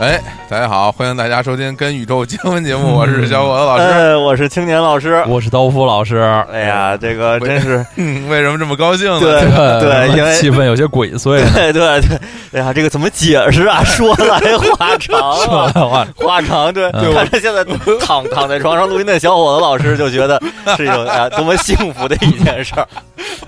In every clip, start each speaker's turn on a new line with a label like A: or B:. A: 哎，大家好，欢迎大家收听《跟宇宙结婚》节
B: 嗯
A: 目，我是小伙子老师。
B: 呃，我是青年老师。
C: 我是刀夫老师。
B: 哎呀，这个
A: 喂
B: 真是
A: 嗯，为什么这么高兴呢？
B: 对对，因为。
C: 气氛有些鬼祟
B: 对对对，哎呀，这个怎么解释啊？说来话长啊。
C: 哇
B: 话长，对，
C: 嗯
B: 看着现在躺躺在床上录音的小伙子老师，就觉得是一种啊多么幸福的一件事儿。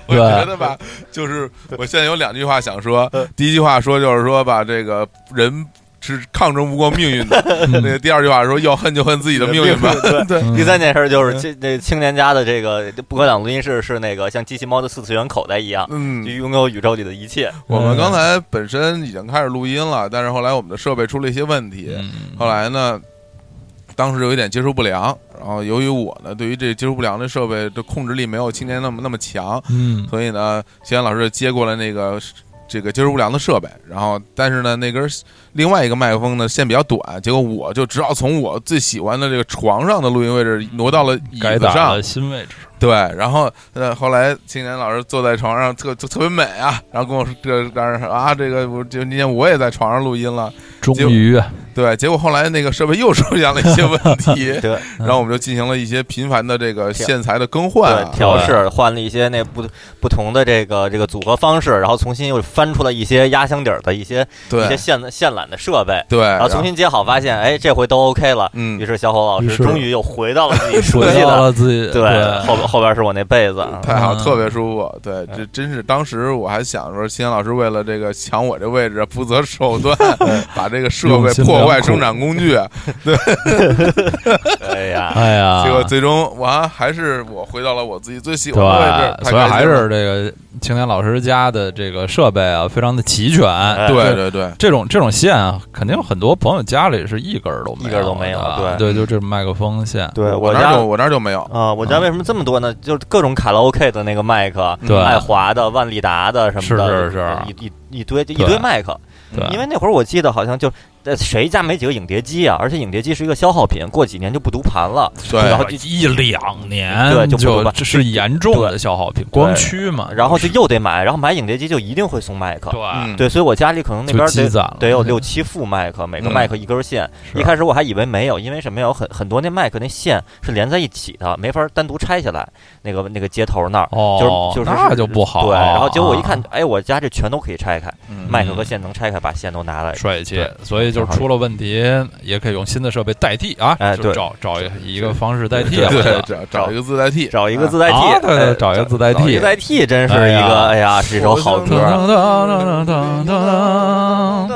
A: 我觉得吧，就是我现在有两句话想说
B: 嗯。
A: 第一句话说就是说吧，这个人是抗争不过命运的。那个第二句话说要恨就恨自己的命运吧。
B: 嗯 对
A: 对
C: 嗯
B: 第三件事就是这这青年家的这个不可挡录音室是那个像机器猫的四次元口袋一样，就
A: 嗯，
B: 拥有宇宙里的一切。，
C: 嗯
A: 我们刚才本身已经开始录音了，但是后来我们的设备出了一些问题，
C: 嗯
A: 后来呢，当时有一点接触不良，然后由于我呢对于这接触不良的设备的控制力没有青年那么那么强，
C: 嗯，
A: 所以呢，秦岩老师接过了那个这个接触不良的设备，然后但是呢，那根另外一个麦克风呢线比较短，结果我就只好从我最喜欢的这个床上的录音位置挪到了椅
C: 改
A: 子
C: 打
A: 上
C: 了，新位置。
A: 对，然后呃后来青年老师坐在床上特特特别美啊，然后跟我说这当然啊这个我就今天我也在床上录音了，
C: 终于啊，
A: 对，结果后来那个设备又出现了一些问题
B: 对
A: 然后我们就进行了一些频繁的这个线材的更换啊
B: 对，，调试换了一些那不不同的这个这个组合方式，然后重新又翻出了一些压箱底儿的一些一些
A: 对
B: 线线缆的设备，
A: 对，
B: 然后重新接好，发现哎这回都 OK 了。
A: 嗯
B: 于，是小伙老
C: 于
B: 师
C: 是
B: 终于又回到了自己熟
C: 回
B: 悉
C: 到
B: 的，
C: 了自己。
B: 对，后边后边是我那被子啊，
A: 太好，
C: 嗯
A: 特别舒服。对，
B: 哎
A: 这真是当时我还想说，新阳老师为了这个抢我这位置，不择手 段，把这个设备
C: 用心
A: 破
C: 良
A: 坏
C: 苦
A: 生产工具，
B: 哎呀，
C: 哎呀，
A: 结果最终完还是我回到了我自己最喜
C: 对
A: 欢的位置，
C: 吧，
A: 太
C: 所以
A: 开
C: 还
A: 心了
C: 是这个青年老师家的这个设备啊，非常的齐全。
B: 哎
A: 对对对，
C: 这种这种线啊，肯定有很多朋友家里是一根儿都没有的，
B: 一根儿都没有对
C: 对，就这麦克风线，
B: 对
A: 我
B: 我
A: 那
B: 家
A: 儿就我那儿就没有，
B: 啊，嗯我家为什么这么多呢？就是各种卡拉 OK 的那个麦克，
C: 对
B: 爱华的、万利达的什么的，
C: 是是是
B: 一一一堆一堆麦克。
C: 对
B: 因为那会儿我记得好像就呃谁家没几个影碟机啊，而且影碟机是一个消耗品，过几年就不读盘了。然
A: 对
B: 后，
C: 一两年
B: 对就
C: 就
B: 不如吧
C: 这是严重的消耗品，光驱嘛，
B: 然后就又得买，然后买影碟机就一定会送麦克。
C: 嗯对，
A: 嗯，
B: 对，所以我家里可能那
C: 就
B: 边
C: 积
B: 得
C: 攒了，嗯
B: 得有六七副麦克，每个
A: 嗯
B: 麦克一根线。
C: 是
B: 一开始我还以为没有，因为什么呀？有很很多那麦克那线是连在一起的，没法单独拆下来。那个那个接头那儿，
C: 哦，
B: 就是就是
C: 那就不好，啊
B: 对，然后结果我一看，哎，我家这全都可以拆开，
A: 嗯
B: 麦克和线能拆开，把线都拿来。
C: 帅气
B: 对，
C: 所以就是出了问题也可以用新的设备代替啊，
B: 哎
C: 就
B: 对
C: 找找一个方式代替
A: 对
C: 啊，
A: 对
C: 我觉
A: 对
C: 得
A: 找找一个字代替，
B: 找一个自代替，
C: 啊对对
B: 哎
C: 找一个自代替
B: 找一个自代替真是
C: 哎
B: 一
C: 呀
B: 个，哎呀，是一首好
C: 噔
B: 歌。
C: 噔噔噔噔噔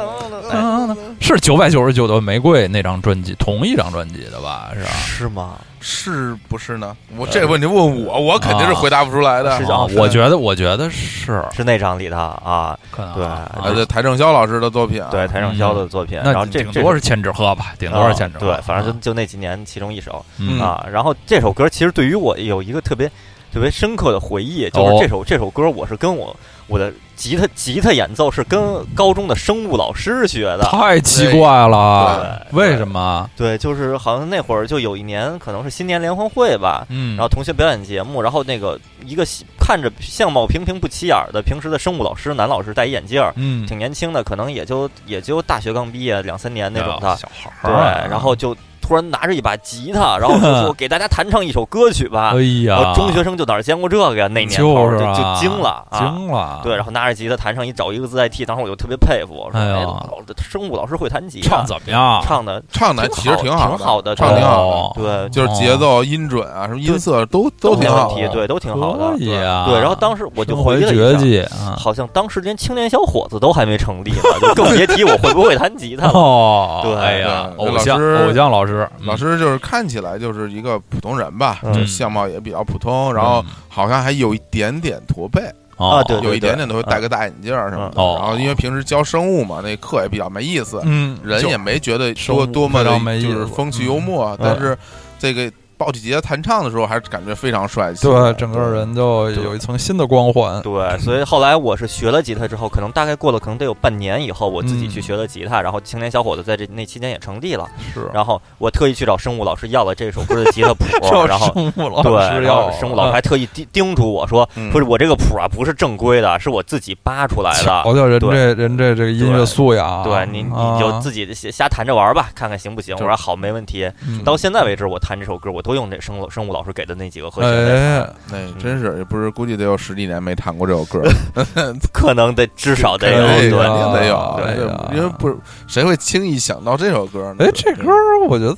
C: 噔噔，是九百九十九的玫瑰那张专辑，同一张专辑的吧？是吧？
B: 是吗？
A: 是不是呢？我这个问题问我，我肯定是回答不出来的。
B: 啊是
C: 啊
B: 哦
C: 我觉得，我觉得是
B: 是那张里的啊，
C: 可能
B: 对
C: 啊
A: 啊，这台正宵老师的作品啊，
B: 对，台上
C: 嗯
B: 萧的作品。
C: 那
B: 然后这
C: 顶
B: 这
C: 多是千纸鹤吧，顶多
B: 啊
C: 是千纸鹤。
B: 对，反正就就那几年其中一首
C: 嗯
B: 啊。然后这首歌其实对于我有一个特别特别深刻的回忆，就是
C: 哦
B: 这首这首歌我是跟我我的吉他吉他演奏是跟高中的生物老师学的。
C: 太奇怪了，
B: 对，
C: 啊为什么？
B: 对，就是好像那会儿就有一年，可能是新年联欢会吧，
C: 嗯，
B: 然后同学表演节目，然后那个一个西看着相貌平平不起眼儿的平时的生物老师男老师戴一眼镜儿，
C: 嗯，
B: 挺年轻的，可能也就也就大学刚毕业两三年那种的，
C: 小孩
B: 对，
C: 儿，啊
B: 然后就突然拿着一把吉他，然后就 说给大家弹唱一首歌曲吧
C: 哎。
B: 啊然
C: 呀
B: 后，中学生就哪儿见过这个呀？那年头
C: 就
B: 儿
C: 是
B: 就就
C: 啊
B: 惊了啊！
C: 惊了，
B: 对，然后拿着吉他弹上一找一个自代替，当时我就特别佩服，我说
C: 哎呦
B: 哎，老生物老师会弹吉他
C: 唱，怎么样？
B: 唱的
A: 唱的其实
B: 挺
A: 好的，
B: 好的，
A: 唱挺好的
C: 哦
B: 对，
A: 就是节奏、音准啊，什么音色都
B: 都
A: 都挺好
B: 没问
A: 的
B: 题，。对，都挺好的
C: 可。以啊。
B: 对，然后当时我就
C: 生
B: 回
C: 活
B: 忆了
C: 绝
B: 一下，嗯
C: 技啊，
B: 好像当时连青年小伙子都还没成立呢，就更别提我会不会弹吉他了。
C: 哦，
B: 对
C: 哎呀，
A: 对
C: 偶
A: 老
C: 像
A: 师
C: 偶像老师
A: 老师就是看起来就是一个普通人吧，
B: 嗯
A: 就相貌也比较普通，
C: 嗯
A: 然后好像还有一点点驼背，
C: 啊
B: 对
A: 有一点点驼背，戴个大眼镜儿什么的。
C: 嗯哦
A: 然后因为平时教生物嘛，那课也比较没意思，
C: 嗯，
A: 人也没觉得
C: 生
A: 多
C: 物
A: 多么
C: 非
A: 的
C: 常没，意
A: 就
C: 思
A: 是风趣幽默，但是这个抱起吉他弹唱的时候，还是感觉非常帅气的。
C: 对，整个人就有一层新的光 环。
B: 对，所以后来我是学了吉他之后，可能大概过了可能得有半年以后，我自己去
C: 嗯
B: 学了吉他，然后青年小伙子在这那期间也成立了，
C: 是，，
B: 然后我特意去找生物老师要了这首歌的吉他谱
C: 赵
B: 然后
C: 生物老
B: 对，
C: 师
B: 然
C: 要
B: 后生物老师还特意叮叮嘱我说
A: 嗯，
B: 说我这个谱啊不是正规的，是我自己扒出来的，
C: 瞧瞧人
B: 对
C: 这人这这个音乐素哦养啊，
B: 对你你就自己瞎瞎弹着玩儿吧，看看行不行。我
C: 对
B: 说好，没问题。
C: 己
B: 到现在为止，我弹这首歌，我都用这生物生物老师给的那几个和弦在弹，
C: 哎，
A: 那真是不是，估计得有十几年没弹过这首歌，
B: 可能得至少得有
C: 可
A: 肯
C: 以
B: 对
C: 啊
A: 定得有，啊
C: 对呀
A: 因为不是谁会轻易想到这首歌呢？
C: 哎，这歌儿我觉得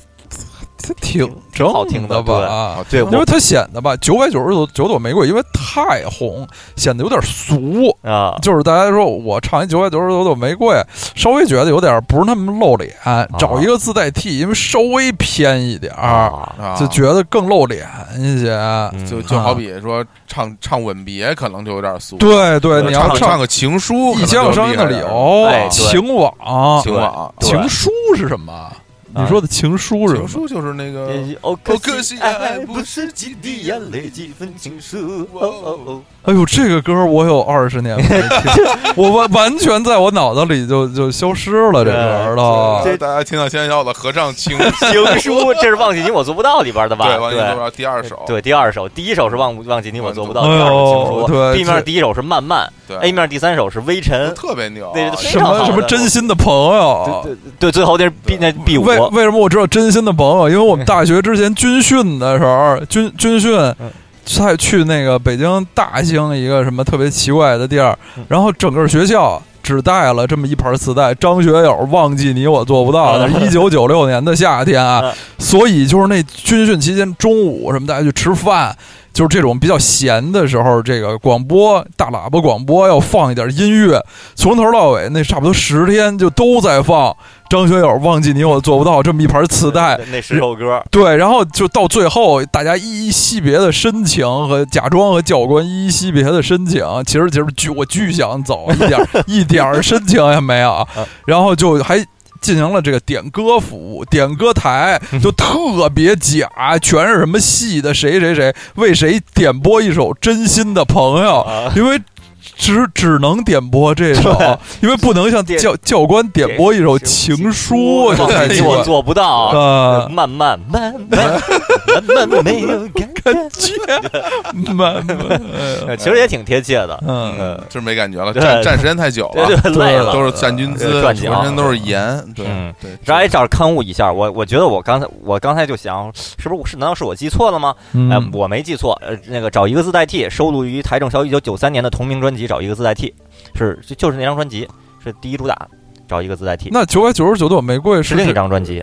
C: 这挺正
B: 好听的
C: 的吧？
B: 对
C: 啊
B: 对
C: 因
B: 我
C: 为它显得吧，九百九十九九朵玫瑰，因为太红，显得有点俗。
B: 啊，
C: 就是大家说我唱一九百九十九朵玫瑰，稍微觉得有点不是那么露脸，
B: 啊
C: 找一个字代替，因为稍微偏一点儿，
B: 啊，
A: 啊
C: 就觉得更露脸一些。
B: 嗯
A: 就就好比说唱唱吻别，可能就有点俗。，
C: 对对，你要
A: 唱
C: 唱
A: 个情书，
C: 一千
A: 有
C: 有伤心的理由啊
B: 哎，对
C: 情网，
A: 情网，
B: 对啊
C: 情书是什么？你说的情书是什
A: 情
C: 么？
A: 书就是那个
B: 哦，
A: 哦可惜爱不
B: 是几滴眼泪，几分情书。哦哦哦，
C: 哎呦，这个歌我有二十年没听，我完完全在我脑子里就就消失了这歌了。
A: 这大家听到现在要的合唱情 书，
B: 情书，这是忘记你我做不到里边的吧？
A: 对，王一博第二首，
B: 对，第二首，第一首是忘忘记你我做不到，
C: 哎
B: 第
C: 呦
B: 二首情书
C: 对
B: ，B 面
C: 这
B: 第一首是慢慢
A: 对
B: ，A 面第三首是微
A: 就
B: 尘，
A: 特别牛，啊
B: 对
A: 这
C: 什
B: 非常好
C: 么
B: 的
C: 什么真心的朋友？
B: 对对对，最后那是 B 那 B 五，
C: 为为什么我知道真心的朋友？因为我们大学之前军训的 时候，军军训
B: 嗯。
C: 在去那个北京大兴一个什么特别奇怪的地儿
B: 嗯，
C: 然后整个学校只带了这么一盘磁带，张学友《忘记你我做不 到》的，一九九六年的夏天啊
B: 嗯，
C: 所以就是那军训期间中午什么大家去吃饭，就是这种比较闲的时候，这个广播大喇叭广播要放一点音乐，从头到尾那差不多十天就都在放张学友《忘记你我做不到》这么一盘磁带。
B: 那十首歌，
C: 对，然后就到最后，大家一一惜别的深情和假装和教官一一惜别的深情，其实其实巨我巨想走，一点儿一点儿深情也没有
B: 嗯，
C: 然后就还。进行了这个点歌服务，点歌台就特别假，全是什么戏的谁谁谁为谁点播一首《真心的朋友》，
B: 啊
C: 因为只只能点播这首，因为不能像
B: 点
C: 教教官点播一首《情书》，就
B: 忘
C: 太
B: 记
C: 奇
B: 你
C: 怪
B: 我做不到，
C: 啊，
B: 慢慢慢慢慢慢没有感觉，
C: 慢慢，哎呀
B: 其实也挺贴切的，
C: 嗯，
A: 嗯，真没感觉了，
B: 对
A: 站站时间太久
B: 对
A: 了，
B: 对，累了，
A: 都是站军姿，
B: 呃
A: 浑
B: 转角
A: 身都是盐，对
B: 嗯
A: 对，
B: 然后还这儿刊物一下，我我觉得我刚才我刚才就想，是不是我是难道是我记错了吗？哎、
C: 嗯
B: 我没记错，呃，那个找一个字代替，收录于台正宵一九九三年的同名专辑《找一个字代替》，是就就是那张专辑是第一主打，找一个字代替，
C: 那九百九十九朵玫瑰
B: 是
C: 是
B: 另一
C: 指
B: 张专辑，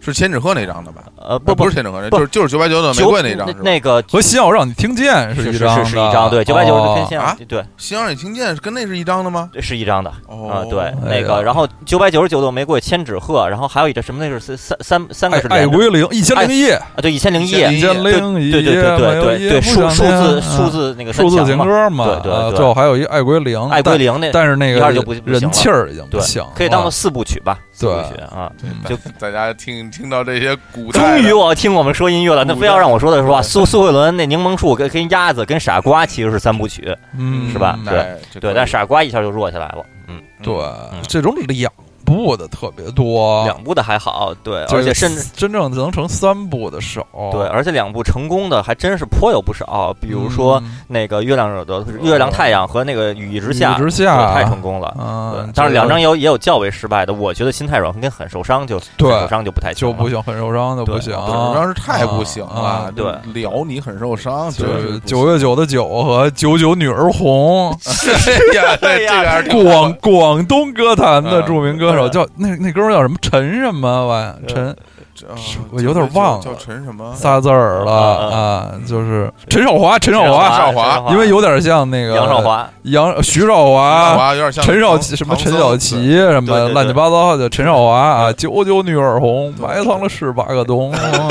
A: 是千纸鹤那张的吧？
B: 呃，不
A: 啊不
B: 不
A: 是千纸鹤那，
B: 不
A: 就是就是九百九十九玫
B: 九
A: 瑰那张是吧？
B: 那个
C: 和心要让你听见
B: 是
C: 一
B: 是
C: 张
B: 是
C: 的，
B: 是一张，对，九百九十跟
C: 哦
B: 现
A: 啊
B: 对
A: 心让你听见是跟那是一张的吗？
B: 对是一张的。啊、
A: 哦，
B: 对，
C: 哎
B: 那
C: 呀
B: 个，然后九百九十九朵玫瑰、千纸鹤，然后还有一个什么，那是三三三三个是
C: 爱爱
B: 连着
C: 归零，一千零一夜，
B: 啊，对，一千零一夜
A: 哎，
C: 一千零一夜，
B: 对对对
C: 没
B: 对
C: 有
B: 对
C: 夜
B: 对，
C: 不
B: 数
C: 想
B: 数字
C: 念
B: 数
C: 啊
B: 字那个三
C: 数字
B: 强
C: 情
B: 嘛，
C: 歌嘛，
B: 对对
C: 啊
B: 对
C: 最后还有一爱归零，
B: 爱归
C: 但
B: 零那
C: 但是
B: 一
C: 那个
B: 下就不不行
C: 人
B: 了
C: 气儿已经不
B: 对
C: 行，
B: 可以当做四部曲吧，四部
C: 啊对
B: 曲啊。
A: 就大家听听到这些古代
B: 终
A: 的，
B: 于我要听我们说音乐了，那非要让我说的是吧？
A: 对
B: 苏苏慧伦那柠檬树跟跟鸭子跟傻瓜其实是三部曲，
C: 嗯
B: 是吧对
A: 哎，这
B: 对，
A: 可
B: 但
A: 以
B: 傻瓜一下就弱下来了，嗯，
C: 对
B: 嗯，
C: 这种两部的特别多，
B: 两部的还好，对，
C: 哦就
B: 而且
C: 是哦
B: 甚至
C: 真正能成三部的少，
B: 对，而且两部成功的还真是颇有不少，比
C: 比
B: 如说
C: 嗯
B: 那个月亮惹的月亮太阳和那个雨一直下，
C: 之
B: 对
C: 下
B: 太成功了。
C: 嗯
B: 对，但是两张
C: 这
B: 也有也有较为失败的，我觉得心太软跟很受伤就
C: 对
B: 很受伤就不太
C: 就
B: 行了
C: 不行，很受伤就不行，
B: 对
A: 对主要是太不行
C: 嗯啊
A: 了，
B: 对
A: 就聊你很受伤，
C: 就
A: 真
C: 是
A: 不
C: 九月九的九和九九女儿红，
A: 行， 哎呀，这这个还是挺
C: 广广东歌坛的
A: 嗯
C: 著名歌手
B: 嗯
C: 叫那那哥们儿叫什么陈什么玩意儿
B: 嗯
C: 陈
A: 这啊
C: 是我有点忘了
A: 叫陈什么？
C: 仨字儿了
B: 嗯
C: 啊，就是陈少华，陈少
B: 少
C: 华，
A: 少华
C: 因为有点像那个
B: 杨少华，
C: 杨徐少华，
A: 啊，有点像
C: 陈少
A: 唐
C: 奇什么
A: 唐
C: 陈
A: 僧
C: 小
A: 对
C: 奇什
B: 对对
C: 么
B: 对
C: 乱七八糟的陈少华啊，
B: 对
C: 九九女儿红
A: 对
C: 埋藏了十八个冬，
B: 呃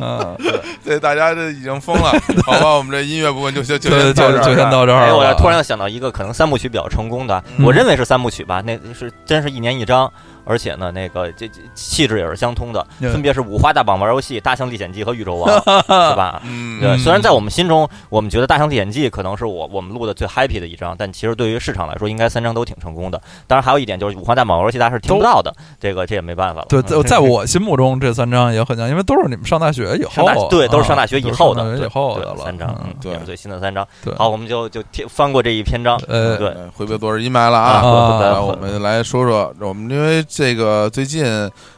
C: 嗯，
A: 对，大家这已经疯了，好吧，我们这音乐部分 就先就
C: 对，
A: 先到
C: 就
A: 这儿，
C: 就先到这儿
B: 哎，我
C: 了。
B: 突然想到一个可能三部曲比较成功的，
A: 嗯
B: 我认为是三部曲吧，那是真是一年一张，而且呢，那个这这气质也是相通的，
C: 嗯
B: 分别是五花大绑玩游戏、大象历险记和宇宙王， 是吧？
A: 嗯，
B: 对，
C: 嗯
B: 虽然在我们心中，我们觉得《大象历险记》可能是我我们录的最 happy 的一张，但其实对于市场来说，应该三张都挺成功的。当然，还有一点就是五花大绑玩游戏大家是听不到的，这个这也没办法了。
C: 对，
B: 嗯
C: 在在我心目中这三张也很像，因为都是你们上大学以
B: 上大
C: 后，
B: 哦对都是上大
C: 啊
B: 学以
C: 都是
B: 后
C: 上
B: 的，
C: 大学
B: 对
C: 以后
B: 对
C: 的了。
B: 三张，嗯，
A: 对
B: 也是最新的三张。
C: 对
B: 好，我们就就贴翻过这一篇章，嗯
C: 呃
B: 对
A: 哎回归多少阴霾了
B: 啊，
A: 啊。
B: 回回
A: 来，
B: 回
A: 我们来说说我们，因为这个最近，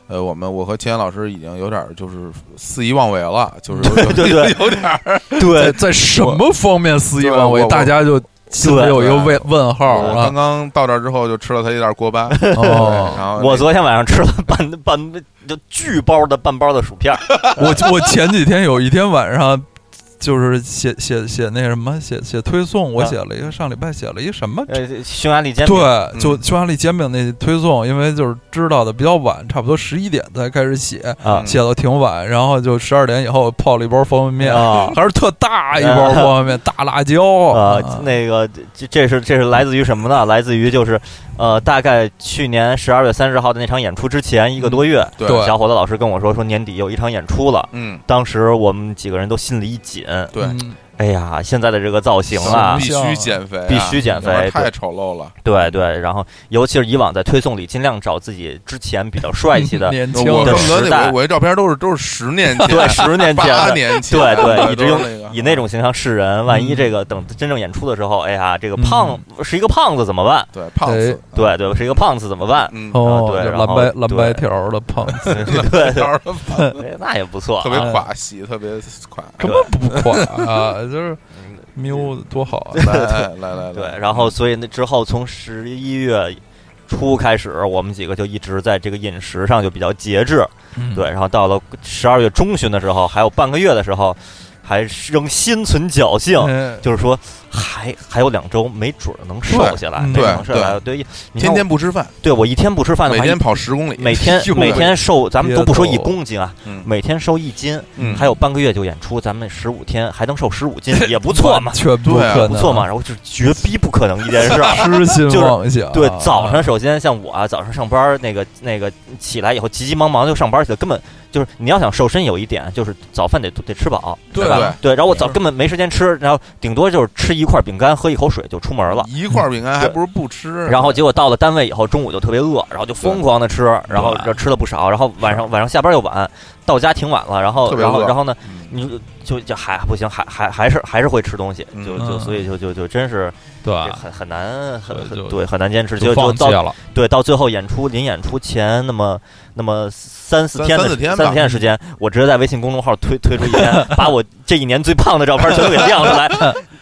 A: 呃，我们我和秦岩老师已经有点儿就是肆意妄为了，就是有
B: 对对
A: 有点儿
C: 在
B: 对
C: 在什么方面肆意妄
A: 对
C: 为
A: 我，
C: 大家就心里有一个
A: 对
C: 问问号
A: 我刚
C: 啊。
A: 刚到这儿之后就吃了他一袋锅巴，对
C: 哦，
A: 然后
B: 我昨天晚上吃了半半就巨包的半包的薯片儿，
C: 我我前几天有一天晚上，就是写写写那什么，写写推送，我
B: 啊
C: 写了一个上礼拜写了一什么。
B: 呃，匈牙利煎饼，嗯
C: 对，就匈牙利煎饼那推送，因为就是知道的比较晚，差不多十一点才开始写，
B: 啊
C: 写到挺晚，然后就十二点以后泡了一包方便面，哦
B: 啊
C: 还是特大一包方便面，大辣椒嗯
B: 啊，那个这这是这是来自于什么呢？来自于就是呃，大概去年十二月三十号的那场演出之前一个多月，
A: 对
C: 嗯对
B: 小伙子老师跟我说说年底有一场演出了。
A: 嗯，
B: 当时我们几个人都心里一紧，
A: 对，
C: 嗯
B: 哎呀，现在的这个造型
C: 啊
B: 啊
A: 必，须减肥啊，
B: 必须减肥
A: 要不然太丑陋了。
B: 对对，然后尤其是以往在推送里尽量找自己之前比较帅 气的，
C: 年
A: 我
C: 轻
A: 恨
C: 的
A: 不
B: 的
A: 得
B: 时
A: 那
B: 代
A: 我我这照片都是都是十 年前，
B: 对，十年前
A: 八
B: 的。
A: 年前，
B: 对对
A: 都
B: 一直用
A: 是那个
B: 以那种形象示人，万一
C: 嗯
B: 这个等真正演出的时候，哎呀，这个胖
A: 嗯
B: 是一个胖子怎么办？
A: 对胖子，
B: 对对，是一个胖子怎么办？
A: 嗯，
C: 哦，
B: 对
C: 就
B: 然
C: 蓝
B: 后
C: 白蓝
B: 对
C: 白条的 胖子，
B: 对对，
A: 当时胖 子
B: 哎那也不错啊，
A: 嗯特别垮，洗得特别 垮，
C: 根本不垮啊，就是喵 多好啊！
A: 来来来，
B: 对
A: 来，
B: 然后所以那之后从十一月初开始，我们几个就一直在这个饮食上就比较节制，
C: 嗯
B: 对，然后到了十二月中旬的时候，还有半个月的时候，还仍心存侥幸。
C: 嗯，
B: 就是说，还还有两周，没准儿能瘦下来，
C: 对
B: 能瘦下来。对，你看
A: 天
B: 我
A: 天不吃饭，
B: 对我一天不吃饭的
A: 每
B: 话，
A: 天跑十公里，
B: 每 天
C: 哎呦
B: 每天瘦，咱们都不说一
C: 别逗
B: 公斤啊，
A: 嗯
B: 每天瘦一斤，
A: 嗯，
B: 还有半个月就演出，咱们十五天还能瘦十五斤，也不错嘛
C: 完，全不
A: 对啊
C: 可能
B: 不错嘛。，然后就是绝逼不可能一件事儿，
C: 痴心妄想。啊
B: 对，早上首先像我啊，早上上班儿那个那个起来以后急急忙忙就上班去了，根本就是你要想瘦身有一点就是早饭得得吃饱，
C: 对
B: 是吧？对，然后我早
C: 是
B: 根本没时间吃，然后顶多就是吃一块饼干，喝一口水就出门了。
A: 一块饼干还不如不吃，
B: 然后结果到了单位以后，中午就特别饿，然后就疯狂的吃，然后这吃了不少，然后晚上晚上下班又晚，到家挺晚了，然后
A: 特别
B: 然后
A: 饿
B: 然后呢，
A: 嗯
B: 你就就就还不行，还还还是还是会吃东西，就就
C: 嗯
B: 所以就就就真是
C: 对吧，
B: 很很难很
C: 就
B: 很
C: 就
B: 对很难坚持，就
C: 就
B: 就
C: 放弃
B: 到
C: 了。
B: 对，到最后演出临演出前，那么那么三四
A: 三
B: 天的
A: 三四天吧
B: 三四天的时间，我直接在微信公众号推推出一篇， 把我这一年最胖的照片全都给亮出来，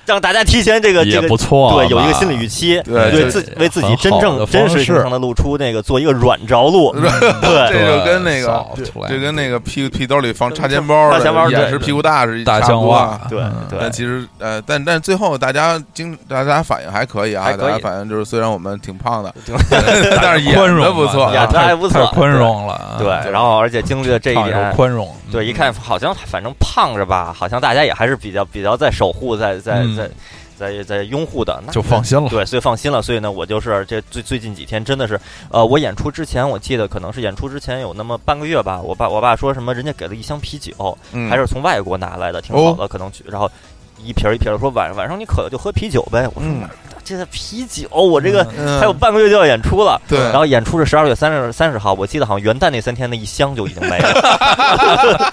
B: 让大家提前这个这
C: 也
B: 个
C: 不错吧，
B: 对有一个心理预期，
A: 对
B: 对
A: 这
B: 自
C: 也
B: 为自己
C: 很
B: 真
C: 好
B: 正
C: 的
B: 真
C: 方
B: 实
C: 式
B: 形象的露出那个做一个软着 陆，对。
A: 这就跟那个
C: 扫
A: 这
C: 出来
A: 这跟那个屁屁兜里放插钱包的，
B: 插钱包对
A: 掩饰屁股大是一
C: 大
A: 差
C: 象
A: 不多啊
C: 袜，
B: 对
C: 嗯
B: 对
A: 但其实呃，但但最后大家经大家反应还可以啊，
B: 还可
A: 大
B: 以
A: 家反应就是虽然我们挺胖的，
B: 挺
A: 但是演
C: 宽容
A: 的
C: 嘛
A: 不错啊，
B: 演得还不错
C: 太宽容了啊，
B: 对，然后而且经历了嗯这一
C: 唱首
B: 点，
C: 宽容，嗯
B: 对，一看好像反正胖着吧，好像大家也还是比较比较在守护，在在
C: 嗯
B: 在在在拥护的，那
C: 就放 心了。
B: 对，所以放心了。所以呢，我就是这最最近几天真的是，呃，我演出之前，我记得可能是演出之前有那么半个月吧，我爸我爸说什么，人家给了一箱啤酒，
A: 嗯哦
B: 还是从外国拿来的，挺好的，可能去，然后一瓶儿一瓶的说晚晚上你渴了就喝啤酒呗。我说
A: 嗯
B: 妈的，这个啤酒，我这个
A: 嗯
B: 还有半个月就要演出了。
A: 对，
B: 然后演出是十二月三十三十号，我记得好像元旦那三天那一箱就已经没了，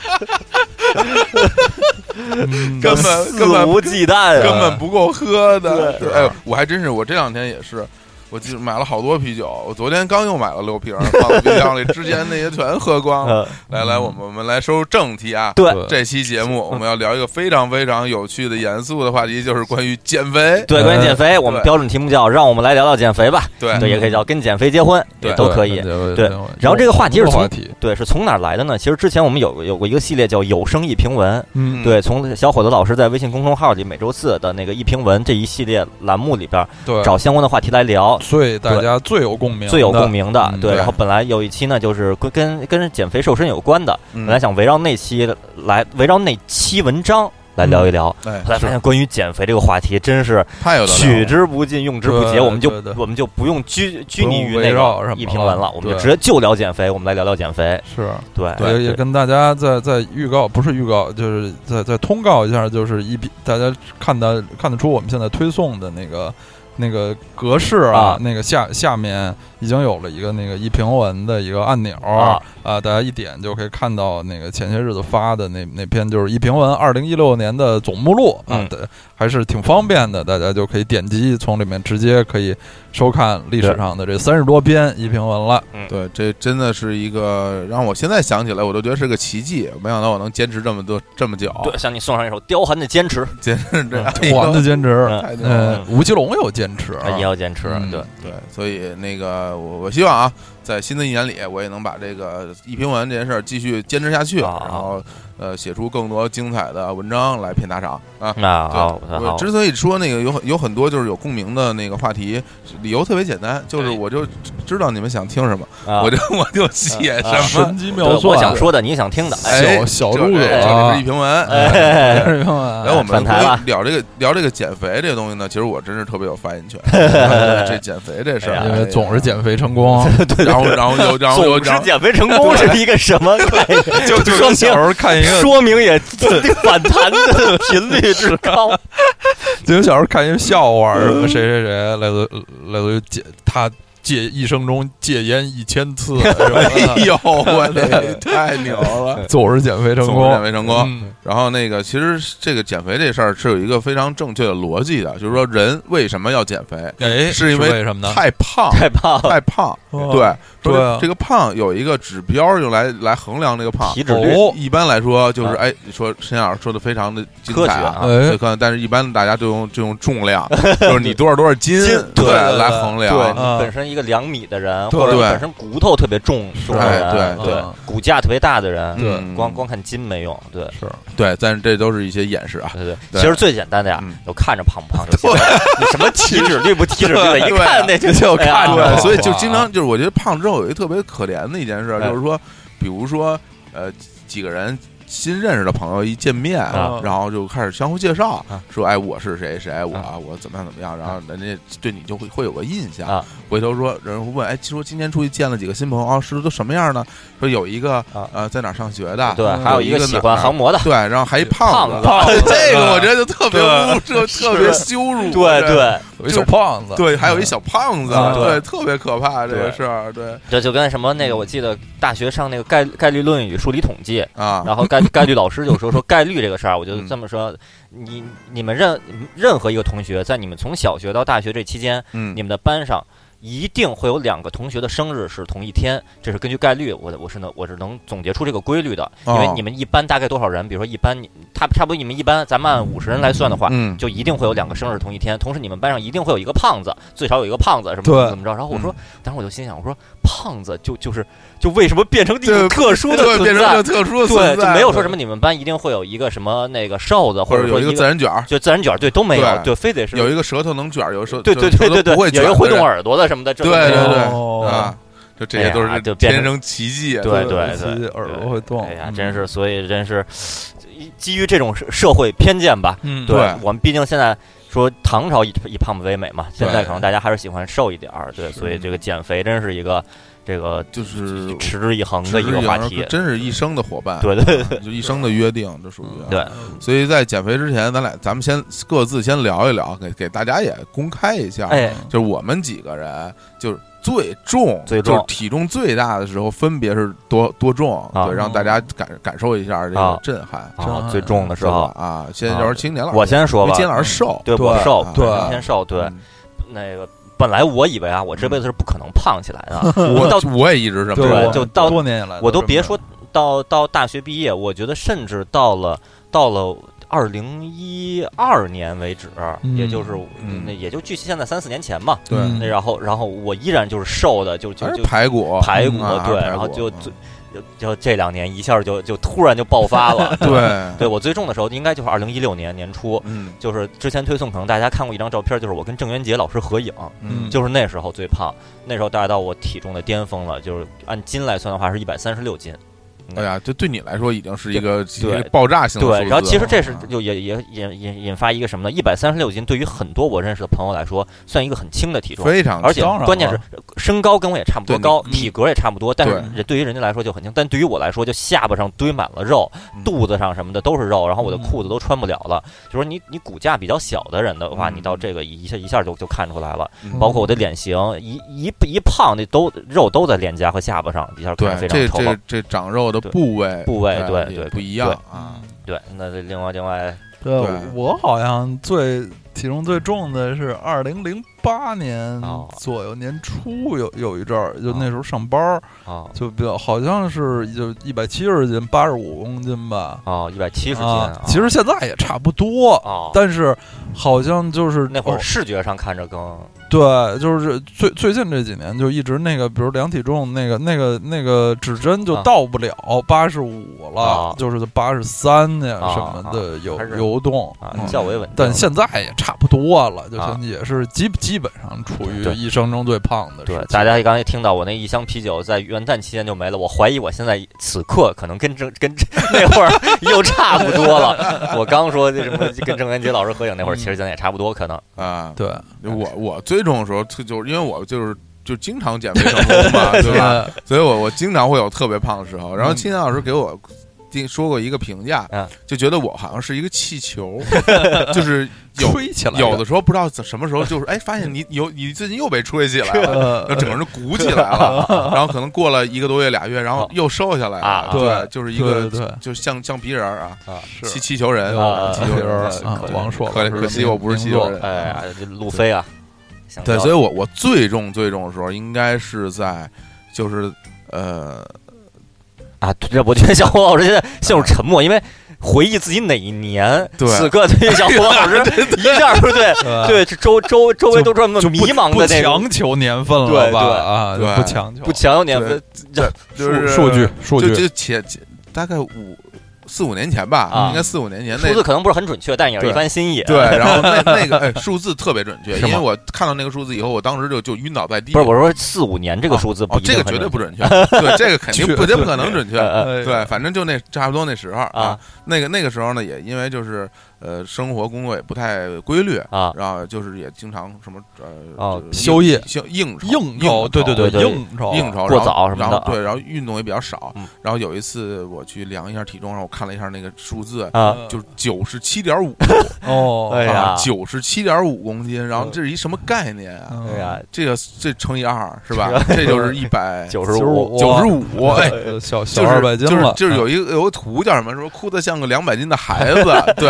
C: 嗯，
A: 根本
B: 肆
A: 根本
B: 无忌惮
A: 根
B: 啊！
A: 本不够喝的。
B: 对
A: 哎，我还真是，我这两天也是，我记得买了好多啤酒，我昨天刚又买了六瓶，放在冰箱里，之前那些全喝光了。
B: 呃，
A: 来来，我们我们来说正题啊。
B: 对
A: 这期节目我们要聊一个非常非常有趣的、严肃的话题，就是关于减肥。
B: 对，关于减肥，我们
A: 对
B: 标准题目叫“让我们来聊聊减肥吧”，
A: 对
B: 对，也可以叫“跟减肥结婚”，
A: 对
B: 也都可以。
C: 对
B: 对然后这个话题是从
C: 话题，
B: 对，是从哪儿来的呢？其实之前我们有有过一个系列叫“有声一评文”，
C: 嗯，
B: 对，从小伙子老师在微信公众号里每周四的那个一评文这一系列栏目里边儿
C: 对，
B: 找相关的话题来聊。后
C: 最大家最有共鸣的，
B: 最有共鸣的
C: 嗯，
B: 对。
A: 对
B: 然后本来有一期呢，就是跟跟跟减肥瘦身有关的，
C: 嗯
A: 本
B: 本来想围绕那期来围绕那期文章来聊
C: 嗯
B: 一聊，
A: 哎
B: 后来发
A: 是
B: 现关于减肥这个话题真是
A: 太有的聊
B: 取
A: 了
B: 之不尽，用之不竭，
C: 对
B: 我们就
C: 对对
B: 我们就不用拘拘泥于
C: 不用
B: 那
C: 围绕什
B: 个
C: 么
B: 一评文了，我们就
C: 对
B: 直接就聊减肥，我们来聊聊减肥，
C: 是。
B: 哎对
C: 也也跟大家再再预告，不是预告，就是再再通告一下，就是一批大家看得看得出我们现在推送的那个那个格式
B: 啊
C: 那个下下面已经有了一个那个一评文的一个按钮
B: 啊
C: 啊大家一点就可以看到那个前些日子发的那那篇就是一评文二零一六年的总目录啊
B: 嗯，
C: 对，还是挺方便的，大家就可以点击从里面直接可以收看历史
B: 对
C: 上的这三十多篇一评文了，
A: 对，这真的是一个让我现在想起来我都觉得是个奇迹，没想到我能坚持这么多这么久，
B: 对，向你送上一首刁寒的坚持，
C: 啊
A: 坚持这
B: 嗯
A: 哎呦
C: 我的坚持。
B: 嗯，
A: 太牛了
C: 呃，吴奇隆有坚持，
B: 啊也要坚持，
C: 嗯
B: 对
A: 对，所以那个我我希望啊，在新的一年里，我也能把这个一评文这件事儿继续坚持下去，
B: 啊
A: 然后呃写出更多精彩的文章来骗打赏啊。
B: 那
A: 对
B: 好，那
A: 我
B: 好，
A: 之所以说那个有很有很多就是有共鸣的那个话题，理由特别简单，就是
B: 对
A: 我就知道你们想听什么，
B: 啊
A: 我就我就写
B: 啊
A: 什么。
C: 机
B: 对我想说的，你想听的，哎，
A: 哎
C: 小小
A: 这
C: 鹿
A: 这这
C: 啊
A: 就是一评文，
B: 哎
A: 对然后我
C: 我
A: 们
B: 反弹了
A: 聊这个聊这个减肥这个东西呢，其实我真是特别有发言 权。对这减肥这事儿，
B: 哎呀
C: 因
A: 哎
C: 为
A: 呀
C: 总是减肥成功，
A: 然后然后又然后又然
B: 总之
A: 后
B: 减肥成功是一个什么概念？就
C: 就
B: 说
C: 跟小时
B: 明
C: 候看一个，
B: 说明也反弹的频率之高，
C: 就跟小时候看一个笑话，什
A: 嗯
C: 么谁谁谁来自来自于戒他戒一生中戒烟一千次， 是吧
A: 哎呦 喂，太牛了！
C: 总是减肥成
A: 总是减
C: 功，
A: 肥成功。
C: 嗯
A: 然后那个，其实这个减肥这事儿是有一个非常正确的逻辑的，就是说人为什么要减肥，
C: 哎，
A: 是因
C: 为什么呢？
A: 太 胖。
B: 太胖了，
A: 太胖，
C: 哦
A: 对，说
C: 对啊
A: 这个胖有一个指标用来来衡量这个胖，
B: 体脂率
C: 哦，
A: 一般来说就是，
B: 啊
A: 哎，你说申老师说的非常的精
B: 科学
A: 彩啊，
B: 啊
A: 对，
C: 哎，
A: 可能但是一般大家都用就用重量，就是你多少多少斤，
B: 斤
A: 对，
B: 对
C: 对
A: 来
C: 对
A: 衡
B: 对，
A: 量。
C: 啊
B: 你本身一个两米的人，
C: 对
B: 或者
A: 嗯
B: 你
A: 对
B: 本身骨头特别重重的
A: 哎
B: 人，啊
A: 对
C: 对
B: 骨架特别大的人，
C: 对
A: 嗯
B: 光光看筋没用，对
C: 是
A: 对，但是这都是一些演示啊。
B: 对对。
A: 对
B: 其实最简单的呀
A: 嗯，
B: 就看着胖不胖就行了，你 什么体脂率不体脂率的，
A: 对
B: 一看那就就
C: 看着
A: 对，
C: 啊
A: 所以就经常就是我觉得胖之后有一个特别可怜的一件事，
B: 哎
A: 就是说，比如说呃几个人。新认识的朋友一见面，
B: 啊
A: 然后就开始相互介绍，
B: 啊
A: 说：“哎，我是谁谁，我、
B: 啊
A: 我怎么样怎么样。”然后人家对你就会会有个印象。
B: 啊
A: 回头说，人会问：“哎，说今天出去见了几个新朋友啊，是都什么样呢？”说有一个、
B: 啊
A: 呃在哪儿上学的，
B: 对，
C: 嗯
B: 还有一
A: 一个
B: 个喜欢
A: 哪儿
B: 航模的，
A: 对，然后还一 胖
B: 胖
A: 子，
B: 子，
A: 这个我觉得就特别
B: 对
A: 污， 就特别羞辱。
B: 对对，
C: 有一小胖子，
A: 对，还有一小胖子，
B: 嗯啊
A: 对，特别可怕这个
B: 对
A: 事儿，对
B: 这就跟什么那个，我记得大学上那个概概率论与数理统计，
A: 啊，嗯
B: 然后 概概率老师就说说概率这个事儿，我就这么说，你你们任任何一个同学，在你们从小学到大学这期间，
A: 嗯
B: 你，们的班上一定会有两个同学的生日是同一天，这是根据概率，我我是能我是能总结出这个规律的，因
A: 哦
B: 为你们一班大概多少人，比如说一班你差差不多你们一班，咱们按五十人来算的话。
A: 嗯，
B: 就一定会有两个生日同一天，同时你们班上一定会有一个胖子，最少有一个胖子什么怎
C: 对
B: 么怎么着。然后我
A: 嗯
B: 说，当时我就心想，我说胖子就就是就为什么变成一种
A: 对
B: 特殊的
A: 对，
B: 存
A: 变成
B: 在
A: 这？个特殊的
B: 对，
A: 存
B: 就
A: 在，
B: 没有说什么你们班一定会有一个什么那个瘦子，
A: 对，或
B: 者
A: 者有
B: 说
A: 一
B: 一
A: 个自然卷儿，
B: 就自然卷儿，对，都没有
A: 对，
B: 对，非得是
A: 有一个舌头能卷儿，有时候
B: 对对对对对，
A: 不会
B: 有
A: 卷
B: 一
A: 儿
B: 个会动
A: 的
B: 耳朵的什么的，这都
A: 对
B: 没有
A: 对人
C: 哦
A: 啊，，就这些都
B: 哎呀
A: 是
B: 就变
A: 天
B: 成
A: 生奇迹，
B: 对对
C: 自己
B: 对，
C: 耳
B: 对
C: 朵会动，
B: 哎呀，真是，所以真是基于这种社社会偏见吧，
C: 嗯，
A: 对
B: 我们毕竟现在。说唐朝以以胖子为美嘛，现在
A: 对
B: 可能大家还是喜欢瘦一点儿，对，所以这个减肥真是一个这个
A: 就是
B: 持之以恒的
A: 持
B: 一
A: 之
B: 个
A: 以
B: 话
A: 恒
B: 题，
A: 真是一生的伙伴，啊
B: 对对对
A: 就一生的约定，这属于啊
B: 对
A: 所以在减肥之前，咱俩咱们先各自先聊一聊，给给大家也公开一下，
B: 哎，
A: 就是我们几个人就是最重，
B: 最重
A: 就是体重最大的时候，分别是多多重，
B: 啊
A: 对，让大家感感受一下这个
B: 啊
A: 震撼。
B: 啊，最重的时
A: 是吧
B: 候，
A: 啊，现在就是青年老师，
B: 我先说
A: 因为
B: 吧
A: 青，年老师瘦，
B: 对我
C: 对
B: 瘦，
A: 对
B: 我先瘦，对，
A: 嗯
B: 那个本来我以为啊，我这辈子是不可能胖起来的，啊
A: 嗯 我
B: 到
A: 我也一直这么
C: 对
A: 觉
B: 对
A: 得
C: 我
B: 就到
C: 多年以来，
B: 我都别说，到到大学毕业，我觉得甚至到了到了二零一二年为止，
C: 嗯
B: 也就是
A: 嗯
B: 那也就距现在三四年前嘛。
A: 对，
C: 嗯
B: 那然后然后我依然就是瘦的，就就
A: 还是
B: 就
A: 排骨，
B: 排骨
A: 嗯啊
B: 对，
A: 还是
B: 然后
A: 排骨
B: 就
A: 嗯
B: 就就就这两年一下就就突然就爆发 了。
A: 对
B: 对，我最重的时候应该就是二零一六年年初，
A: 嗯
B: 就是之前推送可能大家看过一张照片，就是我跟郑渊洁老师合影，
A: 嗯，
B: 就是那时候最胖，那时候达到我体重的巅峰了，就是按斤来算的话是一百三十六斤。
A: 哎呀，这对你来说已经是一个一
B: 对
A: 个爆炸性的数
B: 对，
A: 字
B: 然后其实
A: 了
B: 这是
A: 啊
B: 就也也引引引发一个什么呢？一百三十六斤对于很多我认识的朋友来说，算一个很轻的体重，
A: 非常
B: 而且
C: 当然
B: 关键
C: 了
B: 是身高跟我也差不多
A: 对
B: 高，
A: 你嗯
B: 体格也差不多，但是
A: 对
B: 人对于人家来说就很轻，但对于我来说就下巴上堆满了肉，
A: 嗯
B: 肚子上什么的都是肉，然后我的
C: 嗯
B: 裤子都穿不了了。就说你你骨架比较小的人的话，
A: 嗯
B: 你到这个一下一下就就看出来了，
A: 嗯
B: 包括我的脸型一一一胖，那都肉都在脸颊和下巴上，一下看
A: 对
B: 着非
A: 这
B: 常丑
A: 这
B: 陋。
A: 这长肉的
B: 对
A: 部位哎
B: 部位对
A: 也
B: 对
A: 不一样
B: 对
A: 啊，
B: 对，那这另外另外
C: 对
A: 对
C: 我好像最体重最重的是二零零八年
B: 哦
C: 左右年初有有一阵儿，就
B: 哦
C: 那时候上班儿
B: 啊
C: 就比较，好像是就一百七十斤，八十五公斤吧。
B: 哦一百七十斤，
C: 啊
B: 啊，
C: 其实现在也差不多，
B: 哦，
C: 但是好像就是
B: 那会儿
C: 哦
B: 视觉上看着更啊
C: 对，就是最最近这几年就一直那个，比如量体重那个那个那个指针就
B: 啊
C: 到不了八十五了
B: 啊，
C: 就是八十三呀
B: 啊
C: 什么的有
B: 还是
C: 游动
B: 啊
C: 嗯
B: 较为稳定。
C: 但现在也差不多了，就
B: 啊
C: 现也是基基本上处于
B: 对
C: 一生中最胖的时
B: 对
C: 期。，
B: 大家刚才听到我那一箱啤酒在元旦期间就没了，我怀疑我现在此刻可能跟郑 跟那会儿又差不多了。我刚说这什么跟郑渊洁老师合影那会儿，
C: 嗯
B: 其实现在也差不多，可能
A: 啊，
C: 对，
A: 我我最重的时候就就是因为我就是就经常减肥成功 嘛，对吧？所以我我经常会有特别胖的时候。然后
C: 嗯
A: 青年老师给我定说过一个评价
B: 嗯，
A: 就觉得我好像是一个气球，就是有
C: 吹起来
A: 有的时候不知道怎什么时候就是哎，发现你有你最近又被吹起来了。然后
C: 呃，
A: 整个人鼓起来了，然后可能过了一个多月、俩月，然后又瘦下来
B: 啊
A: 了。对，就是一个
C: 对对对
A: 就像橡皮人儿啊，
B: 啊，
A: 气气球人
B: 啊
A: 气球
B: 人
A: 人
B: 儿
A: 对
C: 啊
A: 可，
C: 王朔
A: 可
C: 老师
A: 可惜我不是气球人。
B: 哎呀，这路飞啊，想
A: 嗯对，
B: 到
A: 所以我我最重最重的时候，应该是在就是呃
B: 啊，对我觉得小胡老师现在陷入沉默，因为回忆自己哪一年，
A: 对
B: 此刻对于小胡 老师一下儿对
C: 对
B: 对，这周周周围都这么
C: 就
B: 迷茫
C: 不
B: 的那种，
C: 强求年份了
B: 对
C: 吧？
B: 对
C: 啊，
A: 对
C: 不强求，
B: 不强有点
A: 对就
C: 数
A: 是
C: 数据数
A: 就
C: 据
A: 就前前大概五四五年前吧，
B: 啊
A: 应该四五年前那
B: 数字可能不是很准确，但也是一番心意。啊
A: 对，然后 那那个哎数字特别准确，
B: 是
A: 因
B: 吗
A: 为我看到那个数字以后，我当时就就晕倒在地。
B: 不是我说四五年这个数字不
A: 哦
B: 一，
A: 这
B: 定
A: 个
B: 很
A: 绝对
B: 准确
A: 不准确， 对，这个肯定不
C: 确
A: 这不可能准确。
B: 呃呃
C: 哎
A: 对，反正就那差不多那时候
B: 啊，
A: 那个那个时候呢，也因为就是呃生活工作也不太规律，
B: 啊
A: 然后就是也经常什么呃
B: 哦
A: 就是
C: 宵夜
A: 应应酬
C: 应酬，
A: 酬，
C: 对对
B: 对对
C: 应酬
A: 应酬
B: 过
A: 然后
B: 早什么的
A: 然后对，然后运动也比较少
B: 嗯。
A: 然后有一次我去量一下体重，然后我看了一下那个数字，
B: 啊，
A: 就是九十七点五，
C: 嗯
A: 啊
C: 哦，
B: 哎呀
A: 九十七点五公斤。然后
B: 嗯
A: 这是一什么概念啊？
B: 对哎呀，
A: 这个这乘以二是吧？这就是一百
B: 九十
C: 九十
B: 五，
C: 五
A: 九十五，哎。
C: 呃小
A: 就
C: 小
A: 是
C: 二百斤了，
A: 就是就是有一个有个图叫什么？什么哭的像个两百斤的孩子。对，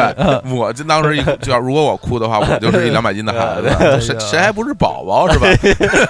A: 我就当时一就要如果我哭的话，我就是一两百斤的孩
C: 哎呀
A: 子，谁谁还不是宝宝是吧？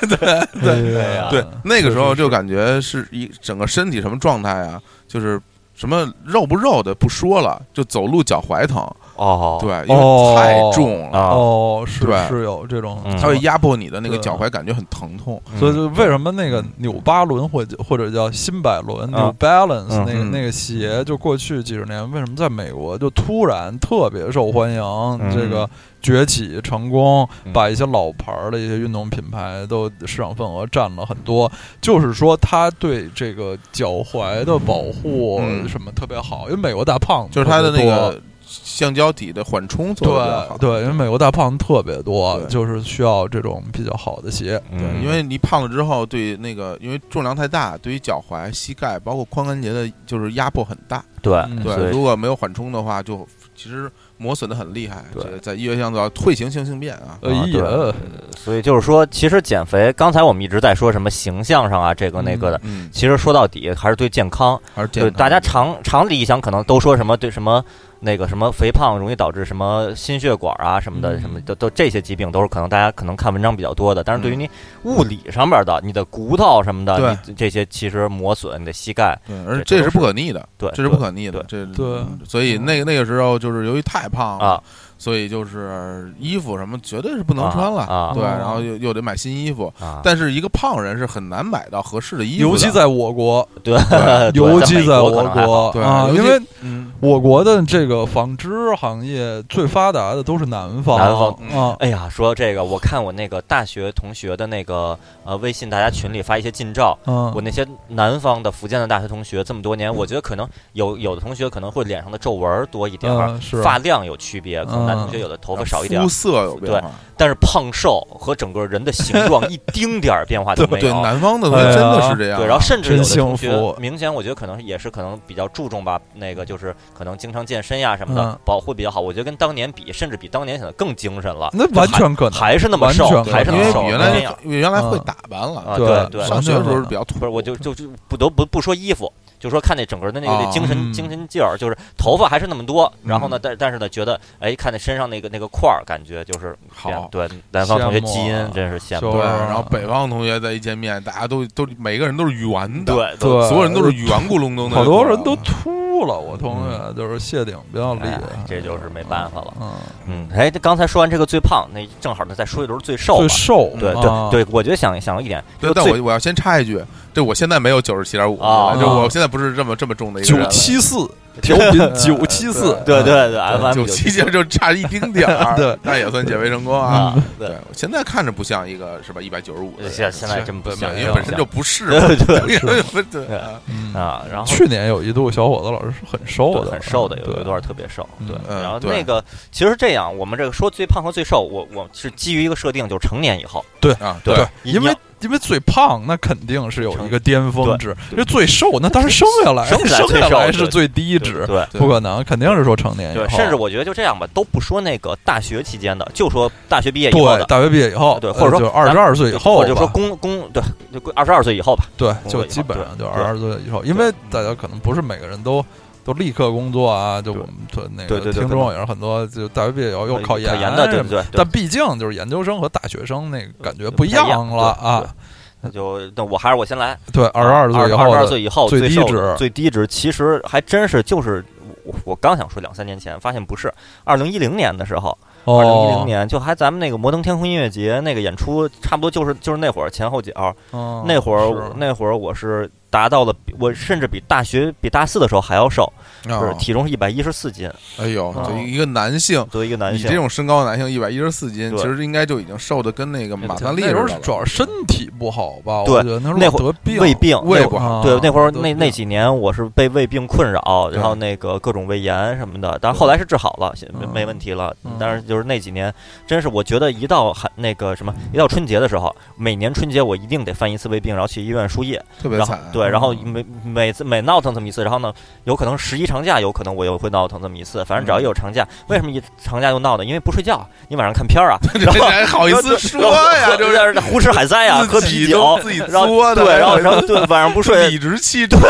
C: 对
B: 哎呀
A: 对，那个时候就感觉是一整个身体什么状态啊，就是什么肉不肉的不说了，就走路脚踝疼，
B: 哦，
A: 对，因为太重了，
B: 啊，
C: 哦，是
A: 对
C: 是有这种
B: 嗯，
A: 它会压迫你的那个
C: 对
A: 脚踝，感觉很疼痛。
B: 嗯
C: 所以就为什么那个
A: 嗯
C: 纽巴伦或者或者叫新百伦
B: 嗯
C: New Balance
B: 嗯
C: 那个
A: 啊嗯
C: 那个鞋，就过去几十年为什么在美国就突然特别受欢
A: 嗯
C: 迎，这个崛起成功，
B: 嗯
C: 把一些老牌儿的一些运动品牌都市场份额占了很多，就是说它对这个脚踝的保护
A: 嗯
C: 什么特别好，因为美国大胖子
A: 就是它的
C: 特别
A: 那
C: 多
A: 个橡胶底的缓冲做的比较好。
C: 对对，因为美国大胖子特别多
A: 对，
C: 就是需要这种比较好的鞋。
A: 对，
B: 嗯
A: 因为你胖了之后，对那个因为重量太大，对于脚踝、膝盖包括髋关节的，就是压迫很大。
B: 对
C: 嗯
B: 所
A: 对，
B: 以
A: 如果没有缓冲的话，就其实磨损的很厉害。
B: 对
A: 这在医学上叫退行性性变啊。
C: 哎
B: 啊对
C: 呀，
B: 所以就是说，其实减肥，刚才我们一直在说什么形象上啊，这个那个的，
A: 嗯，
B: 其实说到底还是对健康。
A: 而且
B: 对大家常常理想可能都说什么对什么那个什么肥胖容易导致什么心血管啊什么的，
C: 嗯
B: 什么都都这些疾病都是可能大家可能看文章比较多的。但是对于你物理上面的，你的骨头什么的，
A: 嗯对
B: 你这些其实磨损，你的膝盖，
A: 对，而且
B: 这
A: 这
B: 都
A: 是
B: 是
A: 不可逆的，
B: 对，
A: 这是不可逆的
B: 对，
A: 这嗯
C: 对，
A: 所以那个那个时候就是由于太胖
B: 对
A: 了，
B: 啊，
A: 所以就是衣服什么绝对是不能穿了，
B: 啊啊
A: 对，
C: 哦
A: 然后又又得买新衣服。
B: 啊，
A: 但是一个胖人是很难买到合适的衣服的，
C: 尤其在我国，
B: 对，对
C: 尤其
B: 美
C: 在
B: 国
C: 我
B: 可能还好
C: 国
A: 对
C: 啊，
A: 尤其
C: 因为
A: 嗯，
C: 我国的这个纺织行业最发达的都是南方，
B: 南方
C: 啊，
B: 哎呀，说这个，我看我那个大学同学的那个呃微信大家群里发一些近照，
C: 嗯，
B: 我那些南方的福建的大学同学，这么多年，我觉得可能有有的同学可能会脸上的皱纹儿多一点儿，
C: 嗯是
B: 发量有区别，可能男
C: 嗯
B: 同学有的头发少一点
A: 啊
B: 儿啊
A: 肤，色有变化，
B: 但是胖瘦和整个人的形状一丁点儿变化都没
A: 对，
B: 有。
A: 南方的东西
C: 哎呀
A: 真的是这样。
B: 对，然后甚至有的
C: 真幸
B: 同学
C: 福
B: 明显，我觉得可能也是可能比较注重吧，那个就是可能经常健身呀什么的
C: 嗯，
B: 保护比较好。我觉得跟当年比，甚至比当年显得更精神了，
C: 那完全可能，
B: 还是那么
C: 完
B: 瘦，
C: 全
B: 还是
A: 因
B: 那
A: 为比
B: 么瘦，
A: 原
B: 那
A: 来
B: 样
A: 比原来会
C: 嗯
A: 打扮
B: 啊，
A: 了，
B: 对，
A: 上学的时候是比较土，
B: 不是，我就就就不得不不说衣服，就说看那整个的那个
A: 啊
B: 精神、
C: 嗯
B: 精神劲儿，就是头发还是那么多，
A: 嗯
B: 然后呢，但但是呢，觉得哎，看那身上那个那个块儿，感觉就是
A: 好
B: 变对南方同学
C: 羡慕
B: 基因
C: 啊
B: 真是羡
C: 就
B: 慕，
A: 对，
C: 是
A: 然后北方同学在一见面，大家都都每个人都是圆的，
B: 对
C: 对，
A: 所有人都是圆咕隆咚的，
C: 好多人都秃了，我同学就是谢顶比较厉
B: 嗯哎
C: 害，
B: 这就是没办法了。
C: 嗯，
B: 嗯，哎，这刚才说完这个最胖，那正好呢，再说一轮最瘦吧
C: 最。瘦，
B: 对
C: 啊
B: 对，对，我觉得想想一点，
A: 对，但我我要先插一句，这我现在没有九十七点五
B: 啊
A: 就我现在不是这么这么重的一个人
C: 九
A: 了，
C: 七四调 频九七四，
B: 对对对，FM
A: 九七就就差一丁点 儿，
C: 对，
A: 那也算减肥成功啊。
B: 啊，对，
A: 我现在看着不像一个是吧，一百九十五的，
B: 现现在真不像，
A: 因为本身就不是嘛，
B: 对对
A: 因为不对
B: 对
A: 啊
C: 嗯
B: 啊，然后
C: 去年有一度小伙子老师是很瘦
B: 对
C: 的，嗯
B: 很瘦的，有
C: 对
B: 有一段特别瘦。对，
A: 嗯
B: 然后
A: 对
B: 那个其实这样，我们这个说最胖和最瘦，我我是基于一个设定，就是成年以后。
A: 啊，
B: 对
C: 对，
B: 你
C: 因
B: 要
C: 为因为最胖那肯定是有一个巅峰值，因为最瘦那当然生下来
B: 生下来
C: 生
B: 最
C: 下来
B: 瘦
C: 是
B: 对
C: 最低值，
B: 对
A: 对
C: 不可能，肯定是说成年以
B: 对，
C: 后，
B: 甚至我觉得就这样吧，都不说那个大学期间的，就说大学毕业以后
C: 对
B: 的，
C: 大学毕业以后，
B: 对或者说
C: 呃就二十二岁以后
B: 或
C: 吧，
B: 者就说工工对，就二十二岁以后吧。
C: 对，
B: 工作
C: 就
B: 以
C: 基
B: 后
C: 本
B: 对
C: 上就
B: 对
C: 二十岁以后，因为大家可能不是每个人都都立刻工作啊，就
B: 对
C: 我们对那
B: 对对对
C: 个听
B: 对
C: 众也是很多，就大学毕业以后又考
B: 研
C: 研
B: 的，
C: 什
B: 对
C: 么
B: 对对。
C: 但毕竟就是研究生和大学生那个感觉
B: 对
C: 不
B: 不太一样
C: 了
B: 对
C: 啊，
B: 那就那我还是我先来，
C: 对，二十二岁以
B: 二十
C: 后
B: 二
C: 的
B: 岁以后
C: 最
B: 最瘦
C: 低值
B: 最低值其实还真是就是我我刚想说两三年前，发现不是，二零一零年的时候，二零一零
C: 哦，
B: 年就还咱们那个摩登天空音乐节那个演出，差不多就是就是那会儿前后脚，
C: 嗯
B: 那会儿
C: 是
B: 我那会儿我是达到了比，我甚至比大学比大四的时候还要瘦，就是
C: 嗯
A: 啊
B: 体重是一百一十四斤，
A: 哎呦，
B: 啊
A: 就一个男性。
B: 作为一个男
A: 你
B: 性
A: 这，种身高的男性一百一十四斤，
B: 对
A: 其实应该就已经瘦的跟那个马三立似
C: 那时
A: 的
C: 候
A: 了。
C: 主要身体不好吧，
B: 对
C: 我觉得那时候
B: 那会
C: 得病
B: 胃病
A: 胃
B: 那
A: 不
B: 会儿
C: 啊
A: 好，
B: 对，那会儿
C: 得
B: 那
C: 病
B: 那几年我是被胃病困扰，然后那个各种胃炎什么的，但后来是治好了，现没
C: 嗯
B: 没问题了
C: 嗯。
B: 但是就是那几年，真是我觉得一到寒那个什么，一到春节的时候，每年春节我一定得犯一次胃病，然后去医院输液，
A: 特别
B: 然后
A: 惨。啊
B: 对，然后
C: 嗯
B: 每每次每闹腾这么一次，然后呢，有可能十一长假，有可能我又会闹腾这么一次，反正只
A: 嗯
B: 要一有长假，为什么一长假又闹呢？因为不睡觉，你晚上 看片儿啊，
A: 这这还好意思说呀，
B: 就
A: 就是
B: 是胡吃海塞哎呀，喝
A: 自
B: 啤
A: 己
B: 酒
A: 都，自己
B: 然后
A: 作的，
B: 对，然后然后对晚上不睡，
A: 理直气壮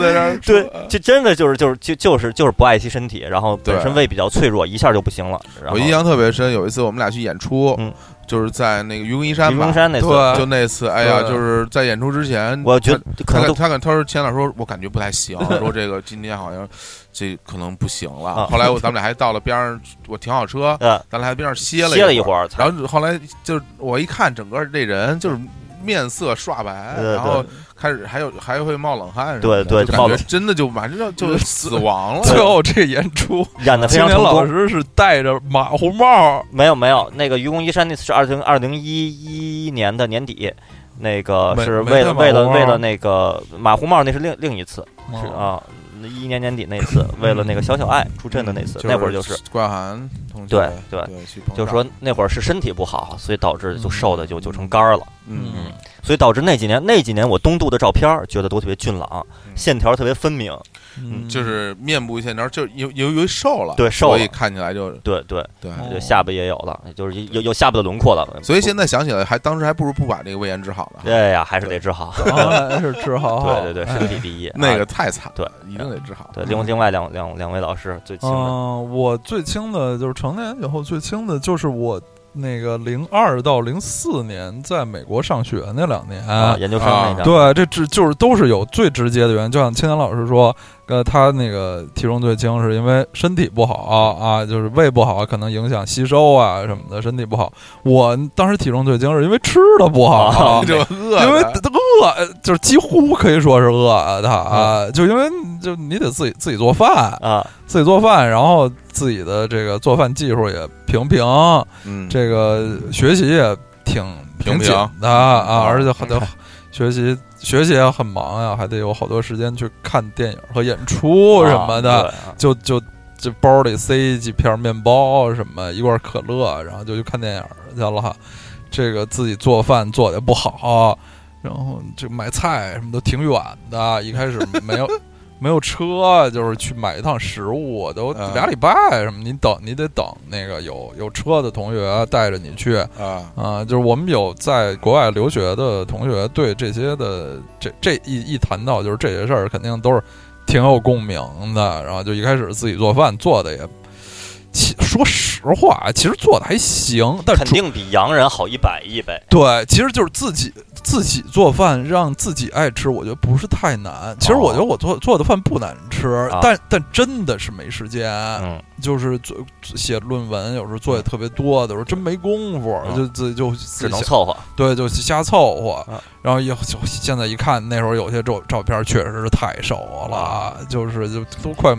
A: 在这儿
B: 对
A: 说，啊
B: 这真的就是就是就就是就是不爱惜身体，然后本
A: 对
B: 身胃比较脆弱，一下就不行了。然后
A: 我印象特别深，有一次我们俩去演出，
B: 嗯
A: 就是在那个愚公移山
B: 金
A: 吧
B: 峰，山那次，
C: 对
A: 就那次，哎呀，
C: 对
A: 就是在演出之前，
B: 我觉得
A: 他
B: 可能
A: 他
B: 都
A: 他他他说前两说，我感觉不太 行，说这个今天好像这可能不行了。
B: 啊
A: 后来我咱们俩还到了边上，我停好车，
B: 呃
A: 咱俩还边上歇
B: 歇了
A: 一
B: 一
A: 会
B: 会
A: 儿，
B: 儿才，
A: 然后后来就是我一看整个这人就是面色刷白，
B: 对
A: 然后开始还有还会冒冷汗什么的，
B: 对对
A: 就
B: 冒
A: 感觉
B: 冷
A: 真的就马 上就死亡了。
C: 最后这演出，
B: 演的非
C: 青
B: 常
C: 年
B: 成
C: 老
B: 功。
C: 师是戴着马红帽，
B: 没有没有，那个愚公移山那次是二零二零一一年的年底，那个
C: 没
B: 是
C: 没
B: 为
C: 戴
B: 了
C: 马
B: 为了
C: 红帽
B: 为了那个马红帽，那是另另一次，是
C: 嗯
B: 啊，一一年年底那次，为了那个小小爱出
A: 嗯
B: 阵的那次，那会儿就是
A: 怪寒同学，
B: 对对
A: 对，去捧
B: 就
A: 场
B: 说那会儿是身体不好，所以导致就瘦的就就成杆儿了。
A: 嗯，
B: 嗯所以导致那几年那几年我东渡的照片儿觉得都特别俊朗
A: 嗯，
B: 线条特别分明，
A: 嗯，就是面部线条，就是由由于瘦了，
B: 对瘦了
A: 所以看起来就
B: 对对，
A: 对。
C: 哦
B: 就下巴也有了，就是有有下巴的轮廓了。
A: 所以现
B: 在
A: 在想起来，还当时还不如不把这个胃炎治好呢。
B: 对呀，还是得治 好。
C: 当然是治好好。
B: 对对对，
C: 哎
B: 身体第一。
A: 那
B: 啊
A: 个太惨，
B: 对，
A: 一定得治好。
B: 对，另另外两两两位老师最轻的，
C: 嗯，我最轻的就是成年以后最轻的就是我那个零二到零四年在美国上学那两年。
B: 啊，研究生
A: 啊
B: 那个，
C: 对，这直就是都是有最直接的原因，就像青年老师说，呃，他那个体重最轻是因为身体不好啊，就是胃不好，可能影响吸收啊什么的，身体不好。我当时体重最轻是因为吃的不好，
B: 啊
A: 就饿
C: 因为
A: 的
C: 饿，就是几乎可以说是饿的
A: 嗯
C: 啊，就因为就你得自己自己做饭，
B: 啊，
C: 自己做饭，然后自己的这个做饭技术也平平，
A: 嗯，
C: 这个学习也挺
A: 平平
C: 紧的啊，
A: 嗯
C: 而且还得学习学习也很忙呀、还得有好多时间去看电影和演出什么的，
B: 啊，对啊
C: 就就就包里塞几片面包什么一罐可乐，然后就去看电影去了。这个自己做饭做的不好，然后这买菜什么都挺远的，一开始没有。没有车，就是去买一趟食物，都
A: 嗯
C: 俩礼拜什么，你等你得等那个有有车的同学带着你去，
A: 啊，
C: 啊，就是我们有在国外留学的同学，对这些的这这一一谈到就是这些事儿，肯定都是挺有共鸣的。然后就一开始自己做饭做的也，其说实话，其实做的还行，但
B: 肯
C: 主
B: 定比洋人好一百亿倍。
C: 对，其实就是自己自己做饭，让自己爱吃，我觉得不是太难。其实我觉得我做做的饭不难吃，
B: 哦啊
C: 但但真的是没时间。
B: 嗯，
C: 就是做写论文，有时候做也特别多的时候，真没工夫，
B: 啊
C: 就自己就自
B: 只
C: 己
B: 能凑合。
C: 对，就瞎凑合
B: 啊。
C: 然后也就现在一看，那时候有些照照片确实是太瘦
B: 啊
C: 了，就是就都快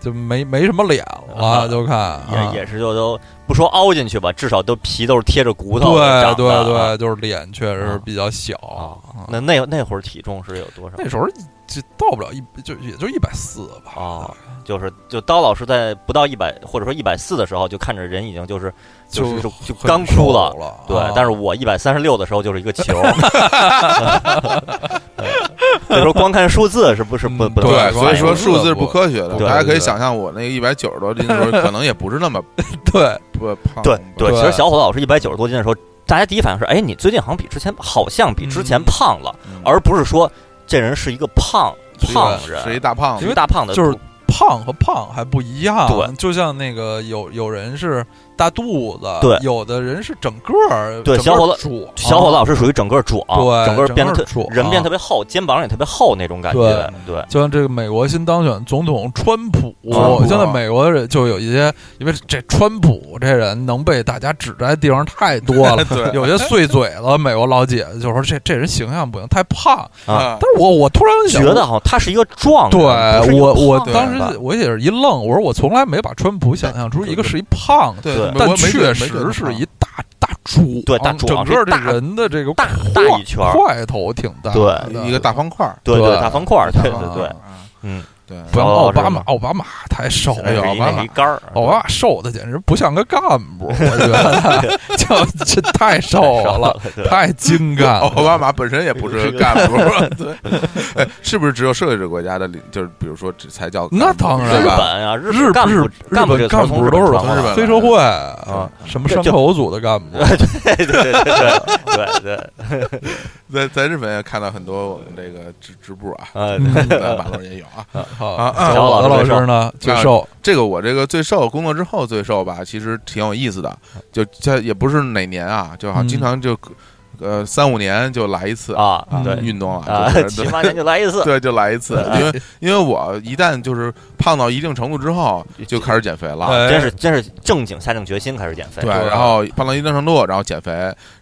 C: 就没没什么脸了，
B: 啊
C: 就看啊
B: 也也是就都不说凹进去吧，至少都皮都是贴着骨头
C: 对
B: 长的
C: 对
B: 啊
C: 对，就是脸确实是比较小
B: 啊
C: 啊。
B: 那那那会儿体重是有多少？
C: 那时候就到不了一就也就一百四吧。
B: 哦，就是就刀老师在不到一百或者说一百四的时候，就看着人已经就是
C: 就是
B: 就就
C: 很
B: 刚
C: 瘦
B: 出了。
C: 了，
B: 对
C: 啊，
B: 但是我一百三十六的时候就是一个 球，所以说光看数字是不是不
C: 嗯
B: 不能哎
A: 对，
B: 反映
A: 所以说
C: 不
A: 数字是不科学的。
B: 对
A: 大家可
C: 对
A: 以想象，我那个一百九十多斤的时候，可能也不是 那么
C: 对
A: 不胖。
B: 对对，
C: 对
B: 其实小伙子老师一百九十多斤的时候，大家第一反应是，哎，你最近好像比之前好像比之前
C: 嗯
B: 胖了，
A: 嗯
B: 而不是说这人是一个胖
A: 是一
B: 胖
A: 个
B: 人，啊
A: 是一大胖
B: 是
A: 子
B: 一大胖的，
C: 就是胖和胖还不一样，
B: 对，
C: 就像那个有有人是大肚子，
B: 对
C: 有的人是整个儿
B: 对
C: 整个
B: 小伙子
C: 壮
B: 小伙子老师属于整个壮，
C: 哦对
B: 整个变得特
C: 整个壮啊
B: 人变得特别厚，肩膀也特别厚那种感
C: 对
B: 觉，对
C: 就像这个美国新当选总统川普，
A: 川普，
C: 现在美国人就有一些，因为这川普这人能被大家指摘的地方太多了
A: 对
C: 有些碎嘴了。美国老姐就说这这人形象不行，太胖。
A: 啊
C: 但，是我我突然想
B: 觉得好像他是一个壮
C: 对
B: 人，不是一个
C: 我，我
B: 胖人
C: 当
B: 吧
C: 时我也是一愣，我说我从来没把川普想象出一个是一胖子，
A: 对
B: 对
C: 但
A: 我没觉得
C: 确
A: 没觉得
C: 实是
A: 胖
C: 一大大壮，
B: 对大
C: 整
B: 壮
C: 个
B: 是
C: 这
B: 大
C: 人的这个
B: 大
C: 块
B: 大一圈儿
C: 块头挺大
B: 对
C: 的，
A: 一个大方块儿，
B: 对
C: 对
B: 大方块儿，
A: 大
B: 对对
A: 方块
B: 对
A: 儿，啊
B: 嗯，
A: 对，
C: 不像
B: 哦
C: 奥巴
B: 是
C: 马
B: 吗，
C: 奥巴马太瘦
A: 哎呦哦
C: 了，
A: 是
C: 奥
B: 一
C: 巴
B: 那
C: 马
B: 一。杆儿，
C: 奥巴马瘦的简直不像个干 部，我觉得就这太瘦
A: 哦
B: 少
C: 了，，
B: 对
C: 太精干
A: 奥
C: 了。
A: 巴马本身也不是干部， 对，哎，是不是只有社会主义国家的领，就是比如说只才叫干部
C: 那当然
A: 对
B: 日
A: 吧
B: 本啊，日
C: 日
B: 干部
C: 日日
B: 部这
C: 本
B: 个词儿
C: 干
B: 从
C: 部都
B: 传
C: 是
B: 过
A: 从
B: 来
A: 日本
B: 的
C: 黑社会啊，
A: 嗯
C: 什么山
B: 就
C: 口组的干部，
B: 对对对对对对 对，
A: 在在日本也看到很多我们这个支支部 啊，
B: 呃，
A: 在马路上也有啊。
C: 好
A: 啊
C: 小伙子老师呢最
A: 那
C: 瘦，
A: 这个我这个最瘦，工作之后最瘦吧，其实挺有意思的。就这也不是哪年啊，就好像
C: 嗯
A: 经常就，呃，三五年就来一次
B: 啊，
C: 对
A: 运动
B: 啊
A: 啊，就，是
B: 七八年就来一次，
A: 对，就来一次，因为因为我一旦就是胖到一定程度之后，就开始减肥了。
C: 哎
B: 真是真是正经下定决心开始减肥，
A: 对，
C: 对
A: 然后胖到一定程度，然后减肥，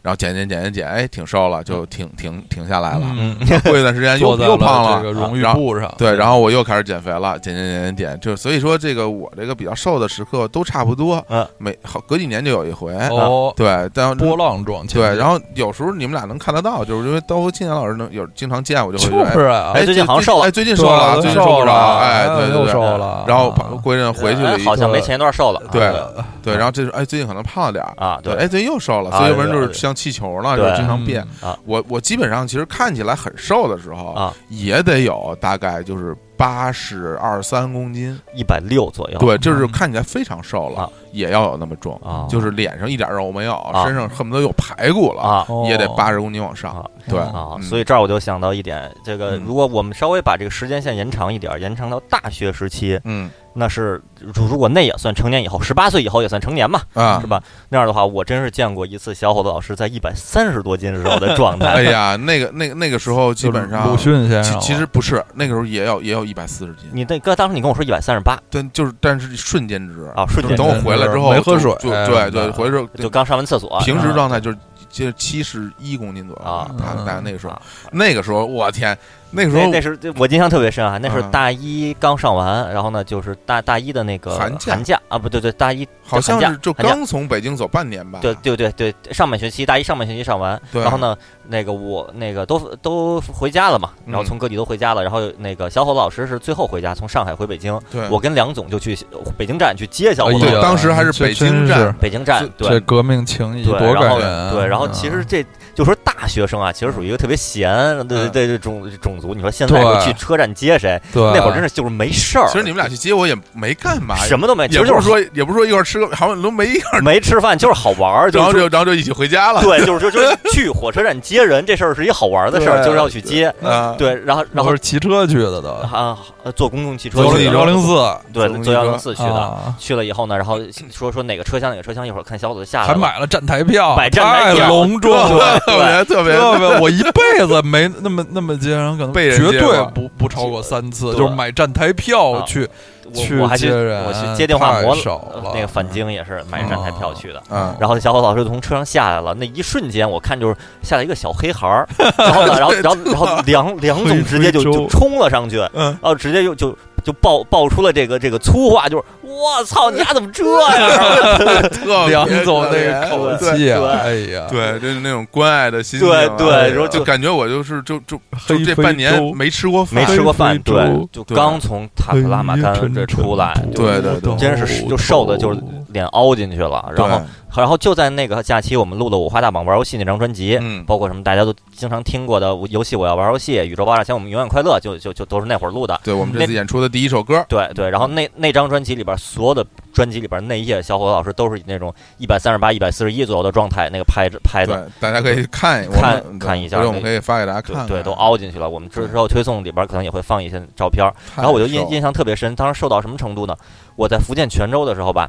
A: 然后减减减减减，哎，挺瘦了，就停停停下来了。
C: 嗯，
A: 过一段时间又
C: 坐在
A: 又胖
C: 这
A: 了，啊
C: 个荣誉
A: 然后
C: 簿上。
A: 对，然后我又开始减肥了，减减减减减，就所以说这个我这个比较瘦的时刻都差不多，
B: 嗯，
A: 每好隔几年就有一回，
C: 哦，
A: 对，但
C: 波浪状前进，
A: 哎嗯对，然后有时候你们俩能看得到，就是因为刀和青年老师能有经常见，我就会觉
C: 就
A: 得
C: 是啊，
A: 哎，
B: 最近好像瘦了
A: 哎，最近
C: 对啊
A: 瘦了，最近
C: 瘦
A: 不少，哎，
C: 哎，
A: 对对
C: 又
A: 对，
C: 瘦了，
A: 然后
C: 啊
A: 把过一阵回去了一
B: 哎好像没前一段瘦了，
A: 对
B: 啊
A: 对，然后这时候哎，最近可能胖了点儿。
B: 啊，对，
A: 哎，最近又瘦了，
B: 啊
A: 所以有人就
B: 对
A: 是
B: 对
A: 像气球呢，就
B: 对
A: 是经常变。
C: 嗯
A: 我我基本上其实看起来很瘦的时候
B: 啊，
A: 也得有大概就是八十二三公斤，
B: 一百六左右。
A: 对，就是看起来非常瘦了，
B: 哦嗯啊
A: 也要有那么重，
B: 啊，
A: 就是脸上一点肉没有，
B: 啊
A: 身上恨不得有排骨了，
B: 啊
A: 也得
C: 哦
A: 八十公斤往上。
B: 啊
A: 对，
B: 啊，
A: 嗯
B: 所以这儿我就想到一点，这个
A: 嗯
B: 如果我们稍微把这个时间线延长一点，延长到大学时期，
A: 嗯
B: 那是如如果那也算成年以后，十八岁以后也算成年嘛，
A: 啊
B: 是，吧？那样的话，我真是见过一次小伙子老师在一百三十多斤时候的状态。
A: 哎呀，那个那个那个时候基本上
C: 鲁，迅先生
A: 其
C: 了，
A: 其实不是，那个时候也要也要一百四十斤，
B: 你那哥当时你跟我说一百三十八，
A: 但就是但是瞬间值
B: 啊瞬间值
A: 等我回来之后
C: 没喝水
A: 就就对对，
B: 嗯
A: 回来之后
B: 就刚上完厕所，
A: 平时状态就是就七十一公斤左右
B: 啊
A: 大大概那个时候
B: 啊，
A: 那个时候我天，那个时
B: 那
A: 候
B: 那是我印象特别深啊，那是
A: 嗯
B: 大一刚上完，然后呢就是大大一的那个
A: 寒假
B: 假啊，不对对，大一
A: 好像
B: 寒
A: 是
B: 假
A: 就
B: 寒假
A: 刚从北京走半年吧，
B: 对对对对，上半学期大一上半学期上完，
A: 啊对啊
B: 然后呢，那个我那个都都回家了嘛，然后
A: 嗯
B: 从各地都回家了，然后那个小伙子老师是最后回家，从上海回北京，
A: 对，
B: 我跟梁总就去北京站去接小伙子
C: 哎
A: 对
C: 呀
B: 老师，
A: 嗯当时还是北京
C: 这真是
A: 站，
B: 北嗯京站
C: 这
B: 对。
C: 革命情谊
B: 对，
C: 多感
B: 然后
C: 人啊。
B: 对，然后其实这就说大学生啊，其实属于一个特别闲对
A: 嗯
B: 对对种种族。你说现在
C: 对
B: 我去车站接谁？
C: 对
B: 那会儿真是就是没事儿。
A: 其实你们俩去接我也没干嘛，
B: 什么都没，其
A: 也不
B: 实就是是
A: 说也不是说一块儿吃个，好像都没一块儿，
B: 没吃饭， 就是好玩儿，
A: 然后
B: 是
A: 就然后就一起回家了，
B: 对，就是就是 去火车站接人这事儿是一好玩的事儿，
A: 对
B: 就是要去接。
A: 啊，
B: 对，然后然
C: 我
B: 后
C: 是骑车去的都，
B: 啊，坐公共汽车
A: 坐
C: 幺
A: 了
B: 去
A: 一
B: 的
A: 周
C: 零幺零四
A: 坐
B: 对，
A: 公
B: 坐
A: 汽
B: 幺
A: 车
B: 零四去的。
C: 啊，
B: 去了以后呢，然后说说哪个车厢哪个车厢，一会儿看小组就下来了，
C: 还买了站台票，
B: 买站台票
C: 太隆重
A: 特
C: 了。
A: 别特别
C: 特别，我一辈子没那么那么接人，可能
A: 被人
C: 绝
A: 接
C: 对
A: 过
C: 不不超过三次，
B: 对啊
C: 就是买站台票去去
B: 我我还去
C: 接人
B: 我去接电话摩
C: 太少
B: 呃
C: 了嗯
B: 那个返京也是买站台票去的。
A: 啊，
B: 然后小伙老师从车上下来了，那一瞬间我看就是下来一个小黑孩儿，然后呢，然后然后然后梁梁总直接就
C: 推推
B: 就
C: 舟
B: 冲了上去，
A: 嗯
B: 然后直接就就就爆爆出了这个这个粗话，就是我操，你丫怎么这样？啊
A: 特别
C: 梁总那个
A: 特
C: 口
A: 别
C: 气啊
B: 对，
C: 哎呀，
A: 对，就是那种关爱的心情啊，
B: 对对
A: 哎呀
B: 然后就
A: 就感觉我就是就就就
C: 黑
A: 这
C: 非
A: 半年
C: 洲
A: 没吃 过饭，
B: 没吃过饭，
C: 非洲
B: 对，就
A: 对
B: 刚从塔克拉玛干这出来，就
A: 对对对
B: 真是就瘦的，就是脸凹进去了。然后，然后就在那个假期，我们录了《五花大绑玩游戏》那张专辑
A: 对，嗯，
B: 包括什么大家都经常听过的《游戏我要玩游戏》《宇宙爆炸前我们永远快乐》，就就就都是那会儿录的。
A: 对我们这
B: 那
A: 次演出的第一首歌，
B: 对对，然后那那张专辑里边，所有的专辑里边那一页，小伙子老师都是以那种一百三十八、一百四十一左右的状态，那个拍着拍的，
A: 对，大家可以看我
B: 哎看
A: 们
B: 看一下
A: 回头我
B: 那
A: 们可以发给大家
B: 对
A: 看看，啊
B: 对，都凹进去了。我们之之后推送里边可能也会放一些照片。
A: 太瘦了。
B: 然后我就印印象特别深，当时瘦到什么程度呢？我在福建泉州的时候吧，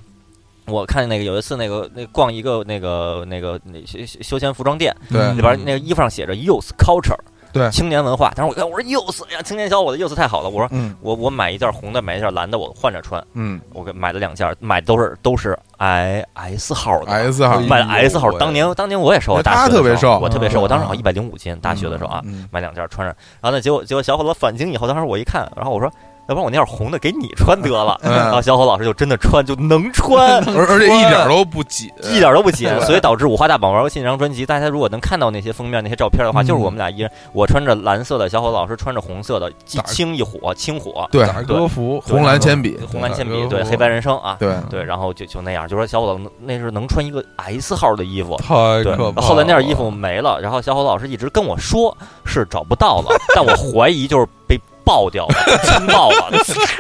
B: 我看那个有一次那个那逛一个那个那个那休休休闲服装店，
A: 对
B: 里
C: 嗯
B: 边那个衣服上写着 “youth culture”，
A: 嗯对
B: 青年文化。当时我看我说 “youth” 哎呀，青年小伙子 “youth” 太好了。我说
A: 嗯
B: 我我买一件红的，买一件蓝的，我换着穿。
A: 嗯
B: 我给买了两件，买都是都是 I S 号的。
A: S 哈
C: 哎，
B: 买了 S 号
C: 呦，喂
B: 当年当年我也瘦，
A: 那
B: 我大
A: 哎他
B: 学的
A: 特别
B: 时候
A: 瘦
B: 我特别瘦，
C: 嗯
B: 我当时好像一百零五斤，大学的时候啊，
A: 嗯
B: 买两件穿上，然后呢，结果结果小伙子返京以后，当时我一看，然后我说，要不然我那件红的给你穿得了，
A: 嗯，
B: 然后小伙老师就真的穿，就能穿
A: 嗯而而且一点儿都不紧，
B: 一点都不紧，
A: 对
B: 所以导致五花大绑玩游戏那张专辑，大家如果能看到那些封面那些照片的话，
C: 嗯
B: 就是我们俩一人，我穿着蓝色的，小伙老师穿着红色的，一青一火，青火，
A: 对
C: 打歌服，
A: 红蓝铅笔，
B: 红蓝铅笔，
C: 对
B: 对，黑白人生啊，
A: 对
B: 对，然后就就那样，就说小伙子那是能穿一个 S 号的衣服，
C: 太
B: 对
C: 可，怕了。
B: 后来那件衣服没了，然后小伙老师一直跟我说是找不到了，但我怀疑就是被爆掉了，撑爆了，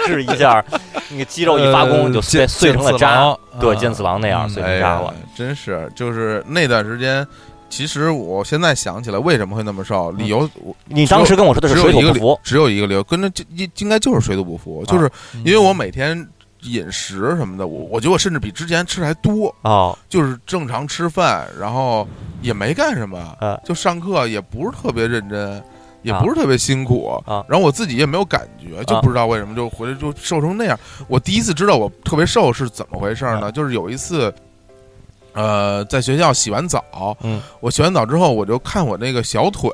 B: 是一下那个肌肉一发功
C: 呃
B: 就碎
C: 剑
B: 碎成了
C: 剑刺
B: 渣
C: 郎，
B: 对，
C: 嗯
B: 剑次郎那样
C: 嗯
B: 碎
A: 哎
B: 成渣
A: 呀
B: 了，，
A: 真是就是那段时间。其实我现在想起来，为什么会那么瘦？
B: 嗯
A: 理由我
B: 你当时跟我说的是
A: 只有
B: 水
A: 一个
B: 土不
A: 理
B: 服，，
A: 只有一个理由，跟着就应应该就是水土不服，
B: 啊嗯
A: 就是因为我每天饮食什么的，我我觉得我甚至比之前吃的还多，
B: 哦，
A: 就是正常吃饭，然后也没干什么
B: 啊，
A: 就上课也不是特别认真，也不是特别辛苦
B: 啊，
A: 然后我自己也没有感觉，就不知道为什么就回来就瘦成那样。我第一次知道我特别瘦是怎么回事
B: 啊
A: 呢？就是有一次。呃，在学校洗完澡，
B: 嗯
A: 我洗完澡之后，我就看我那个小腿，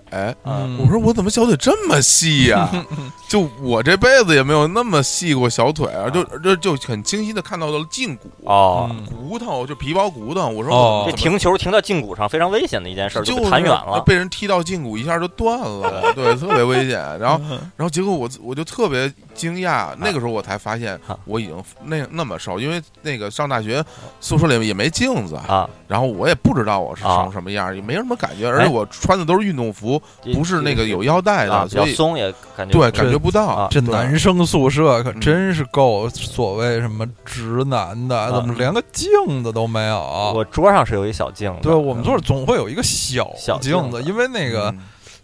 B: 嗯
A: 我说我怎么小腿这么细呀、 就我这辈子也没有那么细过小腿啊，就就就很清晰的看到了胫骨、
B: 哦，
C: 嗯
A: 骨头，就皮包骨头。我说
C: 哦
A: 我
B: 这
A: 怎么
B: 停球停到胫骨上非常危险的一件事，
A: 就
B: 被
A: 是
B: 弹远了，
A: 被人踢到胫骨一下就断 了，对，特别危险。然
C: 嗯
A: 后，然后结果我自我就特别惊
C: 啊
A: 讶，那个时候我才发现
B: 啊
A: 我已经那那么瘦，因为那个上大学宿舍里面也没镜子，
B: 啊，
A: 然后我也不知道我是
B: 啊
A: 成什么样儿，也没什么感觉，而
B: 哎
A: 且我穿的都是运动服，不是那个有腰带
B: 啊，
A: 的，
B: 比较
A: 所以
B: 松也感觉
A: 对
B: 不是
A: 感觉不到
B: 啊。
C: 这
A: 对
C: 男生宿舍可
A: 嗯
C: 真是够所谓什么直男
A: 啊
C: 的，怎么连个镜子都没有？
B: 我桌上是有一小镜子，嗯
C: 对我们就是总会有一个小
B: 小
C: 镜
B: 镜子
C: 因为那个
A: 嗯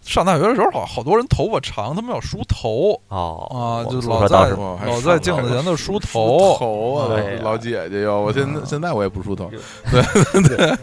C: 上大学的时候，好好多人头发长，他们要梳头
B: 哦
C: 啊，
B: 我
C: 就
B: 们宿
C: 老
B: 舍倒
C: 在
B: 是
A: 我还
C: 老
A: 梳了
C: 在镜子前头梳
A: 梳
C: 头。
A: 头啊，
B: 对呀
A: 老姐姐哟！我现在
C: 嗯
A: 现在我也不梳头，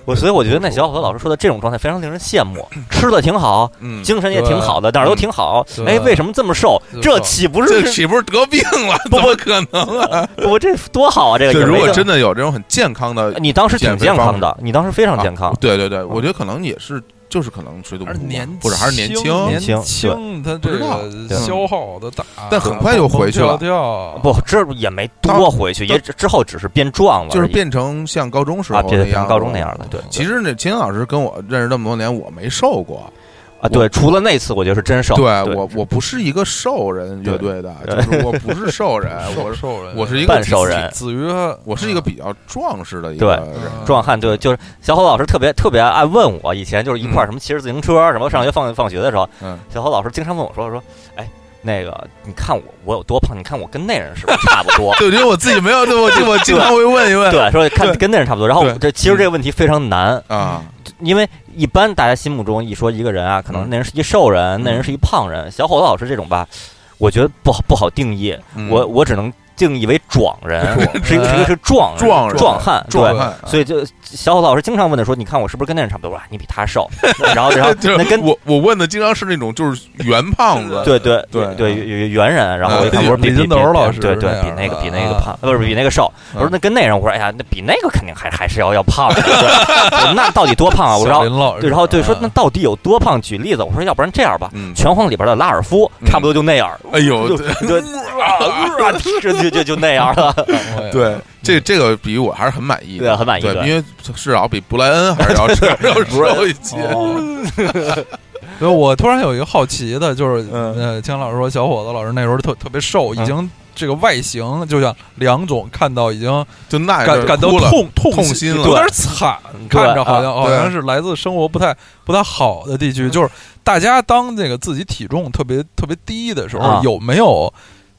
B: 我，所以我觉得那小伙老师说的这种状态非常令人 羡慕，吃的挺好，
A: 嗯，
B: 精神也挺好的，哪儿都挺好。
C: 对
B: 哎，为什么这么瘦？
C: 对
B: 这岂 不
A: 这
B: 是
A: 岂不是得病了？怎么可能啊？
B: 我这多好啊？这个
A: 就
B: 也
A: 如
B: 没
A: 果
B: 这
A: 真的有这种很健康的，
B: 你当时挺健康的，你当时非常健康
A: 啊，对对
B: 嗯
A: 对，我觉得可能也是，就是可能水土不
C: 而
A: 服
C: 年轻
A: 或者还是年轻，
C: 年
B: 轻
C: 轻，他这
A: 不知道
C: 个
A: 对
C: 消耗的大，
A: 但很快就回去了
C: 蹦蹦跳跳
B: 不，这也没多回去，
A: 当
B: 也只之后只是变壮了而已，
A: 就是变成像高中时候
B: 啊，变
A: 那
B: 变
A: 样
B: 成
A: 了
B: 高中那。样了。对，
A: 其实那秦老师跟我认识这么多年，我没瘦过，
B: 啊，对，除了那次，我觉得是真瘦。
A: 对
B: 对
A: 我我不是一个瘦人乐队的，就是我不是瘦 人，哎我
C: 瘦瘦人，
A: 我是一个
B: 半瘦人，
C: 子瑜，
A: 我是一个比较壮实的一
B: 对
A: 个人，
C: 嗯
B: 壮汉对，就是小侯老师特别特别爱问我，以前就是一块儿什么骑着自行车，什么上学放放学的时候，
A: 嗯，？
B: 小侯老师经常问我说说，哎，那个你看我我有多胖？你看我跟那人是不是差不多
A: 对，因为我自己没有这么，我我经常会问一问，
B: 对，说看
A: 对
B: 跟那人差不多。然后
A: 对嗯
B: 这其实这个问题非常难，
A: 啊，
B: 因为一般大家心目中一说一个人啊，可
A: 嗯
B: 能那人是一瘦人，那人是一胖人。小伙子老师这种吧，我觉得不好不好定义，
A: 嗯
B: 我我只能定义为壮 人，是一个是一个是壮人
A: 壮人
B: 壮汉，对
A: 壮汉，
B: 所以就小伙子老师经常问他说：“你看我是不是跟那人差不多啊？你比他瘦， 然后然后
A: 就是
B: 啊那跟
A: 我我问的经常是那种就是圆胖子，
B: 对对
A: 对
B: 对圆圆人，然后我一看
A: 嗯
B: 我说比
C: 啊李
B: 比
C: 金斗
B: 比
C: 老师
B: 对对
C: 那样
B: 比那个
C: 的
B: 比那个
C: 啊
B: 胖，不是比那个瘦。我说
A: 嗯
B: 那跟那人，我说哎呀，那比那个肯定还还是要要胖的。对我说那到底多胖啊？我
C: 小
B: 说
C: 林老师，
B: 对，然后对说
C: 啊
B: 那到底有多胖？举例子，我说要不然这样吧，
A: 嗯，
B: 拳皇里边的拉尔夫
A: 嗯
B: 差不多就那样，
A: 哎呦，
B: 就就 啊啊，就就就就那样了。
A: 对，这这个比我还是很满意的，
B: 对啊很满意
A: 对，
B: 对
A: 因为至少比布莱恩还是 要要瘦一些。
C: 哦，所以我突然有一个好奇的，就是
A: 嗯
C: 呃，姜老师说小伙子老师那时候特特别瘦，已
B: 嗯
C: 经这个外形就像梁总看到已经
A: 就那
C: 感感到
A: 哭了，
C: 痛痛
A: 痛心了
C: 有点惨，
B: 对嗯
C: 看着好像
A: 啊
C: 好
A: 对
C: 像是来自生活不太不太好的地区，就是大家当这个自己体重特别特别低的时
B: 啊
C: 候，有没有？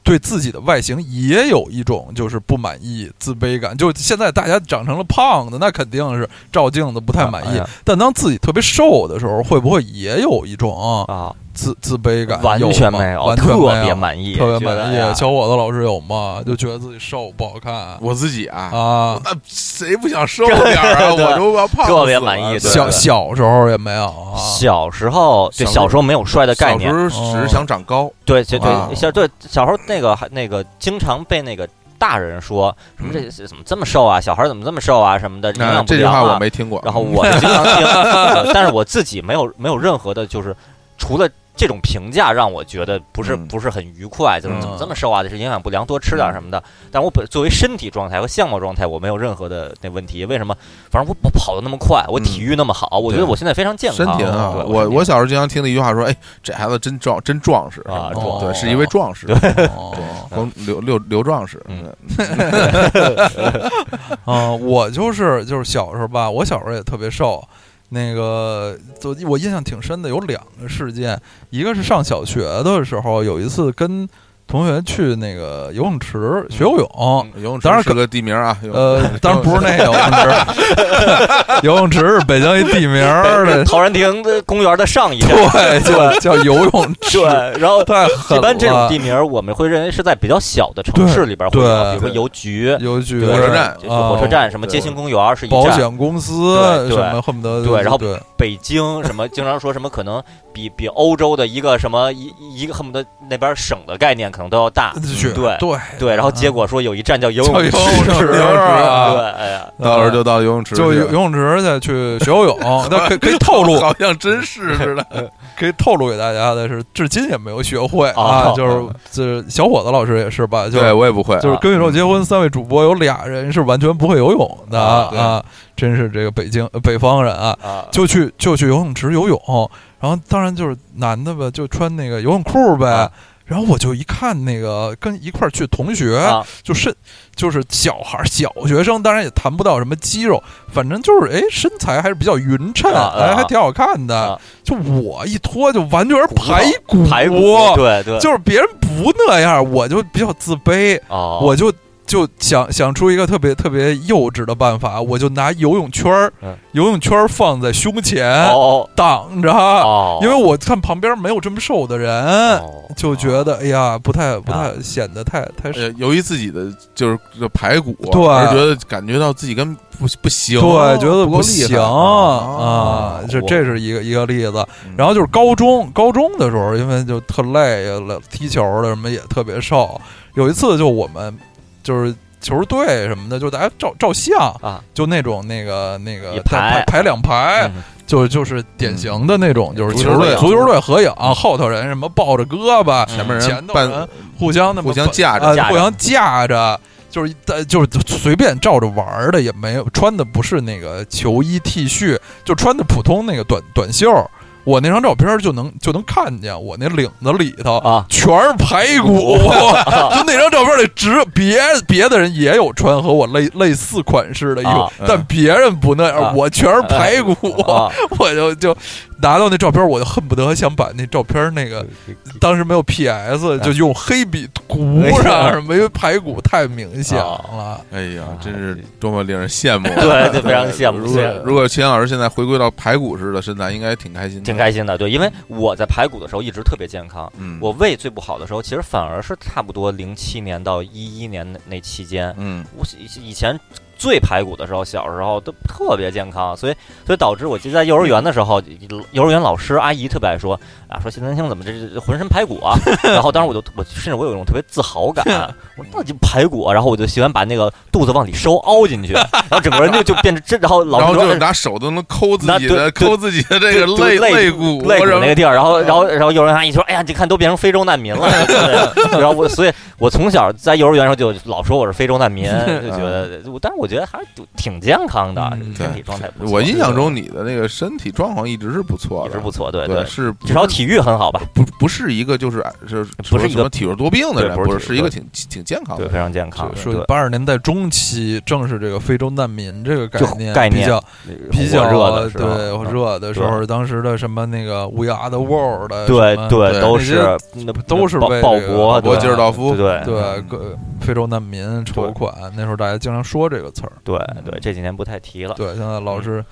C: 对自己的外形也有一种就是不满意、自卑感。就现在大家长成了胖子，那肯定是照镜子不太满
B: 哎
C: 意
B: 呀。
C: 但当自己特别瘦的时候，会不会也有一种
B: 啊，
C: 自自卑感？
B: 完全没
C: 有
B: 有，
C: 吗，完全
B: 特
C: 没
B: 别
C: 有
B: 满意，
C: 特别
B: 觉得
C: 满
B: 哎呀
C: 意。小伙子老师有吗？就觉得自己瘦不好看
A: 我自己啊，
C: 啊？
A: 那谁不想瘦点儿啊？
B: 对
A: 我都要胖死了，
B: 特别满意对
C: 小小时候也没有啊，
B: 小时候，
A: 小
B: 对
A: 时候
B: 小时候没有帅的概
A: 小时
B: 念，
A: 候
C: 哦
A: 只是想长高，
B: 对对
A: 啊
B: 对，小对小时候那个还那个经常被那个大人说什么这怎么这么瘦啊，小孩怎么这么瘦啊什么的，营
A: 那
B: 养不
A: 嗯这句
B: 良
A: 话我
B: 啊。
A: 没听过。嗯
B: 然后我就经 常听，呃但是我自己没有没有任何的，就是除了。这种评价让我觉得不是
A: 嗯
B: 不是很愉快，就是
A: 嗯
B: 怎么这么瘦啊？这是营养不良，多吃点什么的。但我本作为身体状态和相貌状态，我没有任何的那问题。为什么？反正我我跑得那么快，我体育那么好，我觉得
A: 嗯对
B: 我现在非常健康。
A: 身体很好，
B: 对
A: 我
B: 身体
A: 我小时候经常听的一句话说：“哎，这孩子真壮，真壮实
B: 啊
C: 壮
A: 对，
C: 哦
A: 是一位壮士，
C: 哦
A: 光刘刘刘壮士。
B: 嗯
C: 啊，我就是就是小时候吧，我小时候也特别瘦。那个，就我印象挺深的，有两个事件，一个是上小学的时候，有一次跟同学去那个游泳池学游泳，
B: 嗯
A: 游泳池
C: 嗯当然
A: 是个地名啊，游泳
C: 呃，当然不是那游泳 池，游泳池是北京一地名儿的，
B: 陶然亭的公园的上一站。
C: 对，就叫游泳池，
B: 对，然后
C: 太狠了。
B: 一般这种地名儿我们会认为是在比较小的城市里边会
C: 对
B: 有，比
A: 对
B: 如说邮局、
C: 邮局、
B: 对
A: 火车站
B: 就是火车
C: 啊
B: 站、什么街心公园是一
C: 保
B: 站，
C: 险公司
B: 对对
C: 什么，恨不得
B: 对然后
C: 对
B: 北京什么经常说什么可能比比欧洲的一个什么一一个恨不得那边省的概念可能都要大，
C: 对
B: 嗯对
C: 对
B: 对，然后结果说有一站叫游泳池，
C: 叫游泳 池
B: 对，
C: 啊
B: 哎呀，
A: 到时候就到游泳池去
C: 就
A: 了，
C: 游泳池去去学 游泳，那可以可以透露，
A: 好像真 是似的。
C: 可以透露给大家的是，至今也没有学会啊
B: 哦，
C: 就是就是小伙子老师也是吧，
A: 对
C: 就
A: 嗯
C: 是
A: 我也不会，啊
C: 就是跟宇宙结婚三位主播有俩人是完全不会游泳的
B: 啊
A: 对
C: 啊，真是这个北京呃北方人啊，
B: 啊，
C: 就去就去游泳池游泳，然后当然就是男的吧，就穿那个游泳裤呗
B: 啊，
C: 然后我就一看那个跟一块儿去同学，
B: 啊，
C: 就身就是小孩儿小学生，当然也谈不到什么肌肉，反正就是哎身材还是比较匀称，
B: 啊啊
C: 哎还挺好看的
B: 啊。
C: 就我一脱就完全是
B: 骨头
C: 排骨，
B: 排骨，对对，
C: 就是别人不那样，我就比较自卑，
B: 哦，
C: 我就就想想出一个特别特别幼稚的办法，我就拿游泳圈儿
B: 嗯，
C: 游泳圈儿放在胸前
B: 哦
C: 挡着，
B: 哦哦，
C: 因为我看旁边没有这么瘦的人，
B: 哦
C: 就觉得哎呀，不太不
B: 啊
C: 太显得太太瘦
A: 呃，由于自己的就是这排骨，
C: 对
A: 而觉得感觉到自己跟不不行，
C: 对，觉得
A: 啊不够厉
C: 行
A: 害
C: 啊，这
B: 我
C: 这是一个一个例子
A: 嗯。
C: 然后就是高中，高中的时候，因为就特累呃了，踢球的什么也特别瘦。有一次就我们就是球队什么的，就大家照照相
B: 啊，
C: 就那种那个那个
B: 一
C: 大
B: 排
C: 排两排，
B: 嗯
C: 就就是典型的那种，就是
A: 足
C: 球
A: 球
C: 队
A: 队啊
C: 足球队合影，后头人什么抱着胳膊，
A: 前面
C: 前
A: 人
C: 头
A: 半
C: 人互相那么
A: 互相架着
C: 呃
B: 架着
C: 互相架着，就是一呃就是随便照着玩儿的，也没有穿的不是那个球衣 T 恤，就穿的普通那个短短袖儿。我那张照片儿就能就能看见我那领子里头
B: 啊
C: 全是排 骨，就那张照片里只别别的人也有穿和我类类似款式的衣服，
B: 啊
A: 嗯
C: 但别人不那样，
B: 啊
C: 我全是排骨，
B: 啊，
C: 我就就拿到那照片，我就恨不得想把那照片那个当时没有
B: 哎
C: PS，就用黑笔涂上什么，因为排骨太明显
B: 哦
C: 了。
A: 哎呀，真是多么令人羡慕！啊
B: 对对 非常羡慕
A: 呃如
B: 羡
A: 果
B: 慕
A: 如果秦老师现在回归到排骨式的身材，应该挺开心的，
B: 挺开心的，对，因为我在排骨的时候一直特别健康，
A: 嗯，
B: 我胃最不好的时候，其实反而是差不多零七年到一一年那那期间，
A: 嗯
B: 我以以前最排骨的时候，小时候都特别健康，所以所以导致我记得在幼儿园的时候，幼儿园老师阿姨特别爱说啊，说谢丹青怎么这这浑身排 骨啊，然后当时我就我甚至我有一种特别自豪感，我说那就排骨啊，然后我就喜欢把那个肚子往里收凹进去，然后整个人就就变成真，然后老
A: 然后
B: 师
A: 就
B: 说。
A: 拿手都能抠自己
B: 那
A: 的，
B: 对对
A: 抠自己的这个
B: 对对
A: 肋
B: 肋
A: 骨，
B: 肋骨
A: 什
B: 那
A: 么
B: 个地儿，然后然后然后幼儿园阿姨说：“哎呀，你看都变成非洲难民了。” 啊然后我，所以我从小在幼儿园的时候就老说我是非洲难民，就觉得，我但是我觉得还是挺健康的
C: 嗯，
B: 身体状态不错。
A: 我印象中你的那个身体状况一直是不错
B: 一
A: 的，
B: 直不错，对
A: 对，是
B: 至少体育很好吧，
A: 不不是一个就是是
B: 不是一个
A: 什么体弱多病的人，
B: 对不
A: 不
B: 是体
A: 是一个挺挺健康的
B: 对，非
A: 人。
B: 常健康，
C: 说
B: 对
C: 八十年代中期，正是这个非洲难民这个概
B: 就概念
C: 比较比较
B: 火热的时候
C: 对
B: 嗯
C: 热的时候，当时的什么那个 We Are the World 的
B: 对
C: 什么
B: 对
A: 对
B: 都
C: 那些
B: 是那
C: 都是
B: 报
C: 为
B: 报
C: 这个
B: 国
C: 报
A: 国
B: 对
A: 吉尔道夫，
B: 对
C: 对各非洲难民筹款，那时候大家经常说这个词儿。
B: 对对，这几年不太提了。
C: 对，现在老是
B: 嗯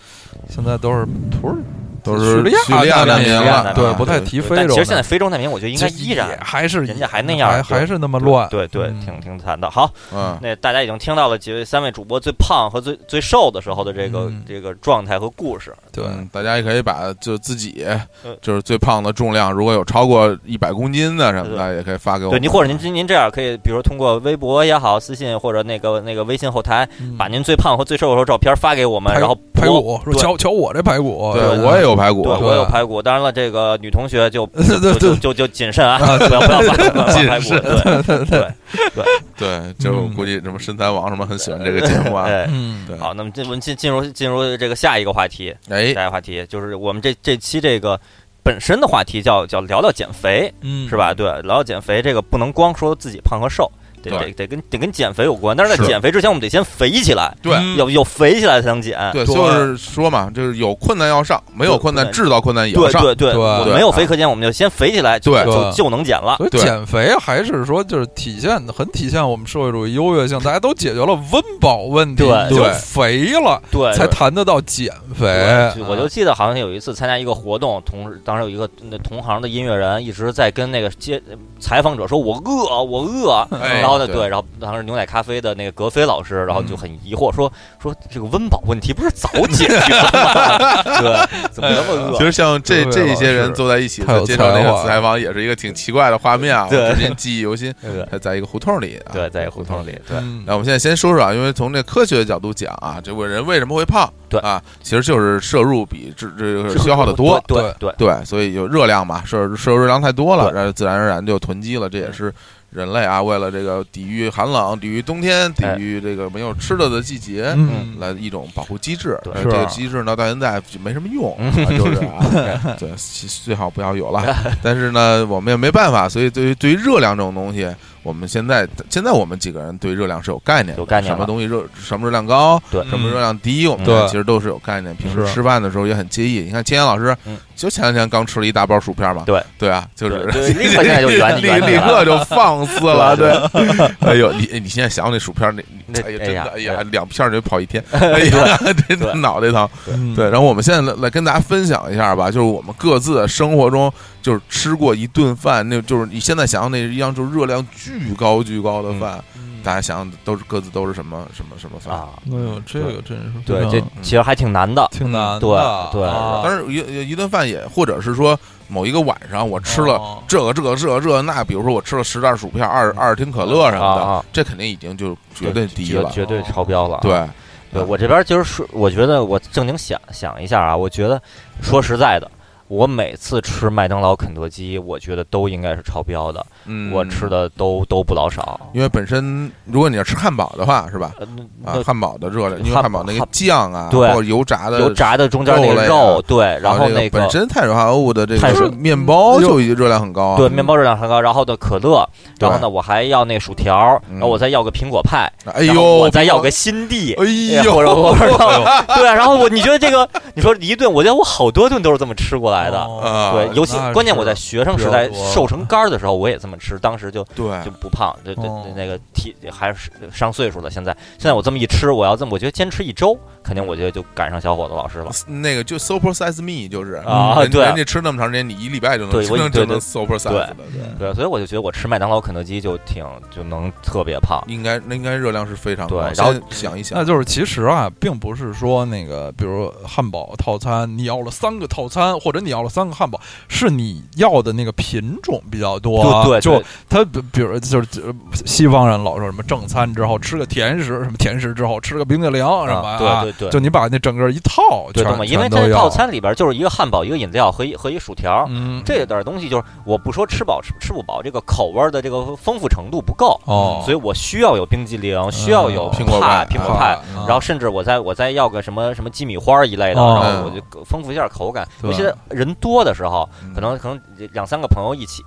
C: 现在都是土耳
A: 都是
C: 叙利亚
A: 叙利亚
C: 难
A: 难民
B: 叙利亚难
A: 了，
B: 民
C: 对，不太提非
B: 啊但
C: 洲
B: 其实
C: 难民。
B: 现在非洲难民，我觉得应该依
C: 也
B: 然
C: 还是
B: 人家还那样
C: 还
B: 对
C: 还是那么乱。
B: 对对，
C: 嗯
B: 挺挺惨的。好，
A: 嗯，
B: 那大家已经听到了几位三位主播最胖和最最瘦的时候的这个、
C: 嗯
B: 这个状态和故事。
C: 对，
A: 嗯，大家也可以把就自己
B: 嗯
A: 就是最胖的重量，如果有超过一百公斤的什么的，也可以发给我
B: 对，
A: 们。
B: 您或者您您这样可以，比如通过微博也好，私信或者那个那个微信后台，
C: 嗯
B: 把您最胖和最瘦的时候照片发给我们，
C: 排
B: 然后
C: 排
B: 播
C: 骨说
B: 对
C: 瞧瞧我这排骨，
A: 对
C: 对
A: 我也有排骨
B: 对，我有排骨，当然了，这个女同学 就
C: 对对
B: 就就
C: 对
B: 就就谨慎啊， 不要不要发不要发排骨，
A: 谨慎
B: 对对，
A: 对，就我
C: 嗯
A: 估计什么身材王什么很喜欢这个节目啊。
B: 哎，
C: 嗯，
A: 对，
B: 好，那么进我们进进入进入这个下一个话题，
A: 哎，
B: 下一个话题就是我们这这期这个本身的话题叫叫聊聊减肥，
C: 嗯
B: 是？吧？对，聊到减肥这个，不能光说自己胖和瘦，得
A: 对
B: 得得跟得跟减肥有关。但是在
A: 是
B: 减肥之前，我们得先肥起来，
A: 对
C: 嗯
B: 有有肥起来才能减。
A: 对，
C: 对
A: 就是说嘛，就是有困难要上，没有困难
B: 对
A: 制造困难也要
B: 对
A: 上。
B: 对对，
C: 对
B: 我
A: 对
B: 没有肥可减，我们就先肥起来，就
A: 对
B: 就
C: 对
B: 就能减了。
C: 所以
A: 对
C: 减肥还是说就是体现很体现我们社会主义优越性，大家都解决了温饱问题，
B: 对
C: 你就
A: 对
C: 肥了
B: 对，
C: 才谈得到减肥
A: 嗯
B: 对。我就记得好像有一次参加一个活动，同时当时有一个那同行的音乐人一直在跟那个接采访者说：“我饿，我饿。”
A: 哎
B: 然后呢，
A: 对嗯
B: 对，然后当时牛奶咖啡的那个格飞老师，然后就很疑惑说：“说这个温饱问题不是早解决了吗？ 对，怎么那么饿
A: 其？”实像这
C: 对
A: 这一些
C: 老师
A: 人坐在一起
C: 太有
A: 接受那
C: 才华
A: 个
C: 了
A: 采访，也是一个挺奇怪的画面啊，
B: 对
A: 我至今记忆犹新。
B: 对
A: 还在一个胡同里、啊，
B: 对，在胡同里，对
C: 嗯
A: 那我们现在先说说啊，因为从这科学的角度讲啊，这个人为什么会胖？
B: 对
A: 啊，其实就是摄入比这这个消耗的多。
B: 对对
A: 对，所以就热量嘛，摄摄入热量太多了，
B: 对
A: 然后自然而然就囤积了，这也是人类啊，为了这个抵御寒冷、抵御冬天、抵御这个没有吃的的季节，
C: 嗯
A: 来一种保护机制。
B: 对
A: 而
C: 是
A: 这个机制呢，到现在就没什么用，
B: 嗯
A: 啊就是 啊，对，其最好不要有了。 但是呢，我们也没办法，所以对于对于热量这种东西，我们现在现在我们几个人对热量是有概念的，
B: 有概念
A: 什么
B: 了嗯
A: 东西热，什么热量高，
B: 对
A: 什么热量低，我们
C: 对
A: 其实都是有概念。平时
C: 是
A: 吃饭的时候也很介意。你看，千言老师
B: 嗯
A: 就前两天刚吃了一大包薯片嘛，
B: 对
A: 对啊，就是
B: 对对立刻现在就圆
A: 立
B: 圆起来
A: 立刻就放肆了，
B: 对
A: 对。哎呦，你你现在想想那薯片，那
B: 那
A: 哎呀，
B: 哎
A: 真
B: 呀
A: 的，哎呀，两片儿就跑一 天，哎呀， 真的
B: 对
A: 脑袋疼。
C: 嗯
A: 对，然后我们现在来来跟大家分享一下吧，就是我们各自生活中就是吃过一顿饭，那就是你现在想想那一样，就是热量巨高巨高的饭，
C: 嗯
A: 大家想想都是各自都是什么什么什么饭。
B: 嗯啊，
C: 哎呦，这个真是
B: 对
C: 非，常
B: 这
A: 嗯
B: 其实还挺难的，
C: 挺难的，
B: 对对
C: 啊
A: 但是一一顿饭也，或者是说某一个晚上我吃了
C: 哦
A: 这个这个这个这个那，比如说我吃了十袋薯片，二二十听可乐什么
B: 嗯啊
A: 的
B: 啊，
A: 这肯定已经就绝对低
B: 绝
A: 了。
B: 绝对超标了。啊
A: 对，
B: 对我这边就是说，我觉得我正经想想一下啊，我觉得说实在的，我每次吃麦当劳、肯德基，我觉得都应该是超标的，
A: 嗯，
B: 我吃，的都都不老少。
A: 因为本身如果你要吃汉堡的话，是吧？
B: 呃那
A: 啊，汉堡的热量，因为
B: 汉
A: 汉堡那个
B: 汉
A: 酱啊，
B: 对
A: 包括油炸
B: 那
A: 的
B: 油炸的中间那
A: 肉
B: 个
A: 类
B: 肉，
A: 啊
B: 对，然后
A: 这
B: 那
A: 本
B: 个
A: 身碳水化合物的这
B: 碳水嗯
A: 个面包就已经热量很高啊。
B: 对面包热量很高，然后的可乐，然后
A: 对
B: 呢我还要那薯条，
A: 嗯
B: 然后我再要个苹果派，
A: 哎
B: 然
A: 呦，
B: 后我再要个新地。
A: 哎
B: 哎
A: 呦，
B: 或者或者 对，啊然后我你觉得这个，你说一顿，我觉得我好多顿都是这么吃过来的，呃
A: 啊
B: 哎对，尤其
C: 那
B: 关键
C: 是
B: 我在学生
C: 比
B: 时
C: 较
B: 代
C: 多
B: 瘦成杆儿的时候，我也这么吃，当时就
A: 对，
B: 就不胖，就就
C: 哦
B: 那个体还是上岁数了。现在现在我这么一吃，我要这么，我觉得坚持一周，肯定我觉得就赶上小伙子老师了。
A: 那个就 super size me 就是嗯
B: 啊
A: 人
B: 对
A: 人家吃那么长时间，你一礼拜就能
B: 对
A: 就
B: 我
A: 能
B: 对
A: 就能
B: 对
A: super size 的，对
B: 对，所以我就觉得我吃麦当劳、肯德基就挺就能特别胖。
A: 应该那应该热量是非常
B: 对
A: 高。
B: 然后
A: 先想一想，
C: 那就是其实啊，并不是说那个，比如汉堡套餐，你要了三个套餐，或者你要了三个汉堡，是你要的那个品种比较多啊。
B: 对对
C: 就他比比如就是呃西方人老说什么正餐之后吃个甜食，什么甜食之后吃个冰激凌什么、
B: 啊
C: 啊
B: 对对对
C: 就你把那整个一套
B: 对，
C: 全
B: 懂吗？因为
C: 全都
B: 它
C: 要
B: 套餐里边就是一个汉堡、一个饮料和一和一薯条，
C: 嗯
B: 这点东西就是我不说吃饱吃吃不饱，这个口味儿的这个丰富程度不够，
C: 哦，嗯
B: 所以我需要有冰激凌，需要有
C: 苹
A: 果
B: 派
A: 派
B: 苹果
A: 啊
B: 派，
C: 啊
B: 然后甚至我再我再要个什么什么鸡米花儿一类的，
C: 哦
B: 然后我就丰富一下口感。
C: 对
B: 尤其是人多的时候，
A: 嗯
B: 可能可能两三个朋友一起，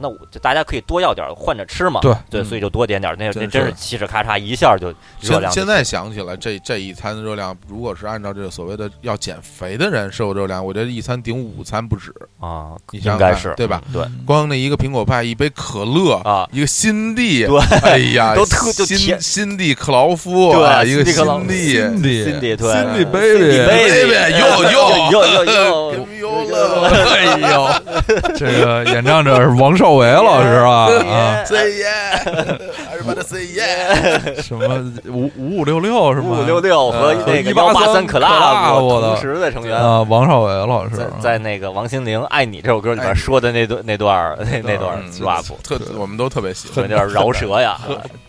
B: 那我就大家可以多要点儿换着吃嘛。
C: 对
A: 嗯
B: 所以就多点点儿，那
A: 真
B: 那真
A: 是
B: 是嘁哧咔嚓一下就热
A: 现
B: 量就
A: 现在想起来，这这一餐热量，如果是按照这个所谓的要减肥的人摄入热量，我觉得一餐顶午餐不止，
B: 啊，
A: 你想想
B: 应该
A: 看
B: 是嗯
A: 对吧？
B: 对
A: 光那一个苹果派，一杯可乐，
B: 啊，
A: 一个新地，
B: 对
A: 哎呀，
B: 都特就
A: 新
B: 甜
A: 新地克劳夫，
B: 对
A: 啊一个
B: 辛蒂克劳
A: 新地，
C: 辛
B: 辛
C: 迪
B: 迪对，嗯
C: 辛迪
B: 迪
C: baby
B: 嗯
A: 又又
B: 又又
A: 跟
B: 又
A: 又
C: 哎 呦，这个演唱者是王少维老师啊啊，
A: say yeah，还是把它 say yeah，
C: 什么五五五六六是吗？
B: 五六六和
A: 呃
B: 那个幺
C: 183
B: 八三可
C: 拉我的
B: 同时的成员
C: 啊，王少维老师
B: 在在那个王心凌《爱你》这首歌里
A: 爱
B: 边
A: 你
B: 说的那段那段儿那那段儿
A: 嗯
B: rap，
A: 特我们都特别喜
B: 有
A: 欢，
B: 点饶舌呀，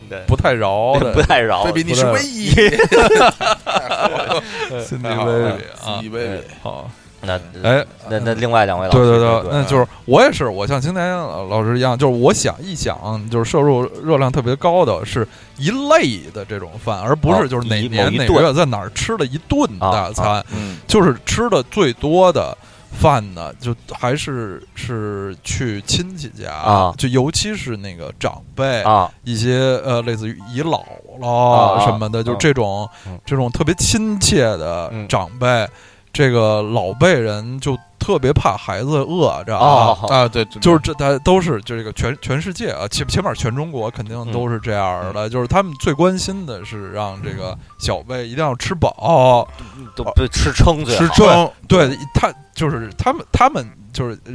B: 对，
C: 不太饶的
B: 不太饶。
A: baby 你是唯一，
C: 辛迪
A: 太好了
C: baby 啊，
A: ，Cindy baby，
C: 好，
B: 那
C: 哎，
B: 那那另外两位老师，
C: 对对
B: 对
C: 那就是我也是，我像青年老师一样，就是我想一想，就是摄入热量特别高的是一类的这种饭，而不
B: 哦
C: 是就是哪
B: 一某
C: 年
B: 一
C: 哪
B: 顿
C: 月在哪儿吃的一顿
B: 啊
C: 大
B: 啊
C: 餐，
A: 嗯，
C: 就是吃的最多的饭呢，就还是是去亲戚家
B: 啊
C: 就尤其是那个长辈
B: 啊，
C: 一些呃，类似于姨姥
B: 啊
C: 姥什么的，
B: 啊
C: 就这种、
B: 嗯
C: 这种特别亲切的
B: 嗯
C: 长辈，这个老辈人就特别怕孩子饿着
B: 哦
C: 啊。
B: 好
A: 啊，对，真的
C: 就是这，他都是就这个全全世界啊，起起码全中国肯定
B: 嗯
C: 都是这样的。就是他们最关心的是让这
B: 嗯
C: 个小辈一定要吃饱，
B: 都不吃撑最
A: 吃
B: 好
A: 撑，
C: 对他就是他们他们就是呃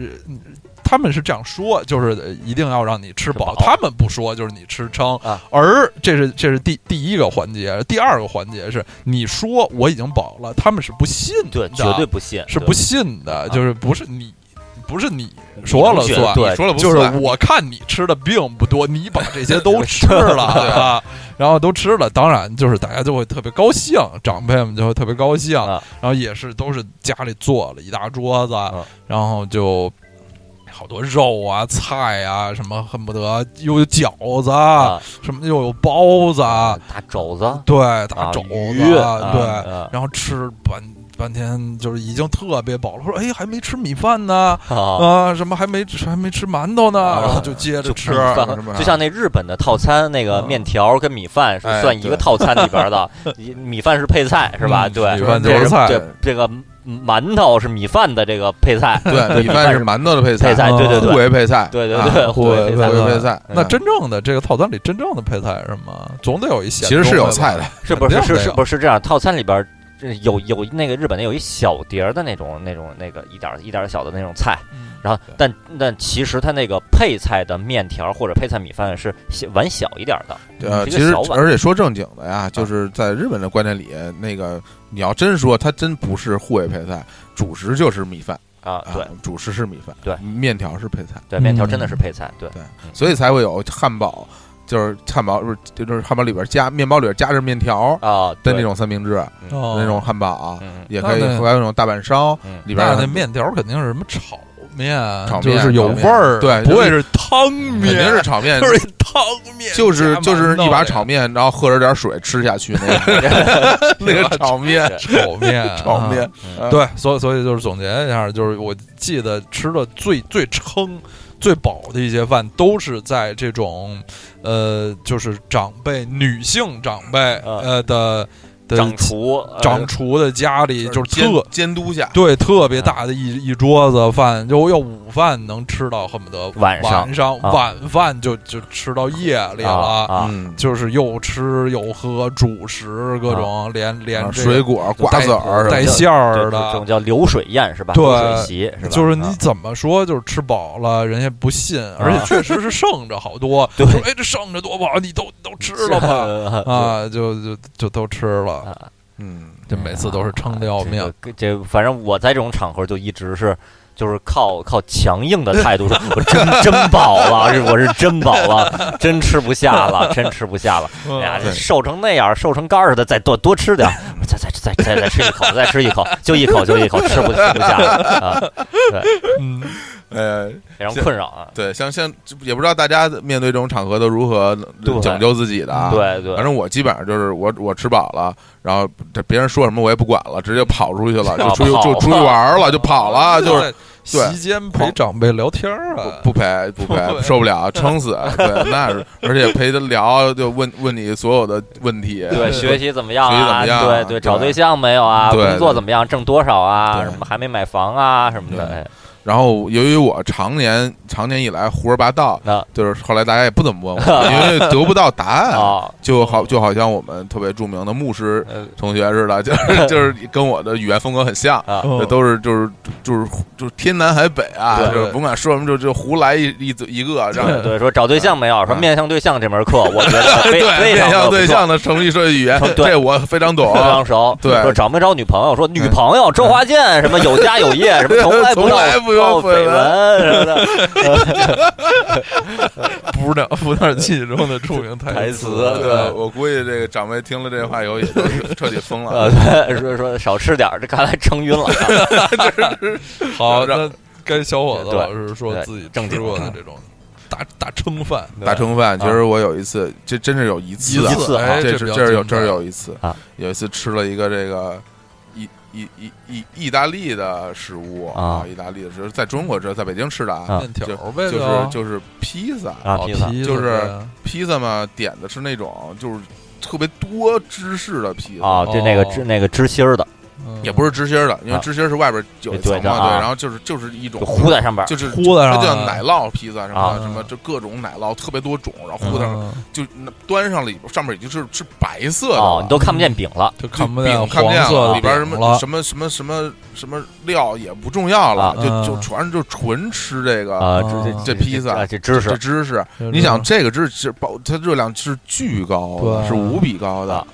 C: 他们是这样说，就是呃一定要让你吃饱，
B: 吃饱
C: 他们不说就是你吃撑，
B: 啊
C: 而这是这是第第一个环节，第二个环节是你说我已经饱了，他们是不信的，
B: 对，绝对不信，
C: 是
B: 对
C: 不信的，
B: 啊
C: 就是不是你不是你说了
B: 你
C: 算，
B: 对
A: 你说了不
C: 就是
A: 算
C: 我看你吃的并不多，你把这些都吃了啊， 然后都吃了，当然就是大家就会特别高兴，长辈们就会特别高兴，
B: 啊嗯
C: 然后也是都是家里做了一大桌子，
B: 啊
C: 然后就好多肉啊、菜啊，什么恨不得又有饺子，啊、
B: 啊
C: 什么又有包子，啊，
B: 打肘子，
C: 对，打
B: 啊
C: 肘
B: 鱼
C: 子，
B: 嗯啊
C: 对，
B: 啊
C: 然后吃半半天就是已经特别饱了，说哎还没吃米饭呢，
B: 啊，
C: 啊什么还没吃还没吃馒头呢，
B: 啊
C: 然后就接着
B: 就
C: 吃
B: 米，饭
A: 是吧
B: 就像那日本的套餐，那个
C: 嗯
B: 面条跟米饭是
A: 哎
B: 算一
A: 对
B: 个套餐里 边的，一米饭是配菜是吧？
C: 嗯
B: 对，
A: 米饭
B: 这
A: 就是
B: 是
C: 菜
B: 对，这个馒头是米饭的这个配菜，
A: 对，米饭是馒头的配啊
B: 配菜，对对
A: 互
B: 对，
A: 为配菜，
B: 对对
A: 啊
B: 对，
C: 互为
B: 对配
A: 互
B: 菜
A: 为配菜。
C: 那
A: 嗯
C: 真正的这个套餐里真正的配菜是什么？总得有一些，
A: 其实是有菜的，
B: 是不是
C: 肯定
B: 是
C: 得
B: 是
C: 有
B: 不是这样？套餐里边儿这有有那个日本的有一小碟儿的那种那种那个一点儿一点儿小的那种菜，
C: 嗯，
B: 然后
A: 对
B: 但但其实它那个配菜的面条或者配菜米饭是小碗小一点儿的，
C: 啊
A: 呃，
B: 是
A: 其
B: 一个
A: 实
B: 小碗啊
A: 而且说正经的呀，就是在日本的观念里，那个你要真说它真不是互为配菜，主食就是米饭
B: 啊，
A: 啊
B: 对，
A: 主食是米饭，
B: 对
A: 面条是配菜，
B: 对，面条真的是配菜，对
A: 对
B: 嗯
A: 所以才会有汉堡，就是汉堡不是就是汉堡里边加面包里边加着面条
B: 啊
A: 的
B: 对
A: 那，种哦三明治，
C: 哦
A: 那种汉堡啊
B: 嗯
A: 也可以，
C: 那那
A: 还有那种大阪烧
B: 嗯嗯
A: 里边
C: 那
A: 儿
C: 那面条肯定是什么炒面，啊
A: 炒面
C: 就是有味儿，
A: 炒面对
C: 不会是汤
A: 肯
C: 面，
A: 定是炒面
C: 就。 是一汤面，
A: 就是
C: 加
A: 就是
C: 馒头哎
A: 一把
C: 的
A: 炒面，然后喝着点水吃下去那个那个炒面，
C: 炒面，
A: 炒面
C: 啊。
B: 嗯
C: 对，所以所以就是总结一下，就是我记得吃的最最撑、最饱的一些饭，都是在这种呃，就是长辈、女性长辈
B: 嗯
C: 呃的的
B: 掌 厨
C: 掌厨呃的家里，就是
A: 监
C: 特
A: 监督下，
C: 对特别大的一一桌子饭，就要午饭能吃到恨不得
B: 晚上
C: 晚上
B: 啊
C: 晚饭就就吃到夜里
B: 啊
C: 了。
B: 啊，
A: 嗯，
C: 就是又吃又喝主食，各种连连
A: 啊
C: 这个
A: 水果、瓜
C: 带
A: 子儿什
C: 带
A: 么的，
C: 馅
B: 对
C: 儿
B: 这
C: 的，
B: 种叫流水宴是吧？
C: 对
B: 流水席是吧？
C: 就是你
B: 啊
C: 怎么说，就是吃饱了，人家不信，而且确实是剩着好多
B: 。对
C: 说哎，这剩着多不好，你都都吃 了吧？
B: 对
C: 啊，就就就都吃了，
B: 啊，
A: 嗯，
C: 这每次都是撑得要命。
B: 这个这反正我在这种场合就一直是。就是靠靠强硬的态度说，我 真真饱了，是我是真饱了，真吃不下了，真吃不下了。
C: 啊嗯
B: 哎呀，这
A: 对
B: 瘦成那样，瘦成杆儿似的，再多多吃点儿，再再再再再吃一口，再吃一口，就一口就一口，吃不吃不下了啊，
C: 嗯，
A: 呃，
B: 非常困扰啊。
A: 对，像像这不也不知道大家面对这种场合都如何
B: 对
A: 拯救自己的啊。，
B: 对对
A: 反，正我基本上就是我我吃饱了，然后这别人说什么我也不管了，直接跑出去了，就
B: 啊
A: 出去
B: 跑
A: 就出去
B: 了
A: 玩儿了，就跑
B: 啊
A: 了， 就是
C: 是席间陪长辈聊天儿啊，
A: 不陪不陪
C: 对
A: 受不了，撑 死。对，那是而且陪他聊，就问问你所有的问题。
B: 对，学习怎么样
A: 学习怎
B: 啊？
A: 么样啊
B: 对
A: 对
B: 找对象没有啊？
A: 对
B: 工作怎么样？挣多少啊？
A: 对
B: 什么还没买房啊？什么的？
A: 对
B: 哎，
A: 然后由于我常年常年以来胡说八道
B: 啊，
A: 就是后来大家也不怎么问 我，因为得不到答案，
B: 哦，
A: 就好就好像我们特别著名的牧师
B: 呃
A: 同学似的，就是就是跟我的语言风格很像。
B: 啊，
C: 嗯
A: 都是就是就是就是天南海北啊，
B: 对
A: 就是甭管说什么就就胡来一一一个，啊让
B: 对，说找对象没有？说面向对象这门课，我觉得非
A: 哎对
B: 非
A: 面
B: 常
A: 向
B: 的
A: 对
B: 不错
A: 象的成立设计语言，
B: 对
A: 这我非常懂
B: 非。 常熟。
A: 对哎
B: 说找没找女朋友？说女朋友周 华健什么有家有业，什么从来不
A: 从来不
B: 不
A: 有
B: 有
A: 绯
B: 绯闻什么的
C: 不是不是记中的著名
B: 台
C: 台
B: 词，
A: 呃
B: 对。
A: 我估计这个长辈听了这话以后也都彻底疯了。
B: 呃，对说说少吃点儿，这看来 撑晕了。
C: 好，
A: 让
C: 那该小伙子
B: 对
C: 老师说
B: 对
C: 自己
B: 正
C: 吃
B: 经
C: 过的这种大大撑饭，
A: 大盛饭，其实我有一次，这真是有一次啊，
B: 啊一次
C: 哎，
A: 这
C: 比
A: 是
C: 较
A: 这是有
C: 精
A: 这
C: 彩
A: 是有一次
B: 啊，
A: 有一次吃了一个这个意意意意意大利的食物
B: 啊
A: 意大利的食物在中国吃，在北京吃的啊，
B: 啊
C: 面条儿呗，
A: 就是就是披萨，
B: 啊，
C: 老
B: 披萨
C: 披萨啊
A: 就是
C: 呗
A: 披萨嘛，点的是那种就是特别多芝士的披萨
B: 啊，对那个
C: 哦
B: 芝那个芝心儿的，
C: 嗯
A: 也不是芝心儿的，因为
B: 啊
A: 芝心儿是外边有一层
B: 对
A: 嘛，
B: 啊
A: 对，然后就是就是一种
B: 就糊在上边儿。
A: 就是
C: 糊在上
A: 它
C: 了
A: 就像奶酪披萨什么
B: 啊
A: 的，什么就各种奶酪特别多种，然后糊在上，
C: 嗯
A: 就那端上了以后，上面已经是是白色的
B: 哦，
A: 了
B: 你都看不见饼了。
C: 就
A: 就
C: 看不
A: 饼
C: 见
A: 看不
C: 黄
A: 见
C: 色
A: 了，
C: 的
A: 里边什
C: 饼
A: 么
C: 了
A: 什么什么什么什么料也不重要了，
B: 啊
A: 就就
C: 嗯
A: 全是就纯吃这个
B: 啊，
C: 啊
B: 这
A: 这披萨
B: 啊，这芝
A: 这
B: 士
A: 芝士。
C: 就是
A: 你想这个芝士包它热量是巨高的，
C: 对
A: 是无比高的
B: 啊，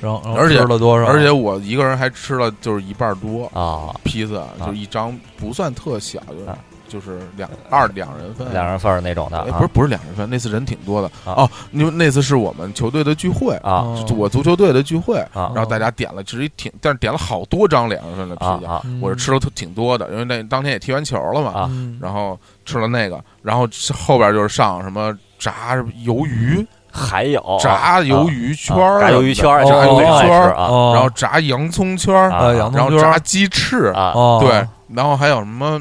C: 然后然后
A: 而且
C: 吃了多少？
A: 而且我一个人还吃了就是一半多
B: 啊，
A: 披萨，就一张不算特小，就
B: 啊
A: 就是两二两人份，
B: 两人份儿那种的
A: 哎
B: 啊，
A: 不是不是两人份，那次人挺多的
B: 啊
A: 哦，因为那次是我们球队的聚会，
B: 啊
C: 哦
A: 我足球队的聚会，
B: 啊
A: 哦然后大家点了，其实挺，但是点了好多张两人份的披
B: 啊
A: 萨，
B: 啊
C: 嗯
A: 我是吃了挺多的，因为那当天也踢完球了嘛，
B: 啊
C: 嗯
A: 然后吃了那个，然后后边就是上什么炸鱿鱼、
B: 还有
A: 炸鱿
B: 鱼
A: 鱼圈儿、
B: 哦啊炸鱿鱼圈儿，哦
A: 炸
B: 这个
A: 鱿鱼
B: 我爱吃
A: 圈儿
B: 啊
C: 哦
A: 然后炸洋葱圈儿，
B: 啊
C: 呃洋
A: 然
C: 葱
A: 后
C: 圈
A: 炸
C: 儿
A: 鸡翅，
B: 啊，
C: 哦，
A: 对，然后还有什么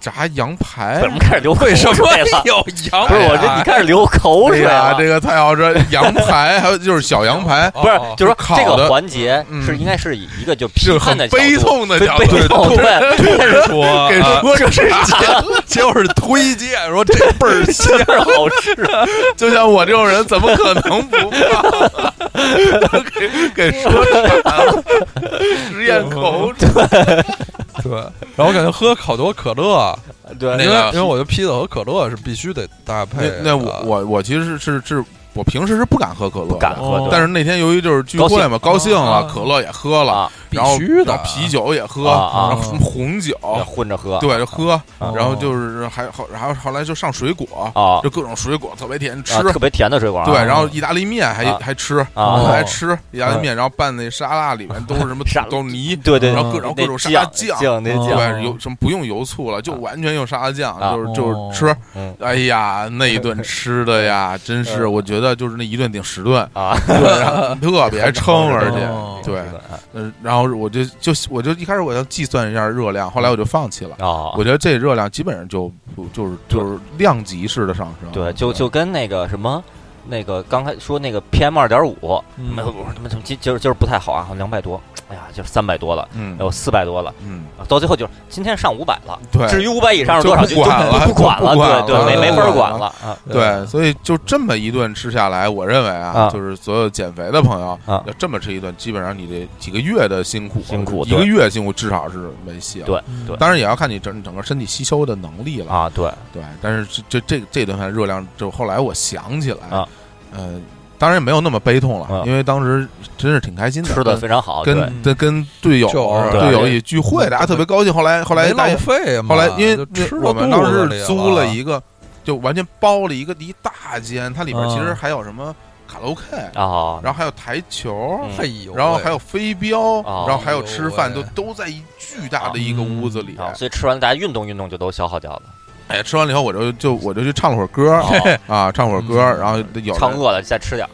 A: 炸羊排哎
B: 怎。么开始流口
C: 为什么
B: 水了？
C: 有 羊
B: 不是我这，你开始流口
A: 哎
B: 水
A: 呀，
B: 了。
A: 这个太好 吃！羊排还有就是小羊排，
C: 哦
B: 不是，就是
A: 哦烤
B: 说这
A: 的
B: 个环节
A: 嗯
B: 是应该是以一个就批
A: 是
B: 判
A: 很
B: 的角
A: 悲
B: 度，
A: 痛的
B: 悲
A: 角
B: 悲
A: 度，
B: 痛， 对，
C: 是说
A: 给
C: 啊
A: 说这 是
C: 就是推荐说这倍儿香，
B: 倍儿好 吃，
A: 就像我这种人，怎么可能不胖？ 给给说傻了，实验口水。啊
C: 对，然后我感觉喝好多可乐，啊
B: 对，
A: 那
C: 因
A: 个
C: 为因为我觉得披萨和可乐是必须得搭配
A: 那
C: 的。
A: 那我我我其实是是是我平时是不敢喝可乐
B: 不敢
A: 的，
B: 喝，对
A: 哦
B: 嗯
A: 但是那天由于就是聚会嘛，高
C: 高
A: 兴
C: 兴
A: 了，
C: 啊
A: 可乐也喝了，
B: 啊，
C: 必
A: 然后
C: 须的
A: 然后啤酒也喝，
B: 啊
A: 然后什么红酒，
B: 要混着喝，
A: 哦对，就喝，
B: 啊
A: 然后就是还后还有后来就上水果，
B: 啊，
A: 就各种水果特别甜吃
B: 啊，特别甜的水果啊，
A: 对，然后意大利面还
B: 啊
A: 还吃，
B: 啊嗯
A: 还吃意大利面，然后拌那沙拉里面都是什么
B: 沙拉
A: 都是 泥，
B: 对对，
A: 然后各种
B: 嗯那
A: 各种沙拉
B: 酱
A: 酱
B: 那
C: 哦
B: 酱，嗯
A: 对，有什么不用油醋了，就完全用沙拉酱，
B: 啊
A: 就是就是吃。
B: 嗯
A: 哎呀，那一顿吃的呀，真是我觉得就是那一顿顶十顿，
B: 啊，
A: 对然后特别 撑，而
C: 哦
A: 且对，嗯，然后我就就我就一开始我要计算一下热量，后来我就放弃了。
B: 啊，
A: 我觉得这热量基本上就不就是就是量级式的上升，
B: 对，就就跟那个什么。那个刚才说那个 PM 二点五，
A: 嗯
B: 没有，他妈他妈今今儿今儿不太好啊，两百多，哎呀，就是三百多了，
A: 嗯
B: 有四百多了，
A: 嗯，
B: 啊到最后就是今天上五百了，
A: 对，
B: 至于五百以上是多少
A: 就不管了就
B: 不管
A: 不管了嗯
B: 对对，
C: 对
B: 没没
C: 不
B: 法
C: 管
B: 管
A: 了
B: 了啊。
A: 对，所以就这么一顿吃下来，我认为啊，
B: 啊
A: 就是所有减肥的朋友，
B: 啊
A: 要这么吃一顿，基本上你这几个月的辛苦，
B: 辛苦
A: 一个
B: 对
A: 月辛苦至少是没戏了。
B: 对
C: 对
A: 当然也要看你整整个身体吸收的能力了。
B: 啊，对，
A: 对，但是这这这这顿饭热量，就后来我想起来，
B: 啊
A: 呃，当然也没有那么悲痛了，
B: 啊
A: 因为当时真是挺开心的，
B: 吃的非常好，哦对
A: 跟跟跟队友
C: 就
B: 对
A: 队友一起聚会，大家特别高兴。后来后来
C: 没
A: 大家
C: 浪费嘛，
A: 后来因为
C: 就
A: 那
C: 吃
A: 我
C: 到
A: 们
C: 肚
A: 当
C: 子
A: 时
C: 里
A: 租了
C: 了
A: 一个，就完全包了一个一大间，它里边其实
C: 嗯
A: 还有什么卡拉 OK，
B: 啊，
A: 然后还有台球，
B: 嗯
C: 哎呦喂，
A: 然后还有飞镖，
B: 哦
A: 然后还有吃饭，
C: 哎
A: 都
C: 呦喂
A: 都在一巨大的一个
C: 嗯
A: 屋子里。
B: 啊，所以吃完大家运动运动就都消耗掉了，
A: 哎，吃完了以后我就就我就去唱了会儿歌
B: 哦
A: 啊，唱会儿歌，
C: 嗯
A: 然后有
B: 唱
A: 人
B: 饿了再吃点儿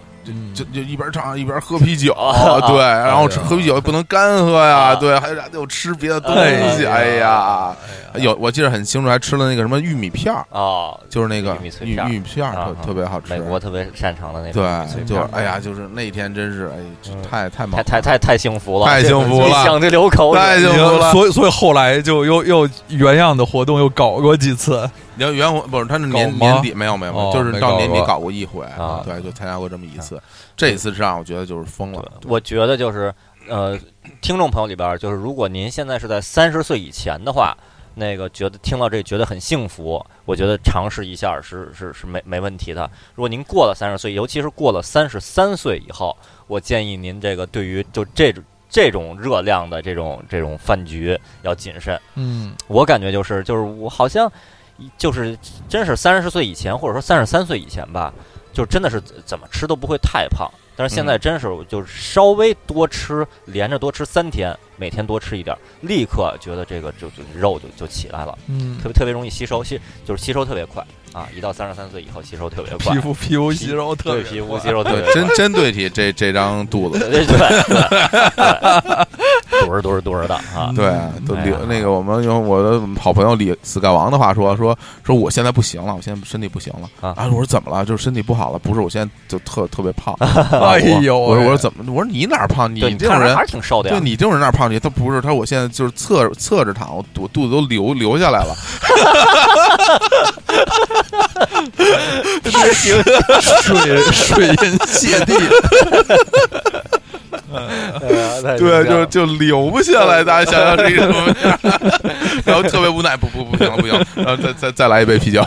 A: 就就一边唱一边喝啤酒，
B: 哦
A: 对，然后吃
C: 对
A: 喝啤酒也不能干喝呀，
B: 啊
A: 对，还得又吃别的东西，
B: 哎
A: 哎呀
C: 呀，
A: 有我记得很清楚，还吃了那个什么玉米片儿，
B: 啊，
A: 就是那个
B: 玉米脆
A: 玉
B: 片儿
A: 米片儿
B: 啊
A: 特特别好吃，
B: 美国特别擅长的那种玉米
A: 对，
B: 脆
A: 就
B: 片
A: 是
B: 儿，
A: 哎呀，就是那天真是哎，这
B: 嗯
A: 太太忙
B: 太，太太太幸福了，
A: 太幸福了
B: 一 想就流口
A: 太幸
B: 水
A: 福了。
C: 所以所以后来就又又原样的活动又搞过几次，
A: 你要原不是他是
C: 搞
A: 年
C: 吗
A: 年底没有没有，没有
C: 哦
A: 就是
C: 没
A: 到
C: 搞
A: 年底
C: 过
A: 搞过一回
B: 啊，
A: 对，就参加过这么一次。这一次是让我觉得就是疯了，
B: 对我觉得就是呃，听众朋友里边儿，就是如果您现在是在三十岁以前的话，那个觉得听到这觉得很幸福，我觉得尝试一下是是是没没问题的。如果您过了三十岁，尤其是过了三十三岁以后，我建议您这个对于就这种这种热量的这种这种饭局要谨慎。
C: 嗯，
B: 我感觉就是就是我好像就是真是三十岁以前，或者说三十三岁以前吧，就真的是怎么吃都不会太胖。但是现在真是就是稍微多吃，连着多吃三天，每天多吃一点儿，立刻觉得这个就就肉就就起来了，
C: 嗯
B: 特别特别容易吸收，吸就是吸收特别快啊！一到三十三岁以后，吸收特别快
C: 皮，肤皮肤吸收特
B: 对
C: 别
B: 皮肤
C: 快
B: 吸收特别
A: 对，
B: 快，
A: 真真对起这这张肚子，
B: 对对对对，嘟着嘟着嘟着的啊
C: 嗯
A: 对，都
B: 哎
A: 李
B: 呀
A: 那个我们用我的好朋友李死盖王的话说说说我现在不行了，我现在身体不行了
B: 啊
A: 我说怎么了？就是身体不好了，不是我现在就特特别 胖。
C: 哎呦
A: 我我
C: 喂
A: 说我说怎么？我说你哪儿胖？你
B: 对，你
A: 这
B: 看
A: 种
B: 着
A: 人
B: 还。是挺瘦的呀
A: 对，你这种人哪儿胖去？他不是他，我现在就是侧侧着躺，我我肚子都流流下来 了。
C: 水水 银泻地，
A: 对，就就流下来，大家想象是一个什么样？然后特别无奈，不不不行了，不行了，然后再再再来一杯啤酒。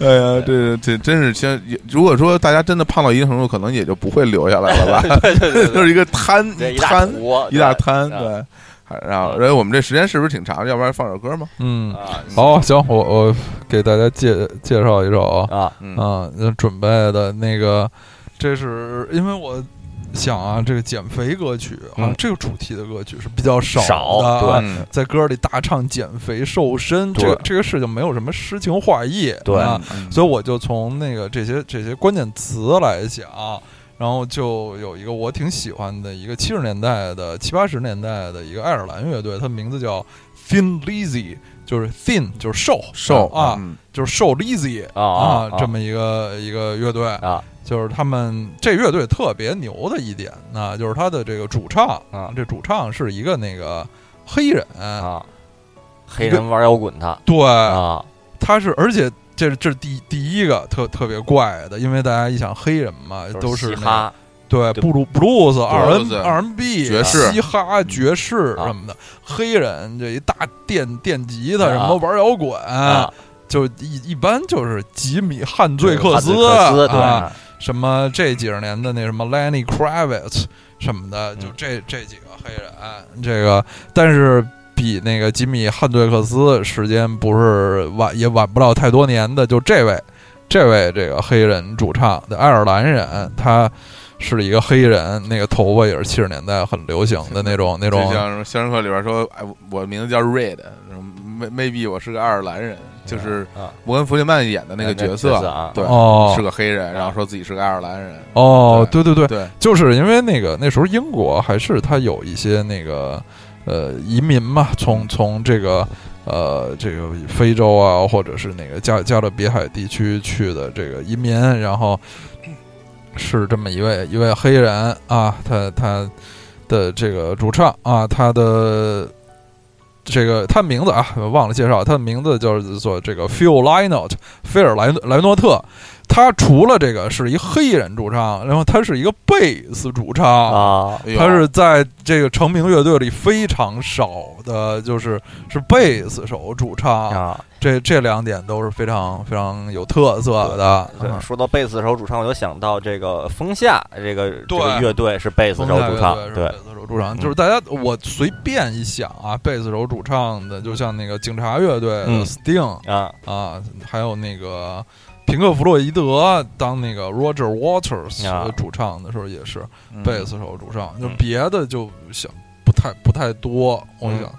A: 哎呀，这这真是先，如果说大家真的胖到一定程度，可能也就不会留下来了吧？
B: 对对对对
A: 就是一个摊
B: 对，一大
A: 摊
B: 坨，
A: 一大摊，
B: 对
A: 对。然后，然后我们这时间是不是挺长？要不然放首歌吗？
C: 嗯，
B: 啊，
C: 好，行，我我给大家介介绍一首啊，
B: 啊，
A: 嗯
C: 啊，那准备的那个，这是因为我想啊，这个减肥歌曲好像
B: 嗯
C: 这个主题的歌曲是比较少
B: 少
C: 的啊，
B: 对
A: 嗯
C: 在歌里大唱减肥瘦身，这
B: 对
C: 个这个事情没有什么诗情画意，
B: 对
C: 啊，
A: 嗯
C: 所以我就从那个这些这些关键词来讲，然后就有一个我挺喜欢的一个七十年代的七八十年代的一个爱尔兰乐队，它名字叫 Thin Lizzy，就是 thin 就是瘦
A: 瘦
C: 啊，
A: 嗯
C: 就是瘦 Lizzy
B: 啊
C: 啊
B: 啊，
C: 这么一个一个乐队，
B: 啊
C: 就是他们这乐队特别牛的一点呢，就是他的这个主唱
B: 啊
C: 这主唱是一个那个黑人，
B: 啊，黑人玩摇滚的
C: 对，
B: 啊，
C: 他是，而且这是这是第第一个特特别怪的，因为大家一想黑人嘛，都
B: 是
C: 是
B: 嘻
C: 那
B: 哈，
C: 对
B: 对
C: 布鲁布鲁斯、R N
A: 对
C: R N B、
A: 爵士
C: 嘻哈、爵士
B: 啊
C: 什么的，黑人这一大电电吉他
B: 啊
C: 什么玩摇滚，
B: 啊，
C: 就一一般就是吉米汉醉克
B: 汉斯
C: 斯
B: 克斯对
C: 啊，什么这几十年的那什么 Lenny Kravitz 什么的，就这这几个黑人，啊这个但是比那个吉米汉醉克斯时间不是晚也晚不了太多年的，就这位这位这个黑人主唱的爱尔兰人，他是一个黑人，那个头发也是七十年代很流行的那种
A: 就
C: 那种
A: 像什么《肖申克》里边说，哎，我我名字叫 Red，什么 may- maybe 我是个爱尔兰人，就是
B: 啊
A: 摩根弗里曼演的那个角
B: 色啊，
A: 对，
C: 哦
A: 是个黑人，然后说自己是个爱尔兰人，
C: 哦，对对对，
A: 对，
C: 就是因为那个那时候英国还是它有一些那个呃移民嘛，从从这个呃这个非洲啊，或者是那个加加勒比海地区去的这个移民，然后是这么一位一位黑人啊，他他的这个主唱啊，他的。这个他名字啊，忘了介绍，他的名字叫做这个 Phil Lynott，菲尔莱莱诺特。他除了这个是一黑人主唱，然后他是一个贝斯主唱，
B: 啊
A: 哎呦
C: 他是在这个成名乐队里非常少的，就是是贝斯手主唱，
B: 啊，
C: 这这两点都是非常非常有特色的。嗯
B: 对，说到贝斯手主唱，我就想到这个风夏这个这
C: 对
B: 个乐队是贝斯手主唱，
C: 对，
B: 对嗯
C: 贝斯手主唱就是大家我随便一想啊，贝斯手主唱的，就像那个警察乐队的
B: 嗯
C: Sting，
B: 啊
C: 啊，还有那个平克·弗洛伊德当那个 Roger Waters
B: 啊
C: 呃主唱的时候，也是
A: 嗯
C: 贝斯手主唱，就
B: 嗯
C: 别的就想不太不太多，我
B: 嗯
C: 想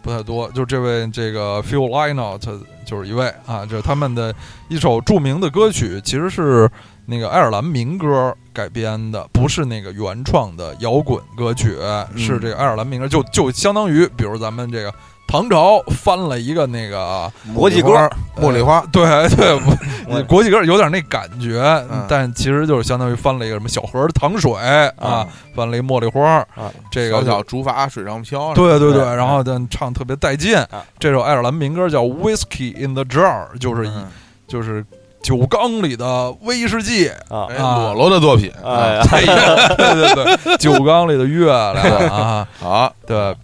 C: 不太多。就这位这个 Phil Lynott 就是一位啊，这是他们的一首著名的歌曲，其实是那个爱尔兰民歌改编的，不是那个原创的摇滚歌曲，
B: 嗯
C: 是这个爱尔兰民歌，就就相当于比如咱们这个唐朝翻了一个那个啊。
B: 国际歌
A: 茉莉花茉莉花，
C: 对 对，不国际歌有点那感觉，
A: 嗯
C: 但其实就是相当于翻了一个什么小河糖水啊，翻了一茉莉花儿
B: 啊
C: 这个
A: 小
C: 就
A: 小竹筏水上漂，
C: 对对对，
B: 对
C: 然后但唱特别带劲。
A: 啊
C: 这首爱尔兰民歌叫《Whiskey in the Jar》，就是一
A: 嗯
C: 就是酒缸里的威士忌，
B: 啊
A: 哎，
C: 啊
A: 裸露的作品，
B: 哎
A: 嗯
B: 呀
C: 对对对，酒缸里的月亮啊，
A: 好，
C: 对，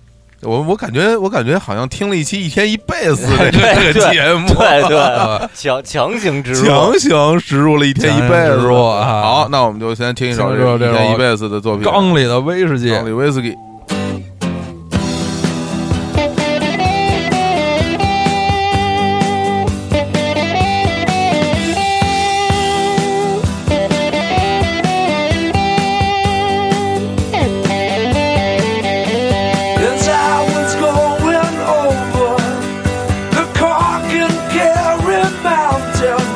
A: 我我感觉我感觉好像听了一期一天一贝斯 的
B: 对
A: 这个
B: 对
A: 节目，
B: 对
C: 呃
B: 对，强强行植入，
A: 强行植入了一天一贝
C: 强行植
A: 斯。
C: 入啊
A: 好，那我们就先听一首
C: 先说
A: 这
C: 这
A: 一
C: 首
A: 天一贝斯的作品《
C: 缸里的威士忌，
A: 缸里威士忌》。
D: As I was going over the Cork and Kerry mountains,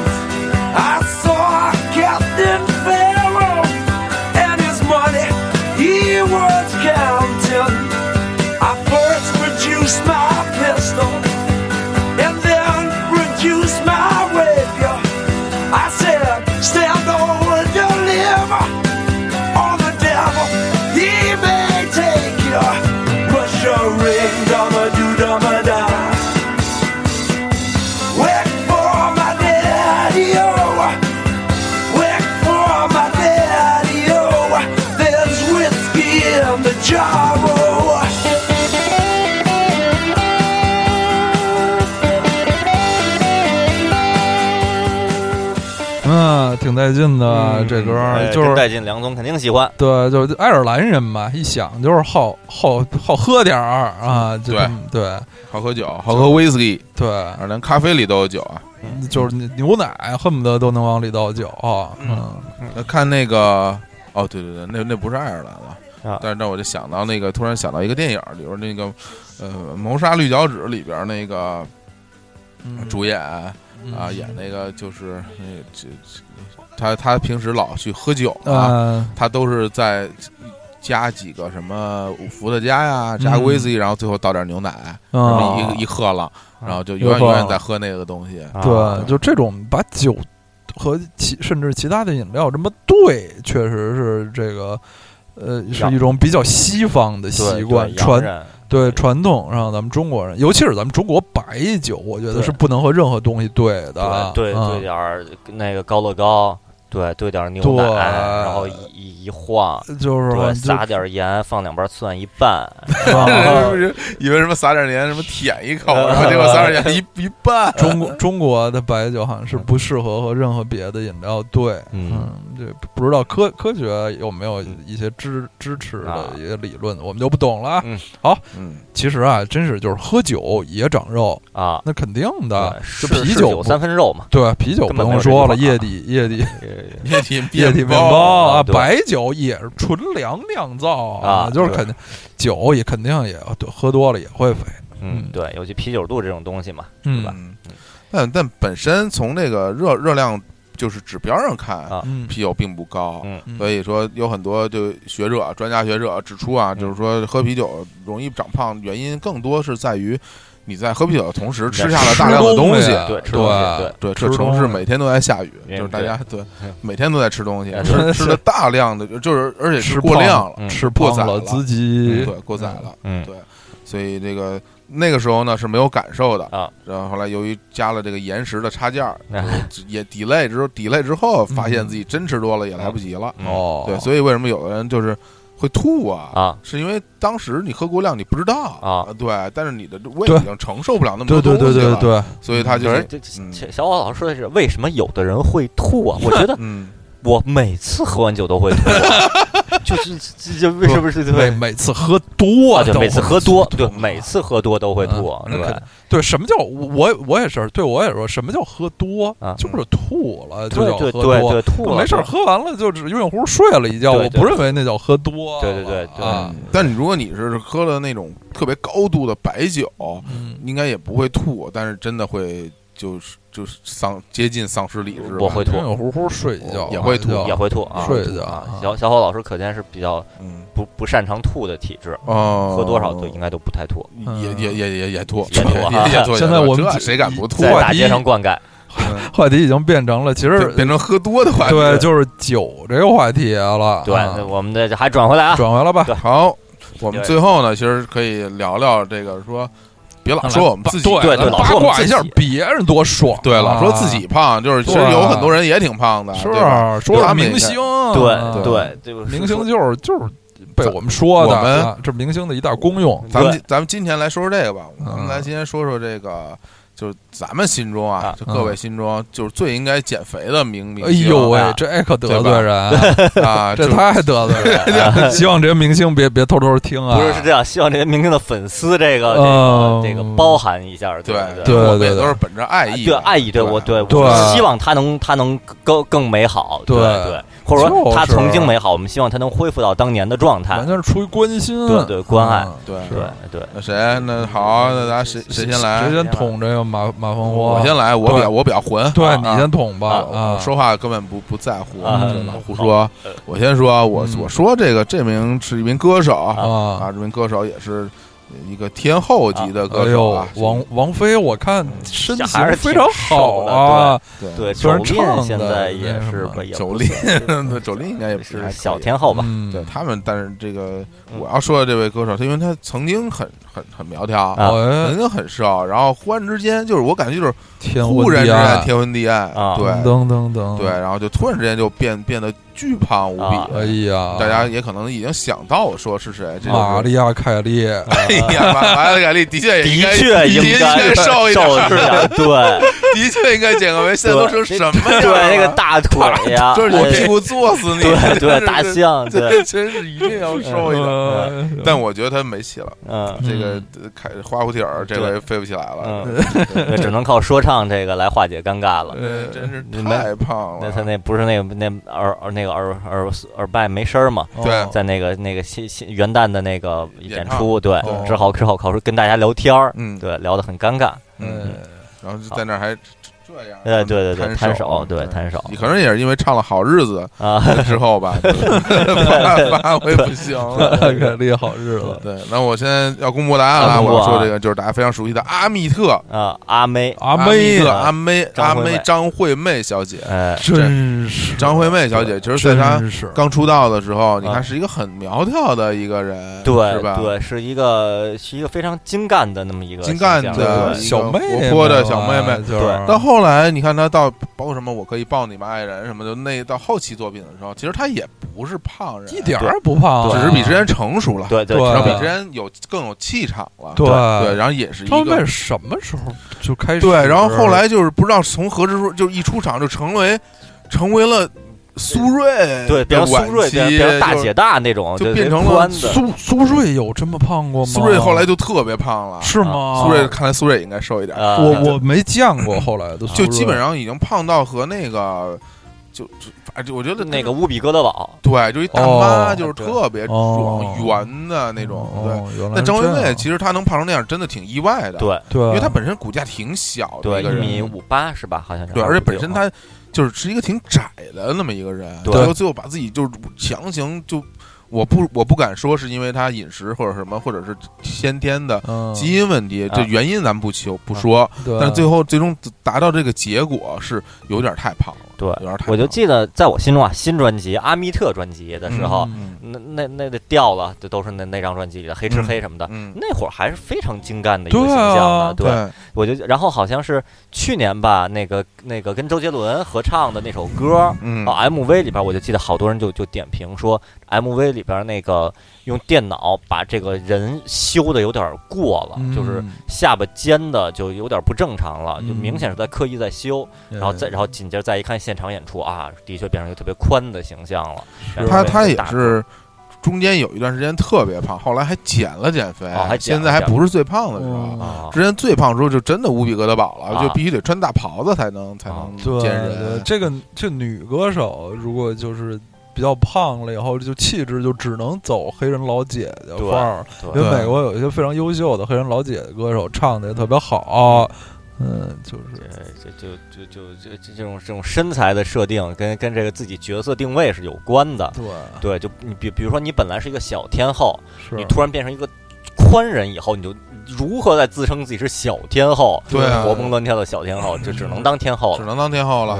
D: I saw Captain Pharaoh and his money he was counting.
C: 嗯，挺带劲的
A: 嗯
C: 这歌儿，
B: 哎
C: 就
B: 真
C: 是
B: 带劲，梁总肯定喜欢。
C: 对，就是爱尔兰人嘛，一想就是好好好喝点儿啊，就
A: 对
C: 对
A: 好喝酒，好喝 whisky，
C: 对
A: 啊，连咖啡里都有酒啊。
C: 就是牛奶恨不得都能往里倒酒啊，嗯
A: 那看那个，哦，对对对，那那不是爱尔兰了。
B: 啊
A: 但是那我就想到那个，突然想到一个电影，里边那个，呃，《谋杀绿脚趾》里边那个
C: 嗯
A: 主演
C: 嗯
A: 啊，演那个就是那个这，他他平时老去喝酒啊，
C: 嗯
A: 他都是在加几个什么伏特加呀，加
C: 嗯
A: 威士忌，然后最后倒点牛奶，然后
C: 啊
A: 一一喝了，然后就永
C: 又
A: 远
C: 喝
A: 永
C: 了
A: 远在喝那个东西。
B: 啊
C: 对，就这种把酒和其甚至其他的饮料这么兑，确实是这个。呃，是
B: 洋
C: 一种比较西方的
B: 对
C: 习惯，
B: 对洋
C: 传
B: 人
C: 对传统上咱们中国人，尤其是咱们中国白酒，我觉得
B: 对
C: 是不能和任何东西兑的。
B: 对对
C: 嗯
B: 对点儿那个高乐高，对兑点儿牛
C: 对
B: 奶，然后一一一晃，
C: 就是
B: 对
C: 吧
B: 撒点儿盐，放两瓣蒜一 拌，
C: 就 啊
A: 以为什么撒点盐，什么舔一口，
B: 啊
A: 然后结果撒点盐一一拌。
C: 中国中国的白酒好像是不适合和任何别的饮料兑，
B: 嗯
C: 嗯，这不知道科科学有没有一些支支持的
B: 啊
C: 一些理论，我们就不懂了啊。
A: 嗯，
C: 其实啊，真是就是喝酒也长肉，
B: 啊，
C: 那肯定的
B: 对，
C: 就是啤
B: 是
C: 酒不
B: 三分肉嘛，
C: 对啤酒
B: 根
C: 不
B: 本没
C: 用
B: 有这
C: 说
B: 句
C: 了，
B: 话
C: 液体 液体
A: 液体
C: 液体面
A: 包，
C: 包啊，
B: 对
C: 白酒也是纯粮酿造
B: 啊
C: 就是
B: 对
C: 肯定酒也肯定也对喝多了也会肥，嗯
B: 嗯，对，尤其啤酒肚这种东西嘛，
C: 嗯
B: 吧
A: 嗯，但但本身从这个热热量就是指标上看，
B: 啊
C: 嗯
A: 啤酒并不高。
B: 嗯
C: 嗯
A: 所以说，有很多就学者、专家学者指出啊，就是说喝啤酒容易长胖，原因更多是在于你在喝啤酒的同时吃下了大量的东西。
B: 对，吃
C: 对
B: 东西，对，
A: 对，
C: 啊吃
A: 这城市
C: 东西
A: 每天都在下雨，
B: 嗯
A: 就是大
B: 对
A: 家对
B: 嗯
A: 每天都在吃东西，
B: 嗯
A: 吃吃了大量的，就是而且
C: 吃
A: 是过
C: 胖
A: 量了，
B: 嗯
C: 吃
A: 过
C: 胖
A: 载
C: 了
A: 了
C: 自己
A: 对，，过载了，
B: 嗯
A: 对，所以这个那个时候呢是没有感受的
B: 啊。
A: 然后后来由于加了这个延时的插件儿，
C: 啊
B: 那
A: 也 delay 之后 delay 之后，发现
C: 嗯
A: 自己真吃多了也来不及了。
B: 嗯
C: 哦，
A: 对，所以为什么有的人就是会吐啊？
B: 啊，
A: 是因为当时你喝过量，你不知道
B: 啊，
A: 对，但是你的胃
C: 对
A: 已经承受不了那么
C: 对
A: 多
C: 对对
A: 东西
C: 对
A: 了，
C: 对，
A: 所以他就
B: 有
A: 是
B: 人这这
A: 嗯
B: 这小伙老师说的是为什么有的人会吐啊？我觉 得
A: 嗯，
B: 我每次喝完酒都会吐，就是这这为什么是
C: 每
B: 对？
C: 每次喝多
B: 啊，
C: 都
B: 对，
C: 会，啊
B: 每次喝多，对，
A: 嘛
B: 每次喝多都会吐，
C: 嗯
B: 对
C: 那肯对，什么叫我我也是，对我也说什么叫喝多
B: 啊，
C: 就是吐了就
B: 对
C: 叫喝
B: 对
C: 多，
B: 对对，吐了，
C: 没事儿
B: 对
C: 喝完了就只晕乎睡了一觉，
B: 对
C: 我不
B: 对
C: 认为那叫喝多了，
B: 对对对对
C: 啊，
A: 但你如果你是喝了那种特别高度的白酒，
C: 嗯
A: 应该也不会吐，但是真的会就是就是丧接近丧失理智吧。
B: 我会吐
C: 晕晕乎乎睡一觉
A: 也会吐
C: 就
B: 也会吐啊，
C: 睡一觉
B: 啊
C: 啊。
B: 小小伙老师可见是比较
A: 嗯
B: 不不擅长吐的体质，
A: 哦，
B: 喝多少都应该都不太吐，
A: 也也也也也吐，
B: 也吐
A: 也
B: 啊
A: 也吐。
C: 嗯现在
A: 也吐
C: 我们
A: 这谁敢不吐
B: 在
A: 啊？
B: 大街上灌溉，
A: 嗯
C: 话题已经变成了其
A: 变
C: 实
A: 变成喝多的话题。
C: 对就是酒这个话题了，
B: 对，
C: 啊
B: 那我们的还转回来啊，
C: 转回来吧，
B: 对
A: 好，我们最后呢，其实可以聊聊这个说，别老说我们自己。
B: 对
C: 对咱
B: 老
C: 八
B: 说我们
C: 卦一
B: 自
C: 下
B: 己
C: 别人多爽，
A: 对了，
C: 啊
A: 说自己胖，就是其实
C: 对
A: 有很多人也挺胖的，
C: 是啊
A: 对吧
C: 说
A: 他
C: 是
A: 们也
C: 明星，啊
A: 对
B: 对对，这个说
C: 明星就是就是被我们说的，
A: 我们
C: 啊这明星的一大功用。
A: 咱们
B: 对
A: 今咱们今天来说说这个吧，
C: 嗯
A: 咱们来今天说说这个，就是咱们心中啊
B: 啊，
A: 就各位心中就是最应该减肥的明明
C: 嗯哎
A: 星
C: 呦喂
B: 啊，
C: 这可得罪人 啊，
A: 啊，
C: 这
A: 就
C: 太得罪人了。 希望这些明星别别偷偷听啊。
B: 不是是这样，希望这些明星的粉丝这个
C: 嗯
B: 这个这个包含一下，
A: 对
B: 对
C: 对
A: 我们也
C: 对
A: 都是本着爱意
B: 对
A: 的，
B: 爱意，对我对
C: 对
B: 我希望他能他能更更美好，对
C: 对
B: 对，或者
C: 就
B: 说他
C: 是
B: 曾经美好，我们希望他能恢复到当年的状态
C: 完，全是出于关心，
B: 对对关爱
C: 嗯
A: 对
B: 对对，
A: 那谁？那好，那咱谁谁先来
C: 谁？先捅这个马马蜂窝？
A: 我先来，我比较我比较混，
C: 对
A: 啊
C: 你先捅吧
A: 啊
C: 啊！
A: 我说话根本不不在乎，
B: 啊
A: 就老胡说。我先说，我
C: 嗯
A: 我说这个这名是一名歌手啊，
C: 啊，
A: 这名歌手也是一个天后级的
C: 哎
A: 歌手
C: 呦
A: 啊，，
C: 王王菲，我看身
B: 还
C: 形
B: 是
C: 非
B: 挺
C: 常好
B: 瘦的
C: 啊，
A: 对
B: 对，周
C: 虽然唱
B: 琳
C: 的
B: 现在
C: 那
B: 也
C: 什
B: 是
C: 么
B: 不也
A: 九
B: 不
A: 令
B: 算
A: 对 九令应该也不是还可
B: 是
A: 以
B: 小天后吧？
C: 嗯
A: 对他们，但是这个
B: 嗯
A: 我要说的这位歌手，他因为他曾经很很很苗条，
B: 啊
A: 曾
C: 哎，
A: 经很瘦，然后忽然之间就是我感觉就是
C: 天
A: 忽
C: 昏
A: 然
C: 地
A: 之间
C: 暗
A: 天昏地暗
B: 啊，
A: 对
C: 噔噔噔，
A: 对，，然后就突然之间就变变得巨胖无
B: 啊
A: 比，
C: 哎呀，
A: 大家也可能已经想到我说是谁，这就是
C: 玛利亚凯莉，
A: 哎呀，马马尔凯利的确也
B: 的
A: 应该
B: 确应该
A: 的确瘦
B: 一
A: 一点儿，
B: 点， 对
A: 的确应该减个肥。现在都成什么样了？
B: 对，那个 大腿呀，
A: 就是我屁
B: 哎
A: 股坐死你，真
B: 对 对
A: 是
B: 大象，对，
A: 真是一定要瘦一点。
C: 呃
A: 但我觉得他没戏了，
B: 嗯，
A: 这个呃开花蝴蝶儿这回飞不起来了，
B: 嗯，对只能靠说唱这个来化解尴尬了。
A: 呃
C: 嗯
A: 真是
B: 你们
A: 太胖
B: 那他
A: 了。
B: 那不是那个那耳耳那个耳耳耳麦没声儿嘛？
A: 对
B: 在那个那个新新元旦的那个
A: 嗯演
B: 演
A: 唱
B: 出，对
A: 对，
B: 只好只好考试跟大家聊天儿，
A: 嗯
B: 对，聊得很尴尬，
A: 嗯，然后就在那儿还这样，
B: 呃，对对对，
A: 摊
B: 摊手，对，
A: 嗯
B: 摊手，
A: 可能也是因为唱了《好日子
B: 啊，》
A: 之后吧， 发发挥不行了。
C: 马尔凯利好 日子，
A: 对，那我现在要公布答案
B: 啊
A: 了。
B: 公布
A: 我要说
B: 啊
A: 这个就是大家非常熟悉的阿密特，
B: 啊，阿妹，
C: 阿
A: 密
C: 妹
A: 特，
B: 啊
A: 阿妹，
B: 张
A: 阿
B: 惠
A: 妹
B: 妹
A: 张惠妹小姐，
B: 呃，
C: 真是
A: 张惠妹小姐，其实在她
C: 真是
A: 刚出道的时候，你看
B: 啊
A: 是一个很苗条的一个人，是
B: 对
A: 吧？，
B: 对，是一个是一个非常精干的那么一个
A: 精干
B: 形象
A: 的
B: 对
C: 小妹妹
A: 活泼的
C: 嘛
A: 小妹妹
C: 就是
B: 对
A: 到后来你看她到包括什么，我可以抱你吗，爱人什么的，那到后期作品的时候，其实她也不是胖人，
C: 一点儿不胖啊，
A: 只是比之前成熟了，
B: 对对，
C: 对
A: 然后比
B: 对
A: 之前有更有气场了，
C: 对
A: 对，然后也是一
C: 张惠妹
A: 个。
C: 是什么时候就开始？
A: 对，然后后来就是不知道从何时说，就一出场就成为成为了苏芮，
B: 对，变成苏芮，变成变成大姐大那种，
A: 就
B: 对
A: 变成了
B: 宽的，
C: 苏苏芮有这么胖过吗？
A: 苏芮后来就啊特别胖了，
C: 是吗？
A: 苏芮看来苏芮也应该瘦一点，
B: 啊
C: 我我没见过后来的苏芮，
A: 就基本上已经胖到和那个就就反正我觉得
B: 那个乌比哥德堡，
A: 对，就一大妈
C: 哦
A: 就是特别
C: 哦
A: 壮圆的那种，对。
C: 哦，原来
A: 那张惠
C: 是这
A: 妹
C: 样
A: 其实她能胖成那样，真的挺意外的，，
B: 对
C: 对，
A: 因为她本身骨架挺小的
B: 对，
A: 一个
B: 一米
A: 人，
B: 五八是吧？好像是，
A: 对，而且本身
B: 他
A: 她就是是一个挺窄的那么一个人，
B: 对
A: 最后最后把自己就是强行就。我不，我不敢说是因为她饮食或者什么，或者是先天的
C: 嗯
A: 基因问题，
B: 啊
A: 这原因咱们不求不说。
C: 对，
A: 但是最后最终达到这个结果是有点太胖了，
B: 对
A: 有点太胖了。
B: 我就记得在我心中啊，新专辑《阿密特》专辑的时候，
A: 嗯
B: 那那那个掉了，就都是那那张专辑里的黑吃黑什么的。
A: 嗯，
B: 那会儿还是非常精干的一个
C: 对
B: 形
C: 啊
B: 象呢，对,、
A: 对，
B: 我就然后好像是去年吧，那个那个跟周杰伦合唱的那首歌，
A: 嗯
B: 啊、MV 里边，我就记得好多人就就点评说，MV 里边那个用电脑把这个人修的有点过了，
C: 嗯
B: 就是下巴尖的就有点不正常了，就
C: 嗯
B: 明显是在刻意在修。然后再然后紧接着再一看现场演出啊，的确变成一个特别宽的形象了。
C: 是
A: 他
B: 他
A: 他也是中间有一段时间特别胖，后来还减了减肥，
B: 哦还减
A: 现
B: 了
A: 在还
B: 减
A: 不是最胖的时
C: 嗯
A: 候。
B: 啊，
A: 之前最胖的时候就真的无比哥德堡了，
B: 啊
A: 就必须得穿大袍子才能才
B: 啊
A: 能
C: 对
A: 见
C: 对
A: 人。
C: 这个这女歌手如果就是比较胖了以后，就气质就只能走黑人老姐姐
B: 对
C: 范儿。因
B: 对
C: 为美国有一些非常优秀的黑人老姐姐歌手，唱的也特别好。嗯，就是
B: 呃这这就就就就这这种这种身材的设定跟跟这个自己角色定位是有关的。
C: 对，
B: 对，就你比比如说你本来是一个小天后，
C: 是
B: 你突然变成一个宽人以后，你就如何再自称自己是小天后？
A: 对啊
B: 活蹦乱跳的小天后，就只能当天后
A: 只
B: 了。
A: 能当天后了。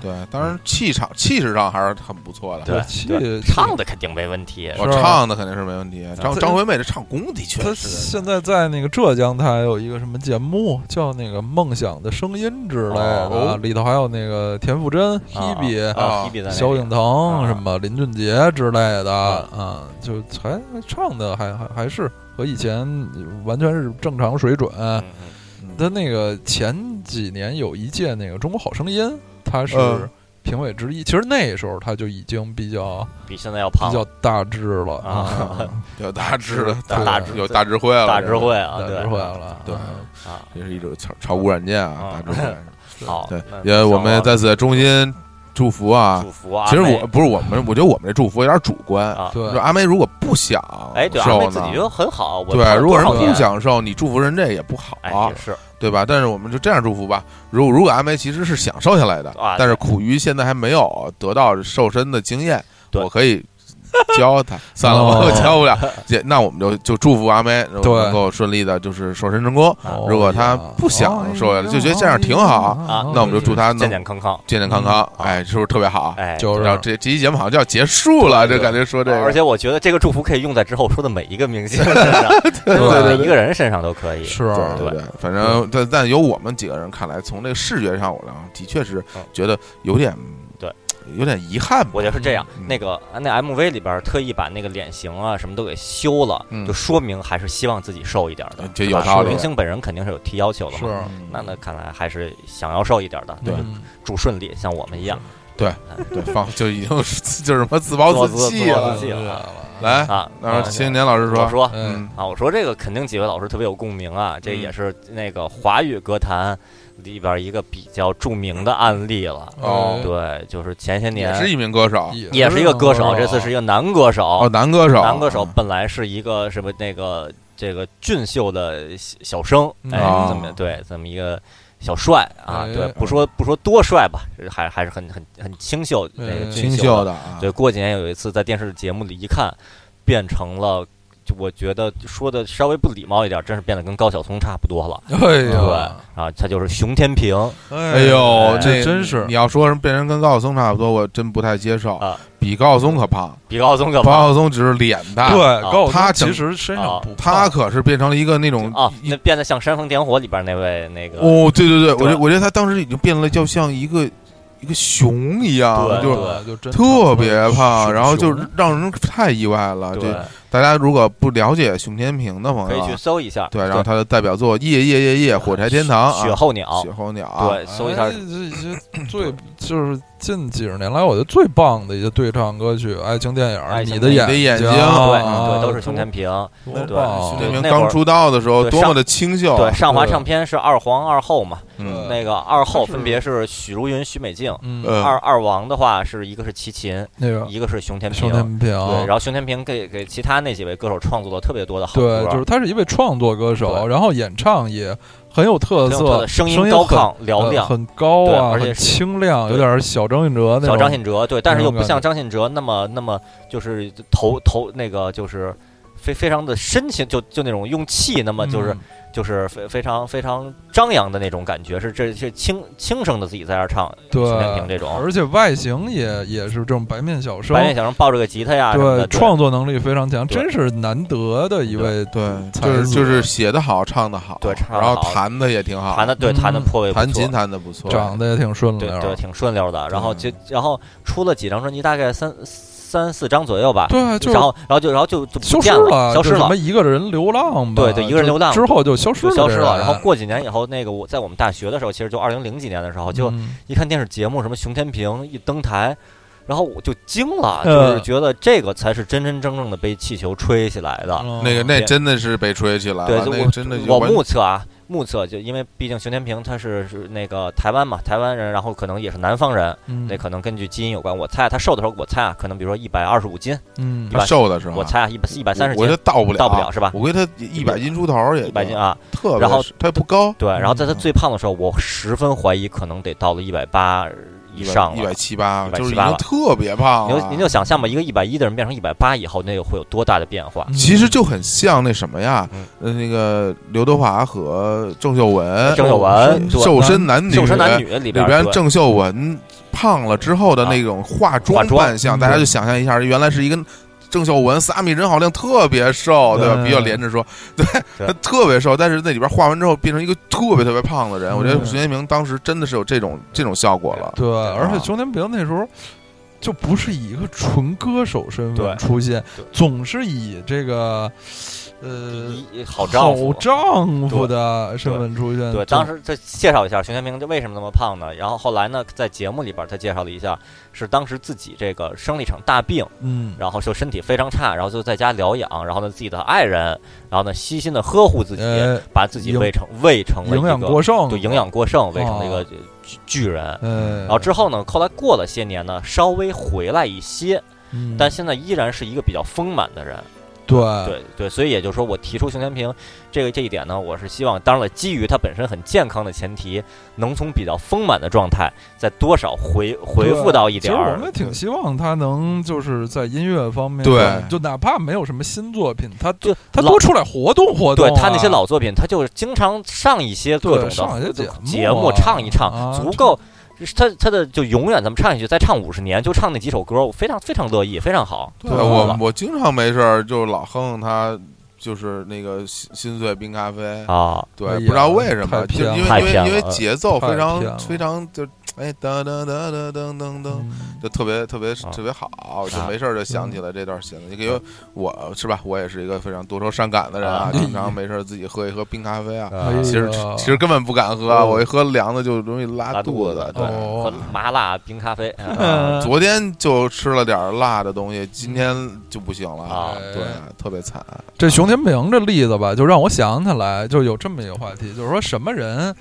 B: 对，
A: 对，当然气场气势上还是很不错的。
B: 对
C: 气
B: 对唱的肯定没问题。
A: 我
C: 是啊
A: 唱的肯定是没问题。
B: 啊
A: 张
C: 这
A: 张惠妹这唱功的确
C: 他
A: 是
C: 现在在那个浙江台有一个什么节目，叫那个《梦想的声音》之类的，
A: 哦
C: 里头还有那个田馥甄、Hebe、
A: 啊
B: 啊，Hebe 在那
C: 萧
B: 里
C: 敬腾、
B: 啊
C: 什么林俊杰之类的啊，就还还唱的还还还是和以前完全是正常水准。
B: 嗯嗯
C: 他那个前几年有一届那个《中国好声音》，他是
A: 嗯
C: 评委之一。其实那时候他就已经比较
B: 比现在要
C: 比
B: 胖
C: 较大智了
B: 啊
C: 啊，
A: 有嗯大智的，
B: 大
C: 大
B: 智
A: 有大智慧了，
B: 大智慧啊，
C: 大
B: 对
C: 智慧了。
A: 对
C: 啊
B: 啊，
A: 这是一种炒炒股软件啊，
B: 啊
A: 大智慧。
B: 好，
A: 对
B: 那，
A: 也我们在此衷心祝福啊
B: 祝。福啊。
A: 其实
B: 阿妹
A: 我不是我们，我觉得我们这祝福有点主观。
B: 啊，
A: 就
C: 对，哦
A: 阿梅如果不想
B: 哎，对，阿妹
A: 瘦
B: 自己觉
A: 呢，
B: 得很好，我
A: 对，如果人
B: 我
A: 不想瘦，你祝福人这也不
B: 哎
A: 好啊
B: 也，是
A: 对吧？但是我们就这样祝福吧。如果如果阿梅其实是想瘦下来的
B: 啊，
A: 但是苦于现在还没有得到瘦身的经验，
B: 对
A: 我可以。教 她。算了，
C: 哦
A: 我教不了。姐，那我们就就祝福阿梅
C: 对
A: 能够顺利的，就是瘦身成功。
B: 啊
A: 如果她不想瘦下来，就觉得这样挺好，
C: 哎
B: 啊，
A: 那我们就祝她能
B: 健健康康，
A: 健健康康。
B: 嗯
A: 哎，是不是特别好？
B: 哎，
C: 就是
A: 然后这这期节目好像就要结束了，
B: 对
A: 这感觉说这个，
B: 而且我觉得这个祝福可以用在之后说的每一个明星 身上，对
C: 对
A: 对
B: 每一个人身上都可以。
C: 是
A: 对对，反正但但由我们几个人看来，从这个视觉上，我俩的确是
B: 嗯
A: 觉得有点
B: 对
A: 有点遗憾吧。
B: 我觉得是这样
A: 嗯。
B: 那个呃那 MV 里边特意把那个脸型啊什么都给修了
A: 嗯，
B: 就说明还是希望自己瘦一点的
A: 嗯。这
B: 对
A: 有
B: 吧
A: 道理
B: 明星本人肯定是有提要求的
C: 是
B: 嘛。
A: 嗯
B: 那那看来还是想要瘦一点的，
A: 对
C: 嗯
B: 祝顺利，像我们一样
A: 对放就已经就是什么自 暴自弃
B: 自暴
A: 了
B: 自。弃
A: 来，
B: 啊。
A: 那
B: 嗯
A: 青年老师
B: 我
A: 说，
B: 说
A: 嗯，
B: 啊，我说这个肯定几位老师特别有共鸣啊，这
A: 嗯
B: 也是那个华语歌坛里边一个比较著名的案例了。
A: 哦
B: 对，就是前些
A: 也
B: 年
A: 是一名歌手，
B: 也是一个
C: 啊
B: 歌手，这次是一个男歌
A: 哦，
B: 手，
A: 男歌手，嗯
B: 男歌手本来是一个什么那个这个俊秀的小小生，哎
A: 哦，
B: 这么对这么一个小帅啊，
C: 哎
B: 对，不说不说多帅吧，还还是很很很清秀那个
C: 嗯
A: 清
B: 俊
A: 秀
B: 秀
A: 的啊，
B: 对，过几年有一次在电视节目里一看，变成了，就我觉得说的稍微不礼貌一点，真是变得跟高晓松差不多了。
C: 哎
B: 对
C: 呀，
B: 啊，他就是熊天平
A: 哎呦，
B: 哎
A: 这
C: 真是
A: 你要说什么变人跟高晓松差不多，我真不太接受
B: 啊。
A: 比高晓松可胖，
B: 比高晓松可
A: 高
B: 胖
A: 晓松只是脸大，
C: 对，
B: 啊
C: 高晓松
A: 他整
C: 其实身上
B: 啊
C: 不
A: 他
C: 胖
A: 可是变成了一个那种
B: 啊，那变得像《煽风点火》里边那位那个，
A: 哦，对对对，我
B: 对
A: 觉得我觉得他当时已经变了，就像一个一个熊一样，
B: 对
A: 就是
B: 对
C: 啊就真
A: 特别胖，
C: 熊
A: 然后就
C: 熊
A: 让人太意外了。
B: 对
A: 这，大家如果不了解熊天平的朋
B: 可以
A: 友
B: 去
A: 啊，
B: 搜一下。
A: 对，然后他的代表作《夜夜夜夜火柴天堂》
B: 雪
A: 啊，
B: 候鸟
A: 雪，候鸟啊，
B: 对，搜一下
C: 哎。这这最就是近几十年来，我觉得最棒的一些对唱歌曲，爱情电影儿，
B: 爱情
C: 你的
B: 电
A: 影
C: 眼
A: 你的眼睛
B: 对
A: 啊
B: 对，都是熊天平。
C: 多
B: 对
C: 棒
A: 熊
C: 啊
A: 天平
B: 那会
A: 刚
B: 儿
A: 出道的时候
B: 对
A: 多
B: 上
A: 么的清秀，啊
B: 对，上华
C: 对
B: 唱片是二皇二后嘛，
A: 嗯，
B: 那个二后
C: 他是
B: 分别是许茹芸、许美静。
C: 嗯，
A: 呃
B: 二二王的话是一个是齐秦，
C: 那个
B: 一个是熊天
C: 熊
B: 平。
C: 天平，
B: 对，然后熊天平给给其他那几位歌手创作了特别多的好歌，
C: 哦对，就是他是一位创作歌手，
B: 对
C: 然后演唱也很有特
B: 挺有特
C: 色，
B: 色声
C: 音
B: 音高
C: 很
B: 亢嘹
C: 呃
B: 亮。
C: 很高
B: 对
C: 啊，
B: 而且
C: 很
B: 是
C: 清亮，有
B: 对
C: 点小张信哲那
B: 小
C: 种。
B: 张信哲，对，但是
C: 那
B: 又
C: 种
B: 不像张信哲那么那么就是头头那个就是非非常的深情，就就那种用气，那么就是、
C: 嗯
B: 就是非非常非常张扬的那种感觉，是这是轻轻声的自己在那儿唱，
C: 对
B: 熊天平这种，
C: 而且外形也也是这种白面小生
B: 哦白，天小生抱着个吉他呀什么
C: 对
B: 的，，对
C: 创作能力非常强，
B: 对
C: 真是难得的一位
A: 嗯对，
B: 嗯
C: 才
A: 就是
C: 子
A: 就是写的好，唱的好，
B: 对唱得
A: 然后
B: 好
A: 弹的也挺好，
B: 弹的对
C: 嗯
B: 弹的破位不
A: 弹
B: 错
A: 琴弹的不错，
C: 长得也挺顺溜
B: 对
C: 儿，
B: 对，挺顺溜的。然后
A: 对
B: 就然后出了几张专辑，大概三三四张左右吧。
C: 对就
B: 然后然后就然后就就
C: 消
B: 不
C: 失
B: 见
C: 了，
B: 消失
C: 就什
B: 了
C: 么，一个人啊流浪吧，
B: 对对一个人
C: 就
B: 流浪
C: 之后就消失
B: 就
C: 了，
B: 消失
C: 这人
B: 了。然后过几年以后，那个我在我们大学的时候，其实就二零零几年的时候，就
C: 嗯
B: 一看电视节目，什么熊天平一登台。然后我就惊了，
C: 嗯
B: 就是觉得这个才是真真正正的被气球吹起来
C: 嗯
B: 的。
A: 那个那
B: 对
A: 真的是被吹起来
B: 对，
A: 了，
C: 啊
B: 就
A: 那
B: 我
A: 个真的就
B: 我
A: 完
B: 目测啊，目测就因为毕竟熊天平他是是那个台湾嘛，台湾人，然后可能也是南方人，
C: 嗯
B: 那可能跟据基因有关。我猜啊他瘦的时候，我猜啊，可能比如说一百二十五斤，
C: 嗯
A: 他瘦的时候
B: 我
A: 啊，
B: 猜啊一百一百三十
A: 我
B: 斤
A: 觉得，到不了，
B: 到不了是吧
A: 我估计他一百斤出头儿也
B: 一百斤，啊，
A: 特别
B: 然后
A: 是他也不高，
B: 对。然后在他
A: 嗯
B: 最胖的时候，我十分怀疑可能得到了一百八以上
A: 一百
B: 了。
A: 七啊八，
B: 178
A: 就是已经特别胖
B: 您就
A: 了。
B: 您就想象吧，一个一百一的人变成一百八以后，那个会有多大的变化？
A: 其实就很像那什么呀
B: 嗯，
A: 呃，那个刘德华和郑秀文，
B: 郑秀文对
A: 瘦身男女，
B: 瘦身男女里
A: 嗯里
B: 边
A: 边
B: 对
A: 郑秀文胖了之后的那种化妆
B: 化妆
A: 扮相，
C: 嗯
A: 大家就想象一下，原来是一个。郑秀文撒米人好像特别瘦，对吧？
C: 对
A: 比较连着说，对，
B: 对
A: 他 特别瘦，但是那里边化完之后变成一个特别特别胖的人。
C: 嗯
A: 我觉得熊天平当时真的是有这种这种效果了。
C: 对，而且
A: 啊
C: 熊天平那时候就不是以一个纯歌手身
B: 对
C: 份出现
B: 对，
C: 总是以这个呃
B: 一好丈夫，
C: 丈夫的身份出现。
B: 对，
C: 就
B: 当时这介绍一下熊天平这为什么那么胖呢？然后后来呢，在节目里边他介绍了一下，是当时自己这个生了一场大病，
C: 嗯，
B: 然后就身体非常差，然后就在家疗养，然后呢自己的爱人，然后呢悉心的呵护自己，
C: 呃，
B: 把自己
C: 营
B: 喂成喂成了一
C: 营养
B: 个
C: 过剩，
B: 对营养过剩，喂成了一
C: 哦
B: 个巨巨人。
C: 呃，
B: 然后之后呢，后来过了些年呢，稍微回来一些，
C: 嗯，
B: 但现在依然是一个比较丰满的人。
C: 对
B: 对对，所以也就是说，我提出熊天平这个这一点呢，我是希望，当然了，基于他本身很健康的前提，能从比较丰满的状态，再多少回回复到一
C: 啊其实
B: 点
C: 我们
B: 儿
C: 也。挺希望他能就是在音乐方面，
A: 对
C: 就哪怕没有什么新作品，他
B: 就
C: 他
B: 老
C: 多出来活动活动
B: 哦对
C: 啊。
B: 他那些老作品，他就是经常上一些各
C: 对
B: 种
C: 上一些
B: 的呃
C: 节目
B: 节目，
C: 啊
B: 唱一唱，
C: 啊
B: 足够。他他的就永远咱们唱下去，再唱五十年，就唱那几首歌，我非常非常乐意，非常好。
A: 对
C: 对啊
A: 我我经常没事儿就老哼哼他，就是那个心心碎冰咖啡，
B: 啊，
A: 对，
C: 哎呀
A: 不知道为什么，
C: 太
A: 就是
C: 偏
A: 因为因为
B: 了太偏
A: 因为
B: 了
A: 节奏非
C: 太偏了嗯
A: 常非常就哎噔噔噔噔噔噔噔，
B: 嗯
A: 就特别特别
B: 啊
A: 特别好，就
B: 啊
A: 没事儿就想起来这段弦了。因为我是吧，我也是一个非常多愁善感的人啊，经常没事儿自己喝一喝冰咖 啡啊。
B: 啊
C: 哎
A: 其实
C: 呀
A: 其实根本不敢喝，啊我一喝凉的就容易拉
B: 拉
A: 肚子
B: 肚子。
A: 对，
C: 哦
B: 和麻辣冰咖啡啊
C: 嗯
A: 昨天就吃了点儿辣的东西，今天就不行了。
B: 啊
C: 哎
A: 对，特别惨。
C: 这熊天平这例子吧，就让我想起来，就有这么一个话题，就是说什么人。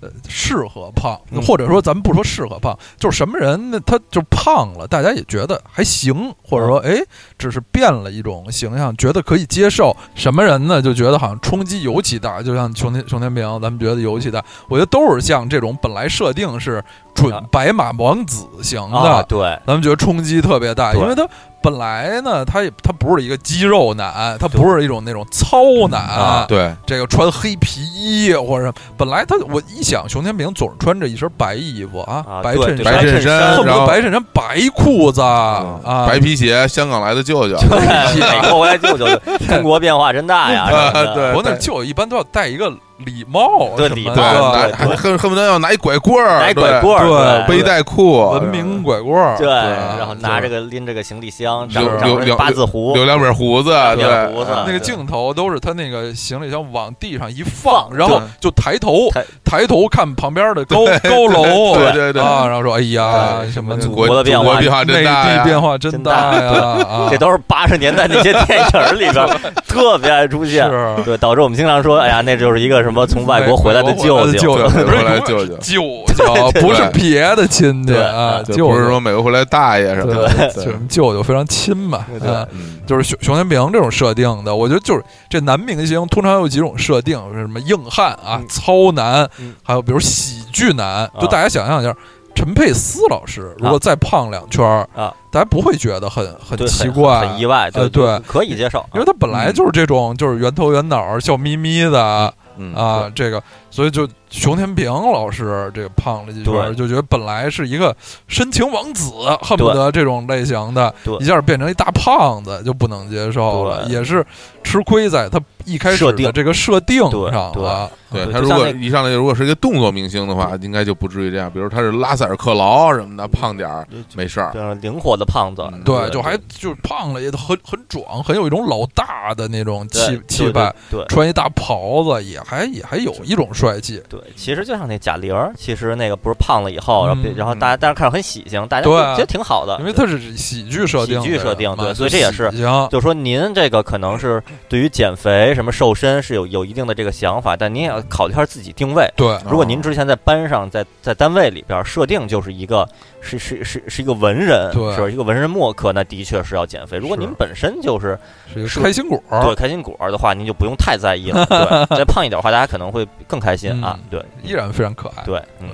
C: 呃适合胖，
A: 嗯
C: 或者说咱们不说适合胖，就是什么人呢？他就胖了，大家也觉得还行，或者说
B: 嗯
C: 哎，只是变了一种形象，觉得可以接受。什么人呢？就觉得好像冲击尤其大，就像熊天熊天平，咱们觉得尤其大。我觉得都是像这种本来设定是准
B: 啊
C: 白马王子型的，
B: 啊，对，
C: 咱们觉得冲击特别大，
B: 对
C: 因为他本来呢，他也他不是一个肌肉男，他不是一种那种糙男，
B: 啊
A: 对，
C: 这个穿黑皮衣或者本来他我一想，熊天平总是穿着一身白衣服啊，
B: 啊，
C: 白
B: 对
C: 衬
B: 对
C: 衫，
A: 白衬
B: 衬
A: 衫
C: 恨不
A: 然后
C: 得白衬衫、白裤子
B: 嗯
C: 啊，啊
A: 嗯白皮鞋，香港来的舅舅。
B: 对，美国回来舅 舅，中国变化真大呀！
A: 啊
B: 什么的
A: 对
C: 我那就一般都要戴一个礼帽，
B: 对
C: 什么
A: 啊对，
B: 礼帽
C: 的
A: 拿
B: 对
A: 还
B: 对
A: 恨恨不得要拿一拐棍儿，
B: 拿一拐
A: 对
B: 棍儿，
C: 对
A: 背带裤，
C: 文明拐棍儿，
B: 嗯对，
C: 啊
B: 然后拿这个拎着个行李箱，
A: 留
B: 长长
A: 留留
B: 着八字胡，
A: 留两本胡子，
B: 留
A: 对
B: 两胡子
C: 那个
B: 对
C: 镜头都是他那个行李箱往地上一放，
B: 放
C: 然后就抬头
B: 抬
C: 抬头看旁边的高高楼，
A: 对对对
C: 啊，然后说哎呀，什么
A: 祖
C: 祖
A: 国
B: 国的变
A: 祖国
B: 化
A: 变化真
C: 内
A: 大呀
C: 地变化真大呀，啊
B: 这都是八十年代那些电影里 边特别爱出现。
C: 是
B: 对，导致我们经常说，哎呀，那就是一个什么从外国回来的舅
C: 美国
B: 舅，
C: 回来
A: 对，回来
C: 的舅舅不是
A: 舅舅，
C: 舅舅，不是别的亲戚
B: 对
C: 啊，
A: 就
C: 舅
A: 不是
C: 舅
A: 说美国回来大爷什么的，
C: 对，
A: 对
C: 就是舅舅非常亲嘛，
B: 对
C: 啊
A: 嗯
C: 就是熊熊天平这种设定的，我觉得就是这男明星通常有几种设定，是什么硬汉啊、
B: 嗯
C: 糙男，
B: 嗯
C: 还有比如喜剧男，就大家想象一下。陈佩斯老师如果再胖两圈儿
B: 啊，
C: 大家不会觉得很很
B: 对，
C: 奇
B: 很
C: 怪，
B: 很意外，对
C: 呃对
B: 可以接受。啊
C: 因为他本来就是这种就是圆头圆脑、笑眯眯的
A: 嗯
C: 啊，这个，所以就熊天平老师这个胖了几圈儿，
B: 对
C: 就觉得本来是一个深情王子，恨不得这种类型的
B: 对，
C: 一下变成一大胖子，就不能接受了，
B: 对
C: 也是吃亏在他一开始
B: 设定
C: 的这个设定
B: 对
C: 上了。
A: 对
B: 对嗯
A: 他
B: 就
A: 如
B: 像
A: 果
B: 那
A: 一上来如果是一个动作明星的话，应该就不至于这样。比如他是拉塞尔克劳什么的，胖点儿没事儿，
B: 就是灵活的胖子
A: 嗯，
C: 对，就还就是胖了也很很壮，很有一种老大的那种
B: 对
C: 气
B: 对
C: 气派，
B: 对对
C: 穿一大袍子也还也还有一种帅气，
B: 对，其实就像那贾玲儿，其实那个不是胖了以后，然后被
C: 嗯
B: 然后大家但是看着很喜庆，大家
C: 对
B: 觉
C: 啊
B: 得挺好的，
C: 因为他是喜剧设定的人嘛，
B: 喜剧设定对所以
C: 就
B: 这也是
C: 喜庆
B: 就说您这个可能是对于减肥、什么瘦身是有有一定的这个想法，但您也要考虑一下自己定位。
C: 对
B: 如
A: 哦
B: 果您之前在班上、在在单位里边设定就是一个是是是是一个文人，
C: 对
B: 是一个文人墨客，那的确是要减肥。如果
C: 是
B: 您本身就是
C: 是一
B: 是
C: 个开心果儿，
A: 哦
B: 对开心果儿的话，您就不用太在意了。 对，再胖一点的话，大家可能会更开心啊
C: 嗯。
B: 对
C: 依然非常可
A: 哎
C: 爱。
B: 对，嗯，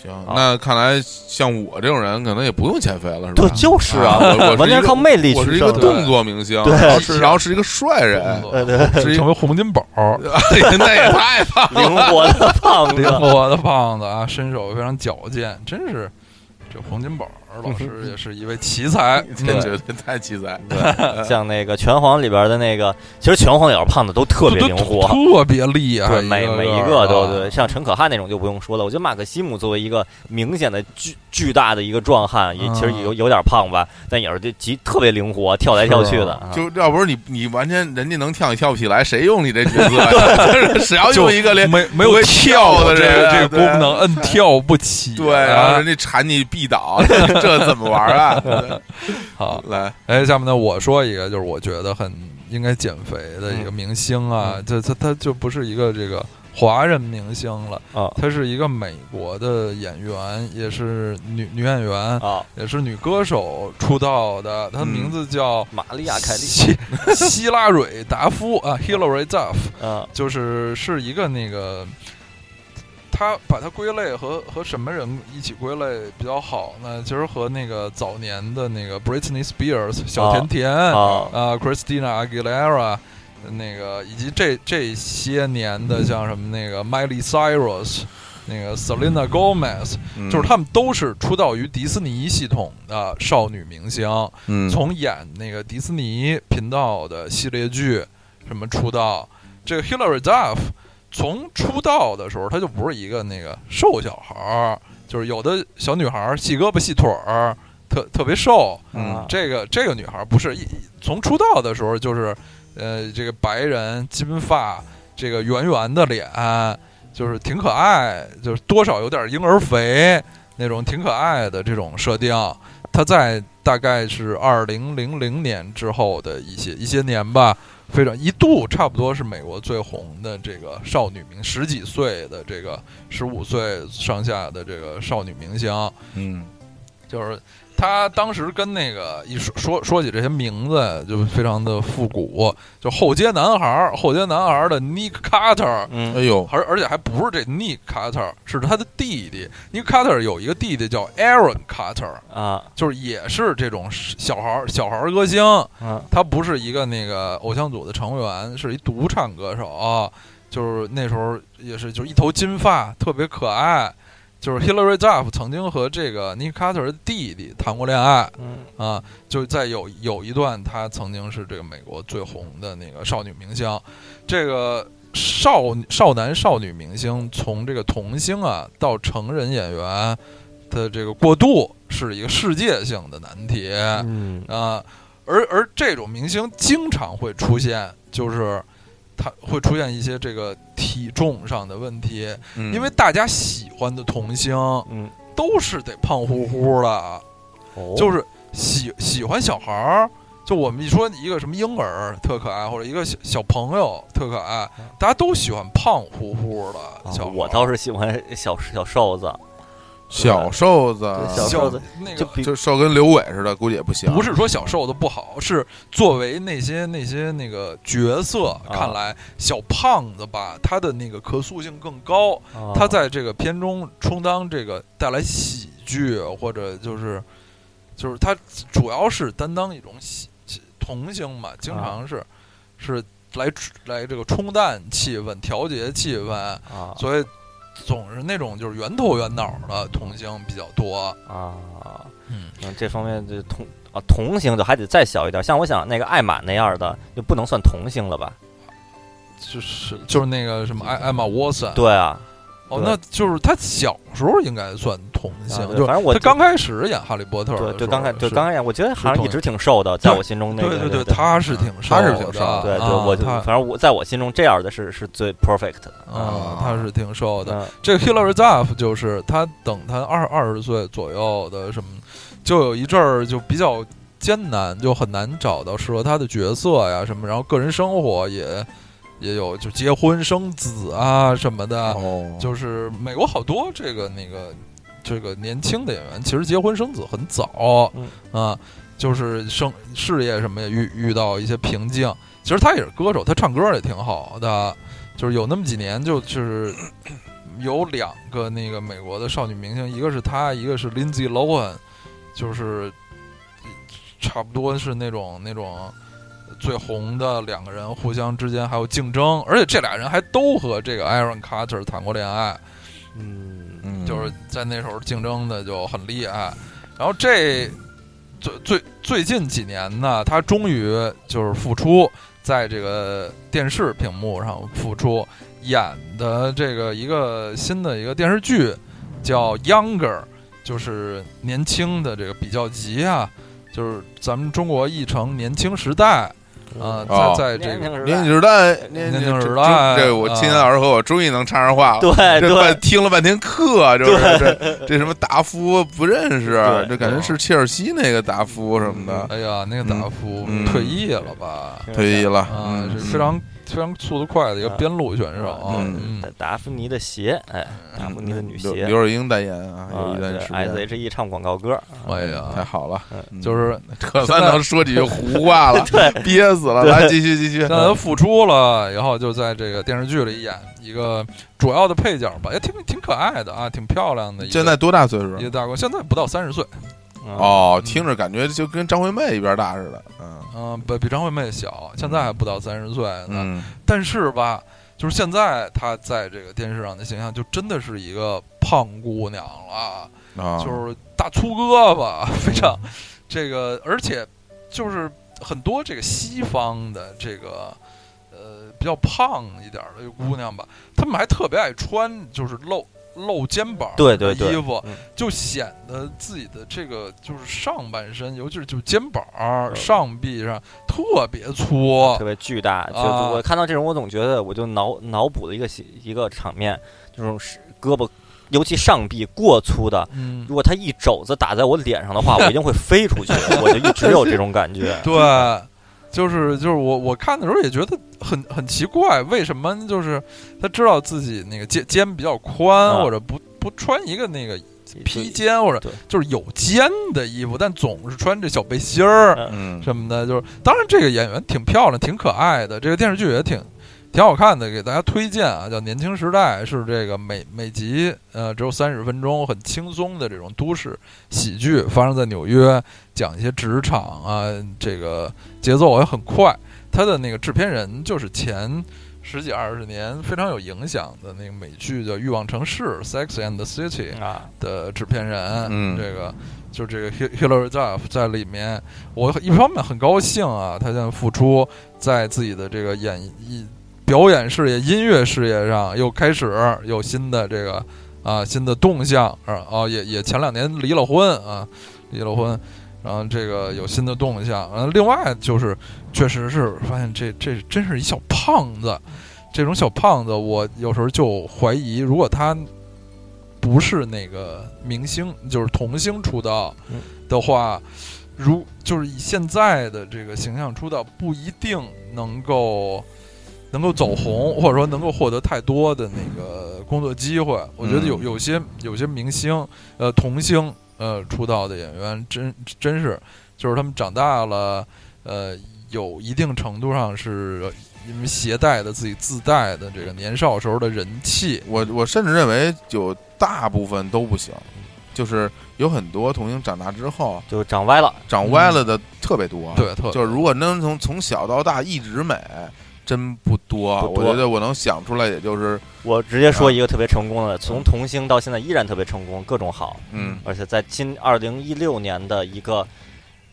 A: 行
B: 啊，
A: 那看来像我这种人可能也不用减肥了，是吧？
B: 对，就是
A: 啊
B: 啊，
A: 我 我是
B: 完全
A: 一个
B: 靠魅力
A: 我是
B: 取
A: 一个
B: 胜
C: 对
B: 的。
A: 动作明星，
B: 对
A: 然后是然后是一个帅人，
C: 对
B: 对
A: 是一
C: 成为洪金宝，
A: 那也太胖了。
B: 灵活的 胖
C: 灵
B: 子，
C: 活的胖子啊，身手非常矫健，真是这洪金宝老
B: 嗯
C: 师也是一位奇才。
A: 真觉得太奇才，
C: 啊
B: 对，像那个拳皇里边的那个，其实拳皇里边胖子都特别
C: 都
B: 灵活，
C: 特别厉害，
B: 对，
C: 啊一
B: 每
C: 个
B: 每一
C: 个
B: 个都
C: 啊
B: 对，像陈可汗那种就不用说了。我觉得马克西姆作为一个明显的巨巨大的一个壮汉，也其实
C: 嗯
B: 有有点胖吧，但也是这极特别灵活，跳来跳去的。啊
A: 就要不是你你完全人家能跳，你跳不起来，谁用你这角色呀？ 就是只要用一个连
C: 没没
A: 不
C: 有
A: 会跳
C: 的啊
A: 的
C: 这个
A: 人
C: 这个
A: 对
C: 功能，摁跳不 起。
A: 对，然后
C: 啊
A: 人，家缠你必倒， 这怎么玩啊？对
C: 好，
A: 来，
C: 哎，下面呢，我说一个，就是我觉得很应该减肥的一个明星啊，这他他就不是一个这个华人明星了，
B: 啊
C: 她是一个美国的演员，也是女女演员，
B: 啊，
C: 也是女歌手出道的，她的
A: 嗯
C: 名字叫
B: 玛丽亚凯莉，
C: 希 希拉蕊达夫啊，Hillary Duff，
B: 嗯
C: 就是是一个那个。她把她归类和和什么人一起归类比较好呢？其实和那个早年的那个 Britney Spears、小甜甜
B: 啊
C: 啊、Christina Aguilera，那个以及这这些年的像什么那个 Miley Cyrus，那个 Selena Gomez，
A: 嗯
C: 就是他们都是出道于迪士尼系统的少女明星，
A: 嗯
C: 从演那个迪士尼频道的系列剧什么出道。这个 Hilary Duff 从出道的时候，她就不是一个那个瘦小孩儿，就是有的小女孩儿细胳膊细腿儿，特特别瘦。
B: 啊
A: 嗯
C: 这个这个女孩儿不是一一从出道的时候就是，呃，这个白人金发，这个圆圆的脸，就是挺可爱，就是多少有点婴儿肥那种挺可爱的这种设定。她在大概是二零零零年之后的一些一些年吧，非常一度差不多是美国最红的这个少女明，十几岁的这个十五岁上下的这个少女明星。
A: 嗯
C: 就是他当时跟那个一说说说起这些名字，就非常的复古，就后街男孩儿，后街男孩儿的 Nick Carter，
A: 哎
B: 嗯
A: 呦，
C: 而而且还不是这 Nick Carter，是他的弟弟 Nick Carter 有一个弟弟叫 Aaron Carter，
B: 啊
C: 就是也是这种小孩儿小孩儿歌星，
B: 啊
C: 他不是一个那个偶像组的成员，是一独唱歌手，就是那时候也是就是一头金发，特别可爱。就是 Hillary Duff 曾经和这个 Nick Carter 的弟弟谈过恋爱
B: 嗯
C: 啊，就是在有有一段她曾经是这个美国最红的那个少女明星，这个少少男少女明星从这个童星啊到成人演员的这个过渡是一个世界性的难题。
B: 嗯
C: 啊、而而这种明星经常会出现，就是他会出现一些这个体重上的问题，因
A: 因
C: 为大家喜欢的童星
B: 嗯，
C: 都是得胖乎乎的，
B: 哦
C: 就是喜喜欢小孩儿。就我们一说一个什么婴儿特可爱，或者一个小小朋友特可爱，大家都喜欢胖乎乎的
B: 嗯啊
C: 小孩儿、
B: 我倒是喜欢小小瘦子，
A: 小瘦子
B: 对小
C: 小
B: 瘦子
C: 那
B: 就
C: 个
B: 比
A: 就瘦跟刘伟似的，估计也不行。
C: 不是说小瘦子不好，是作为那些那些那个角色
B: 啊
C: 看来，小胖子吧，他的那个可塑性更高，
B: 啊
C: 他在这个片中充当这个带来喜剧或者就是就是他主要是担当一种喜喜童星嘛，经常
B: 啊
C: 是、是来来这个冲淡气氛、调节气氛，
B: 啊
C: 所以总是那种就是圆头圆脑的童星比较多。
B: 啊，
C: 嗯，
B: 这方面就同啊同型就还得再小一点，像我想那个艾玛那样的就不能算同型了吧？
C: 就是就是那个什么艾艾玛沃森，
B: 对啊，
C: 哦，
B: 对
C: 那就是他小时候应该算童星，
B: 啊对
C: 就是
B: 反正我
C: 他刚开始演《哈利波特》的时候
B: 对，就刚开对
C: 是
B: 刚开始，我觉得好像一直挺瘦的，在我心中那
C: 对
B: 个嗯对
C: 对他是挺瘦
A: 他
C: 的，
A: 是挺瘦的
B: 对对，
C: 啊
B: 我就
C: 他
B: 反正我在我心中这样的是是最 perfect 的。
C: 啊，他是挺瘦的。
B: 嗯
C: 这个 Hillary Duff 就是他等他二二十岁左右的什么，就有一阵儿就比较艰难，就很难找到适合他的角色呀什么，然后个人生活也也有就结婚生子啊什么的，
A: 哦，
C: 就是美国好多这个那个这个年轻的演员，其实结婚生子很早，
B: 嗯
C: 啊，就是生事业什么也遇遇到一些瓶颈。其实他也是歌手，他唱歌也挺好的，就是有那么几年就就是有两个那个美国的少女明星，一个是她，一个是 Lindsay Lohan，就是差不多是那种那种最红的两个人互相之间还有竞争，而且这俩人还都和这个 Aaron Carter 谈过恋爱，
B: 嗯
A: 嗯
C: 就是在那时候竞争的就很厉害。然后这最最最近几年呢，他终于就是复出，在这个电视屏幕上复出，演的这个一个新的一个电视剧叫《Younger》，就是年轻的这个比较级啊，就是咱们中国译成《年轻时代》啊、
A: 哦
C: 在在这
B: 年轻时
C: 个。
A: 年
B: 代
A: 轻时代，
C: 年
A: 轻
C: 轻时
A: 这
C: 代
A: 这我
C: 啊
A: 亲爱的儿和我终于能插上话了。
B: 对
A: 这
B: 对
A: 半听了半天课，就是这这什么达夫不认识，
B: 对嗯
A: 这感觉是切尔西那个达夫什么的，
C: 哎呀，那个达夫
A: 嗯
C: 退役了吧？
A: 退役了
C: 啊，
A: 嗯哎
C: 是非常非常速度快的一个边路选手。
A: 嗯
C: 嗯，
B: 达达芙妮的鞋，哎，达芙妮的女
A: 刘
B: 鞋
A: 刘若英代言啊，
B: 啊
A: 有一段时
B: ，S
A: 间，
B: H E 唱广告歌，
C: 哎
B: 啊
A: 太
C: 呀，
A: 好了，嗯
C: 就是
A: 可算能说几句胡话了，憋死了，
B: 对
A: 来继续继续
C: 现，在他复出了，然后就在这个电视剧里演一个主要的配角吧，也挺挺可爱的啊，挺漂亮的一个。
A: 现在多大岁数
C: 一？个大哥，现在不到三十岁，
B: 嗯，
A: 哦，听着感觉就跟张惠妹一边大似的，嗯
C: 嗯，比比张惠妹小，现在还不到三十岁呢。
A: 嗯，
C: 但是吧，就是现在她在这个电视上的形象，就真的是一个胖姑娘了。
A: 啊，
C: 就是大粗胳膊，
B: 嗯
C: 非常这个，而且就是很多这个西方的这个呃比较胖一点儿的姑娘吧，她们还特别爱穿就是露露肩膀，
B: 对对对
C: 衣服
B: 嗯
C: 就显得自己的这个就是上半身，尤其是就肩膀、上臂上特别粗
B: 嗯特，别巨大。就
C: 啊
B: 我看到这种，我总觉得我就脑脑补的一个戏一个场面，就是胳膊，尤其上臂过粗的，
C: 嗯，
B: 如果他一肘子打在我脸上的话，我一定会飞 出去。我就一直有这种感 觉。
C: 对，就是就是我我看的时候也觉得很很奇怪，为什么就是他知道自己那个肩肩比较宽，
B: 啊
C: 或者不不穿一个那个披
B: 就
C: 肩或者
B: 对
C: 就是有肩的衣服，但总是穿这小背心儿
B: 嗯
A: 嗯，
C: 什么的，就是当然这个演员挺漂亮，挺可爱的，这个电视剧也挺。挺好看的，给大家推荐啊，叫《年轻时代》，是这个每每集呃只有三十分钟，很轻松的这种都市喜剧，发生在纽约，讲一些职场啊，这个节奏也很快。他的那个制片人就是前十几二十年非常有影响的那个美剧叫《欲望城市》（Sex and the City）
B: 啊，
C: 的制片人，
A: 嗯
C: 这个就这个 Hil- Hillary Duff 在里面，我一方面很高兴啊，他现在复出，在自己的这个演艺、表演事业、音乐事业上又开始有新的这个啊新的动向啊，哦也也前两年离了婚啊，离了婚。然后这个有新的动向，然后另外就是，确实是发现这这真是一小胖子，这种小胖子，我有时候就怀疑，如果他不是那个明星，就是童星出道
B: 嗯
C: 的话，如就是以现在的这个形象出道，不一定能够能够走红，或者说能够获得太多的那个工作机会。我觉得有
A: 嗯
C: 有些有些明星，呃，童星呃出道的演员，真真是就是他们长大了，呃，有一定程度上是呃因为携带的自己自带的这个年少时候的人气，
A: 我我甚至认为有大部分都不行，就是有很多童星长大之后
B: 就长歪了。
A: 长歪
B: 嗯
A: 了的特别多，
C: 对，特
A: 就是如果能从从小到大一直美，真不多。
B: 不多
A: 我觉得我能想出来，也就是
B: 我直接说一个特别成功的，从童星到现在依然特别成功，各种好，
A: 嗯
B: 而且在今二零一六年的一个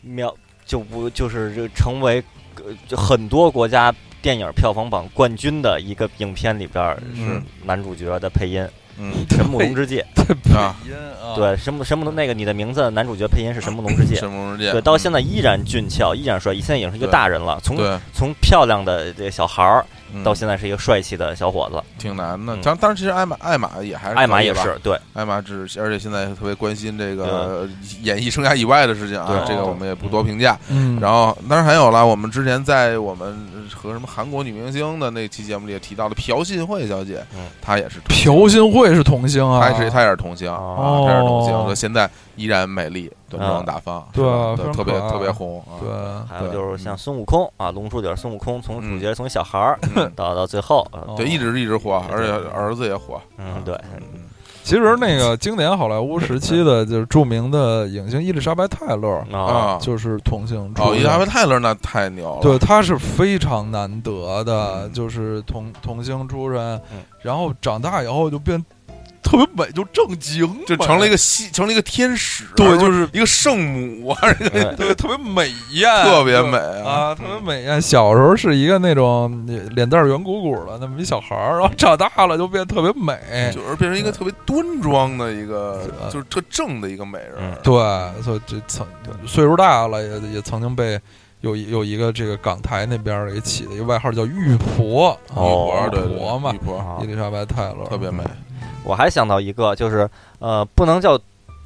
B: 秒就不就是这成为呃就很多国家电影票房榜冠军的一个影片里边儿是
A: 嗯
B: 男主角的配音，
A: 嗯
B: 神木龙之介。
A: 啊，
C: 配音 啊，
B: 对，神木神木那个你的名字男主角配音是神木龙之介。
A: 神龙之
B: 对，
A: 界，
B: 到现在依然俊俏，依然帅，现在已经是一个
A: 对
B: 大人了。从
A: 对，
B: 从漂亮的这个小孩儿
A: 嗯
B: 到现在是一个帅气的小伙子，
A: 挺难的。
B: 嗯
A: 当当然，其实艾玛艾玛也还是
B: 艾玛
A: 可以
B: 也
A: 吧，
B: 是对。
A: 艾玛只是而且现在特别关心这个演艺生涯以外的事情啊，
B: 嗯对
A: 这个
C: 哦
A: 我们也不多评价。
C: 嗯，
A: 然后，当然还有了，我们之前在我们和什么韩国女明星的那期节目里也提到的朴信惠小姐
B: 嗯，
A: 她也是同，
C: 朴信惠是童星啊，
A: 她也是她也是童星啊，
B: 哦
C: 哦
A: 她也是童星，说现在依然美丽、端庄大方，
C: 对啊
A: 是吧
C: 非常
A: 特别
C: 可爱
A: 特别红啊，
C: 对，
B: 还
A: 对
B: 有
A: 嗯
B: 就是像孙悟空啊，《龙珠》里边孙悟空从主角从小孩儿
A: 嗯
B: 到到最后，呃
C: 哦
A: 对，一直一直火，
B: 对
A: 而
B: 对
A: 且
B: 对
A: 儿子也火，
B: 嗯，对，
A: 嗯
C: 其实那个经典好莱坞时期的就是著名的影星伊丽莎白泰勒，
B: 啊，
A: 啊，
C: 就是童星出
A: 哦，伊丽莎白
C: 的。
A: 泰勒那太牛了，
C: 对，她是非常难得的，
A: 嗯
C: 就是童童星出身
B: 嗯，
C: 然后长大以后就变特别美，就正经美，
A: 就成了一个西，成了一个天使，
C: 对，就是
A: 一个圣母啊，
B: 对
C: 对，特别美艳，
A: 特别美
C: 对
A: 啊，
C: 啊，特别美艳。小时候是一个那种脸蛋儿圆鼓鼓的那么一小孩儿，然后长大了就变得特别美。
A: 就是变成一个特别端庄的一个
C: 嗯，
A: 就是特正的一个美人
B: 嗯，
C: 对，所以这曾岁数大了，也也曾经被有一有一个这个港台那边儿给起的一个外号叫玉婆，
B: 哦
A: 女
C: 玉
A: 仆对对
C: 婆
A: 对
C: 嘛
A: 女，仆
B: 啊
C: 伊丽莎白泰勒
A: 特别美，
B: 我还想到一个，就是呃，不能叫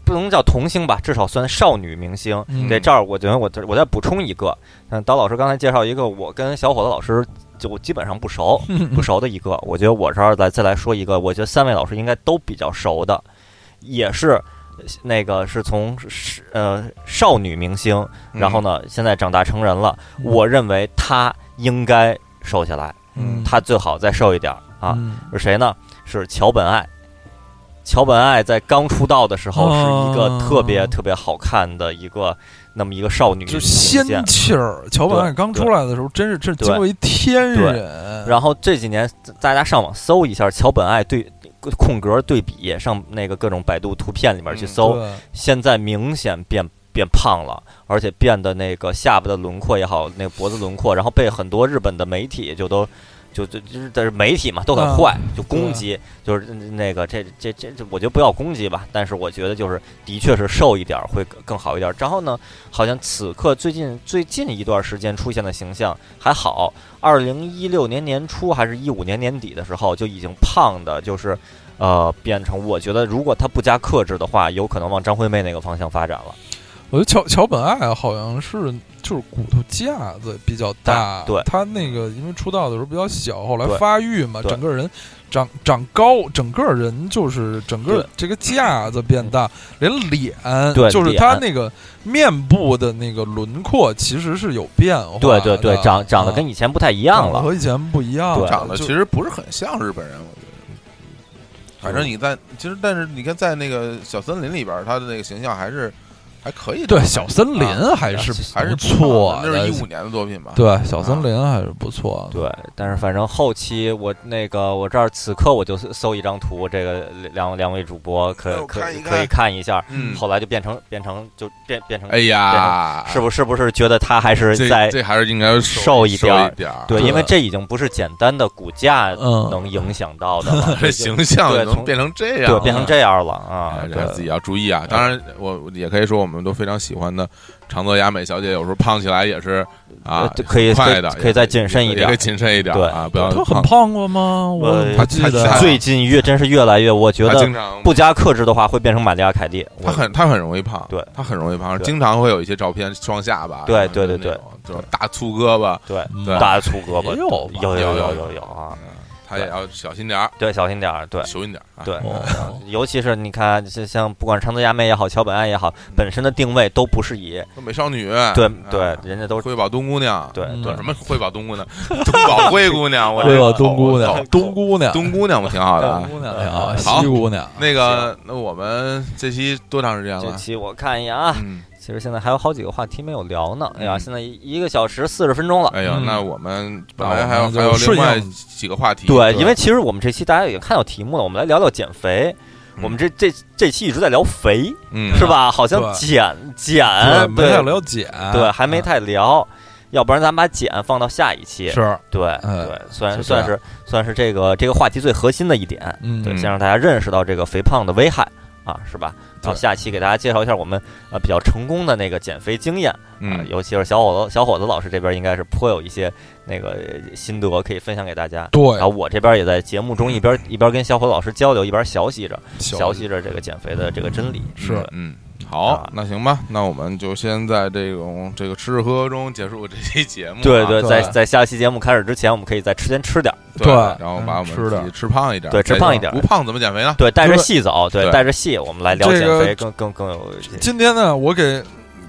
B: 不能叫童星吧，至少算少女明星。
C: 嗯
B: 对，这儿我觉得我这我再补充一个，嗯，刀老师刚才介绍一个，我跟小伙子老师就基本上不 熟，不熟的一个，我觉得我这儿来再来说一个，我觉得三位老师应该都比较熟的，也是呃那个是从是呃少女明星，
C: 嗯
A: 嗯
B: 然后呢现在长大成人了，我认为她应该瘦下来，
C: 嗯
B: 她最好再瘦一点儿啊，
C: 嗯
B: 是谁呢？是桥本爱。桥本爱在刚出道的时候是一个特别
C: 哦
B: 特别好看的一个那么一个少女
C: 就
B: 形
C: 仙
B: 象，
C: 气儿。乔本爱刚出来的时候，真是这是惊为天人。
B: 然后这几年大家上网搜一下桥本爱对空格对比，上那个各种百度图片里面去
A: 嗯
B: 搜，
C: 对
B: 现在明显变变胖了，而且变得那个下巴的轮廓也好，那个脖子轮廓，然后被很多日本的媒体就都就就就是但是媒体嘛都很
C: 嗯
B: 坏，就攻击，就是那个这这这这，我觉得不要攻击吧，但是我觉得就是的确是瘦一点儿会更更好一点儿。然后呢，好像此刻最近最近一段时间出现的形象还好，二零一六年年初还是一五年年底的时候就已经胖的，就是呃变成我觉得如果他不加克制的话，有可能往张惠妹那个方向发展了。
C: 我觉得桥桥本爱好像是就是骨头架子比较大，
B: 大对
C: 他那个因为出道的时候比较小，后来
B: 对
C: 发育嘛，
B: 对
C: 整个人长长高，整个人就是整个
B: 对
C: 这个架子变大，连脸
B: 对
C: 就是
B: 脸
C: 他那个面部的那个轮廓其实是有变化的，
B: 对对对，长长得
C: 啊
B: 跟以前不太一样
C: 长得
B: 了。
C: 和以前不一样了，
B: 对
A: 长得
C: 就
A: 其实不是很像日本人，我觉得。反正你在其实，但是你看在那个小森林里边儿，他的那个形象还是还可以的。
C: 对小森
B: 啊
C: 林还是
A: 还是啊不
C: 不错
A: 错的
C: 的，
A: 那是一五年的作品吧？
C: 对小森林还是不
A: 啊
C: 错的，
B: 对，但是反正后期我那个我这儿此刻我就搜搜一张图，这个两两位主播
A: 哎
B: 可
A: 我
B: 可
A: 看一看
B: 可以看一下，
A: 嗯
B: 后来就变成变成就变变成
A: 哎呀，
B: 是不是不是觉得他还是
A: 这
B: 在
A: 这还是应该
B: 瘦一
A: 一
B: 点儿
A: 点儿
B: 对，
C: 对
B: 因为这已经不是简单的骨架
C: 嗯
B: 能影响到的了，
A: 这形象
B: 对
A: 能
B: 从
A: 变成这样，
B: 对，变成这样了啊
A: 哎，，
B: 对
A: 这自己要注意啊！当然，我我也可以说，我们都非常喜欢的长泽雅美小姐，有时候胖起来也是啊
B: 呃，对可以
A: 快的，
B: 可以可以再谨慎一
A: 也
B: 点
A: 可以。谨慎一点
B: 对
A: 啊，不要
C: 他很
A: 胖。
C: 胖过吗？我
B: 呃
C: 不记
A: 他
C: 得
A: 他
B: 最近越真是越来越，我觉
A: 他
B: 得
A: 经常
B: 不加克制的话会变成玛利亚凯莉。
A: 他
B: 我
A: 很他很容易胖，
B: 对
A: 他很容易胖，
B: 对
A: 经常会有一些照片双下巴，
B: 对对对
A: 那种，这种大粗胳膊，
B: 对
A: 对
B: 大粗胳膊
C: 也有吧
B: 有有
A: 有
B: 有有有啊，
A: 他也要小心点儿，
B: 对，小心点儿，对。
A: 雄一点儿啊。
B: 对，
C: 哦
B: 尤其是你看，像像不管是长泽雅美也好，桥本爱也好，本身的定位都不是以
A: 美少女，
B: 对
A: 啊
B: 对，人家都
A: 惠宝东姑娘，
B: 对
C: 嗯
A: 对
B: 对
A: 什么惠宝东姑娘， 东宝灰姑娘，我
C: 对吧？
A: 这
C: 冬姑
A: 好
C: 娘，冬姑娘，
A: 东姑娘我挺好的啊
C: 冬。姑娘挺好，
A: 好
C: 西姑娘，
A: 那个，那我们这期多长时间
B: 这
A: 了？
B: 期我看一眼啊，
A: 嗯，
B: 其实现在还有好几个话题没有聊呢。哎呀，
A: 嗯
B: 现在一个小时四十分钟了。
A: 哎呦，
C: 嗯
A: 那我们本
C: 那我
A: 来
C: 们
A: 还有
C: 就
A: 还有
C: 顺
A: 另外
C: 应
A: 几个话题，
B: 对，因为其实我们这期大家已经看到题目了，我们来聊聊减肥。
A: 嗯
B: 我们这这这期一直在聊肥，
A: 嗯，
B: 是吧？好像
C: 对
B: 减减
C: 对，没太
B: 哎
C: 嗯
B: 对
C: 了解，
B: 对，还
C: 啊
B: 没太聊，要不然咱把减放到下一期。
C: 是，
B: 对
C: 嗯
B: 对，算
C: 是
B: 算
C: 这
B: 是算是这个这个话题最核心的一点。
C: 嗯，
B: 对，
A: 嗯
B: 先让大家认识到这个肥胖的危害啊，是吧？然后
C: 对
B: 下期给大家介绍一下我们呃比较成功的那个减肥经验啊、
A: 嗯，
B: 尤其是小伙子小伙子老师这边应该是颇有一些那个呃心得可以分享给大家。
C: 对
B: 然，后我这边也在节目中一边一边跟小伙子老师交流，一边学习着学
C: 消息
B: 习着这个减肥的这个真理。
C: 是
B: 对
A: 嗯，好
B: 啊，
A: 那行吧，那我们就先在这种这个吃吃喝喝中结束这期节目啊。
B: 对对，
C: 对
B: 在在下期节目开始之前，我们可以再吃先吃点儿，
A: 对
C: 对
A: 然后把我们
C: 嗯吃
A: 自
C: 点
A: 己吃胖一点，
B: 对吃胖一点
A: 不胖怎么减肥呢？
B: 对，带着
C: 对
B: 戏走，对，
A: 对
B: 带着戏，我们来聊
C: 这
B: 减
C: 个
B: 肥更更更有
C: 今天呢，我给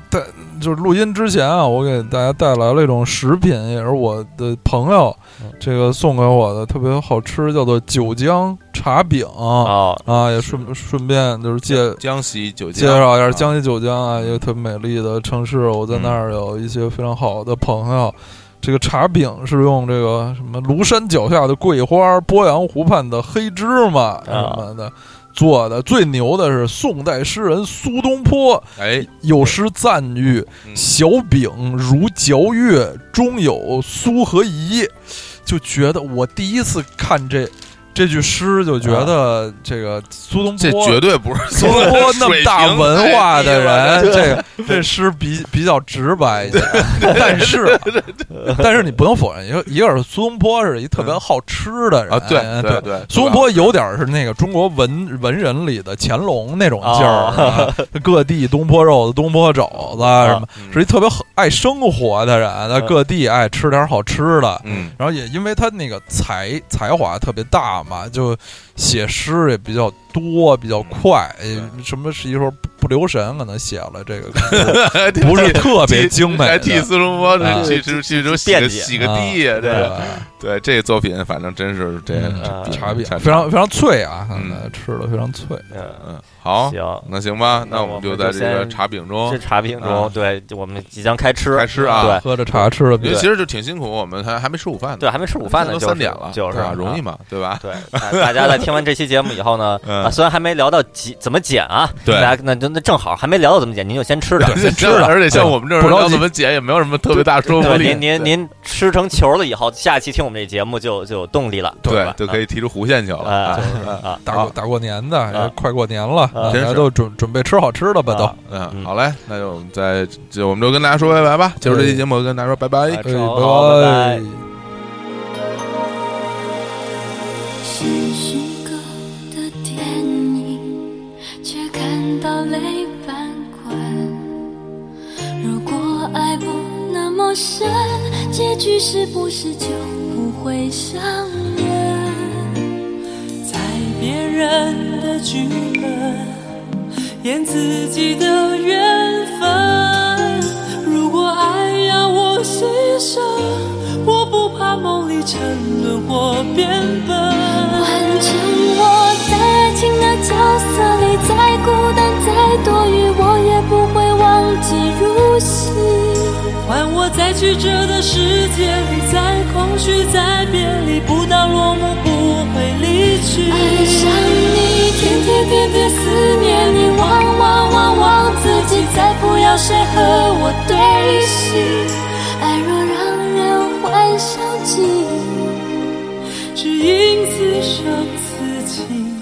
C: 带就是录音之前啊，我给大家带来了一种食品，也是我的朋友
B: 嗯
C: 这个送给我的，特别好吃，叫做九江茶饼
B: 哦，
C: 啊，也顺顺便就是介
A: 江西九
C: 介
A: 江
C: 绍一下
A: 啊嗯
C: 江西九江啊，一个特别美丽的城市。我在那儿有一些非常好的朋友。这个茶饼是用这个什么庐山脚下的桂花、鄱阳湖畔的黑芝麻什
A: 啊
C: 么的做的。最牛的是宋代诗人苏东坡
A: 哎，
C: 有诗赞誉
A: 嗯：“
C: 小饼如嚼月，中有苏和宜。”就觉得我第一次看这这句诗，就觉得这个苏东坡
A: 啊这绝对 不是
C: 苏东坡那么大文化的
A: 水平太
C: 人，
A: 低了
C: 哎这个这诗比比较直白一些， 但是啊但是你不能否认，一个一个是苏东坡是一特别好吃的人
A: 啊，对对。对，
C: 哎苏东坡有点是那个中国文文人里的乾隆那种劲儿、啊，各地东坡肉、东坡肘子啊什么，
A: 嗯
C: 是一特别好爱生活的人，
A: 啊
C: 在各地爱吃点好吃的。
A: 嗯
C: 然后也因为他那个才才华特别大嘛，就写诗也比较多，比较快，
A: 嗯
C: 呃什么是一时候不不留神可能写 了这个，
A: 不
C: 不是特别精美
A: 还
C: 的，
A: 替苏东坡
C: 啊
A: 去去去洗个
B: 辩解
A: 洗个地呀，
C: 对
A: 这
C: 吧？
A: 对这作品反正真是这
C: 嗯
B: 呃
C: 茶饼
A: 茶饼
C: 非常非常脆啊，
A: 嗯
C: 呃吃的非常脆。
B: 嗯，
A: 嗯好，
B: 行。
A: 那行吧，
B: 那
A: 那
B: 我
A: 们
B: 们
A: 就
B: 就
A: 在这个
B: 先
A: 茶饼中
B: 是茶饼
A: 啊
B: 中，对，我们即将开吃，
A: 开吃啊
B: 对，
C: 喝着茶吃着
A: 因
C: 饼
A: 为，其实就挺辛苦，我们还还没吃午饭呢。
B: 对，还没吃午饭呢，
A: 现在都
B: 就是
A: 三点了，
B: 就是
A: 对吧？容易
B: 啊。
A: 嘛，对 吧？
B: 对，大大家在听完这期节目以后呢，
A: 嗯
B: 啊，虽然还没聊到减怎么减啊，
A: 对
B: 大家那就那正好还没聊到怎么剪，您就先吃着。
C: 对知道
A: 而且 像我们这种
C: 不着急
A: 聊怎么解也没有什么特别大说服
B: 对，
A: 力。
B: 您您您吃成球了以后，下期听我们这节目就就有动力了，
A: 对
B: 吧？
A: 就可以提出弧线球了。
B: 啊
A: 啊
B: 啊，
C: 大过大过年的，也快过年了，大
A: 真
C: 家
A: 是
C: 都准准备吃好吃的吧都。
B: 啊
A: 嗯，
B: 嗯
A: 好嘞，那就我们再就我们就跟大家说拜拜吧。结束这期节目，跟大家说拜拜。
B: 哎
C: 哎
B: 吃好
C: 拜
B: 拜拜
E: 是虚构的电影，却看到泪翻滚。如果爱不那么深，结局是不是就不会伤人？
F: 在别人的剧本演自己的缘分。如果爱要我牺牲，我不怕梦里沉沦或变
E: 完
F: 笨。
E: 成我在情的角色里，再孤单再多余，我也不会忘记入戏。
F: 还我在曲折的世界里，在空虚，在别离，不到落幕不会离去。
E: 爱上你，天天天天思念你，忘忘忘忘自己，再不要谁和我对戏。爱若让人怀上记忆。
F: 只因此生此情。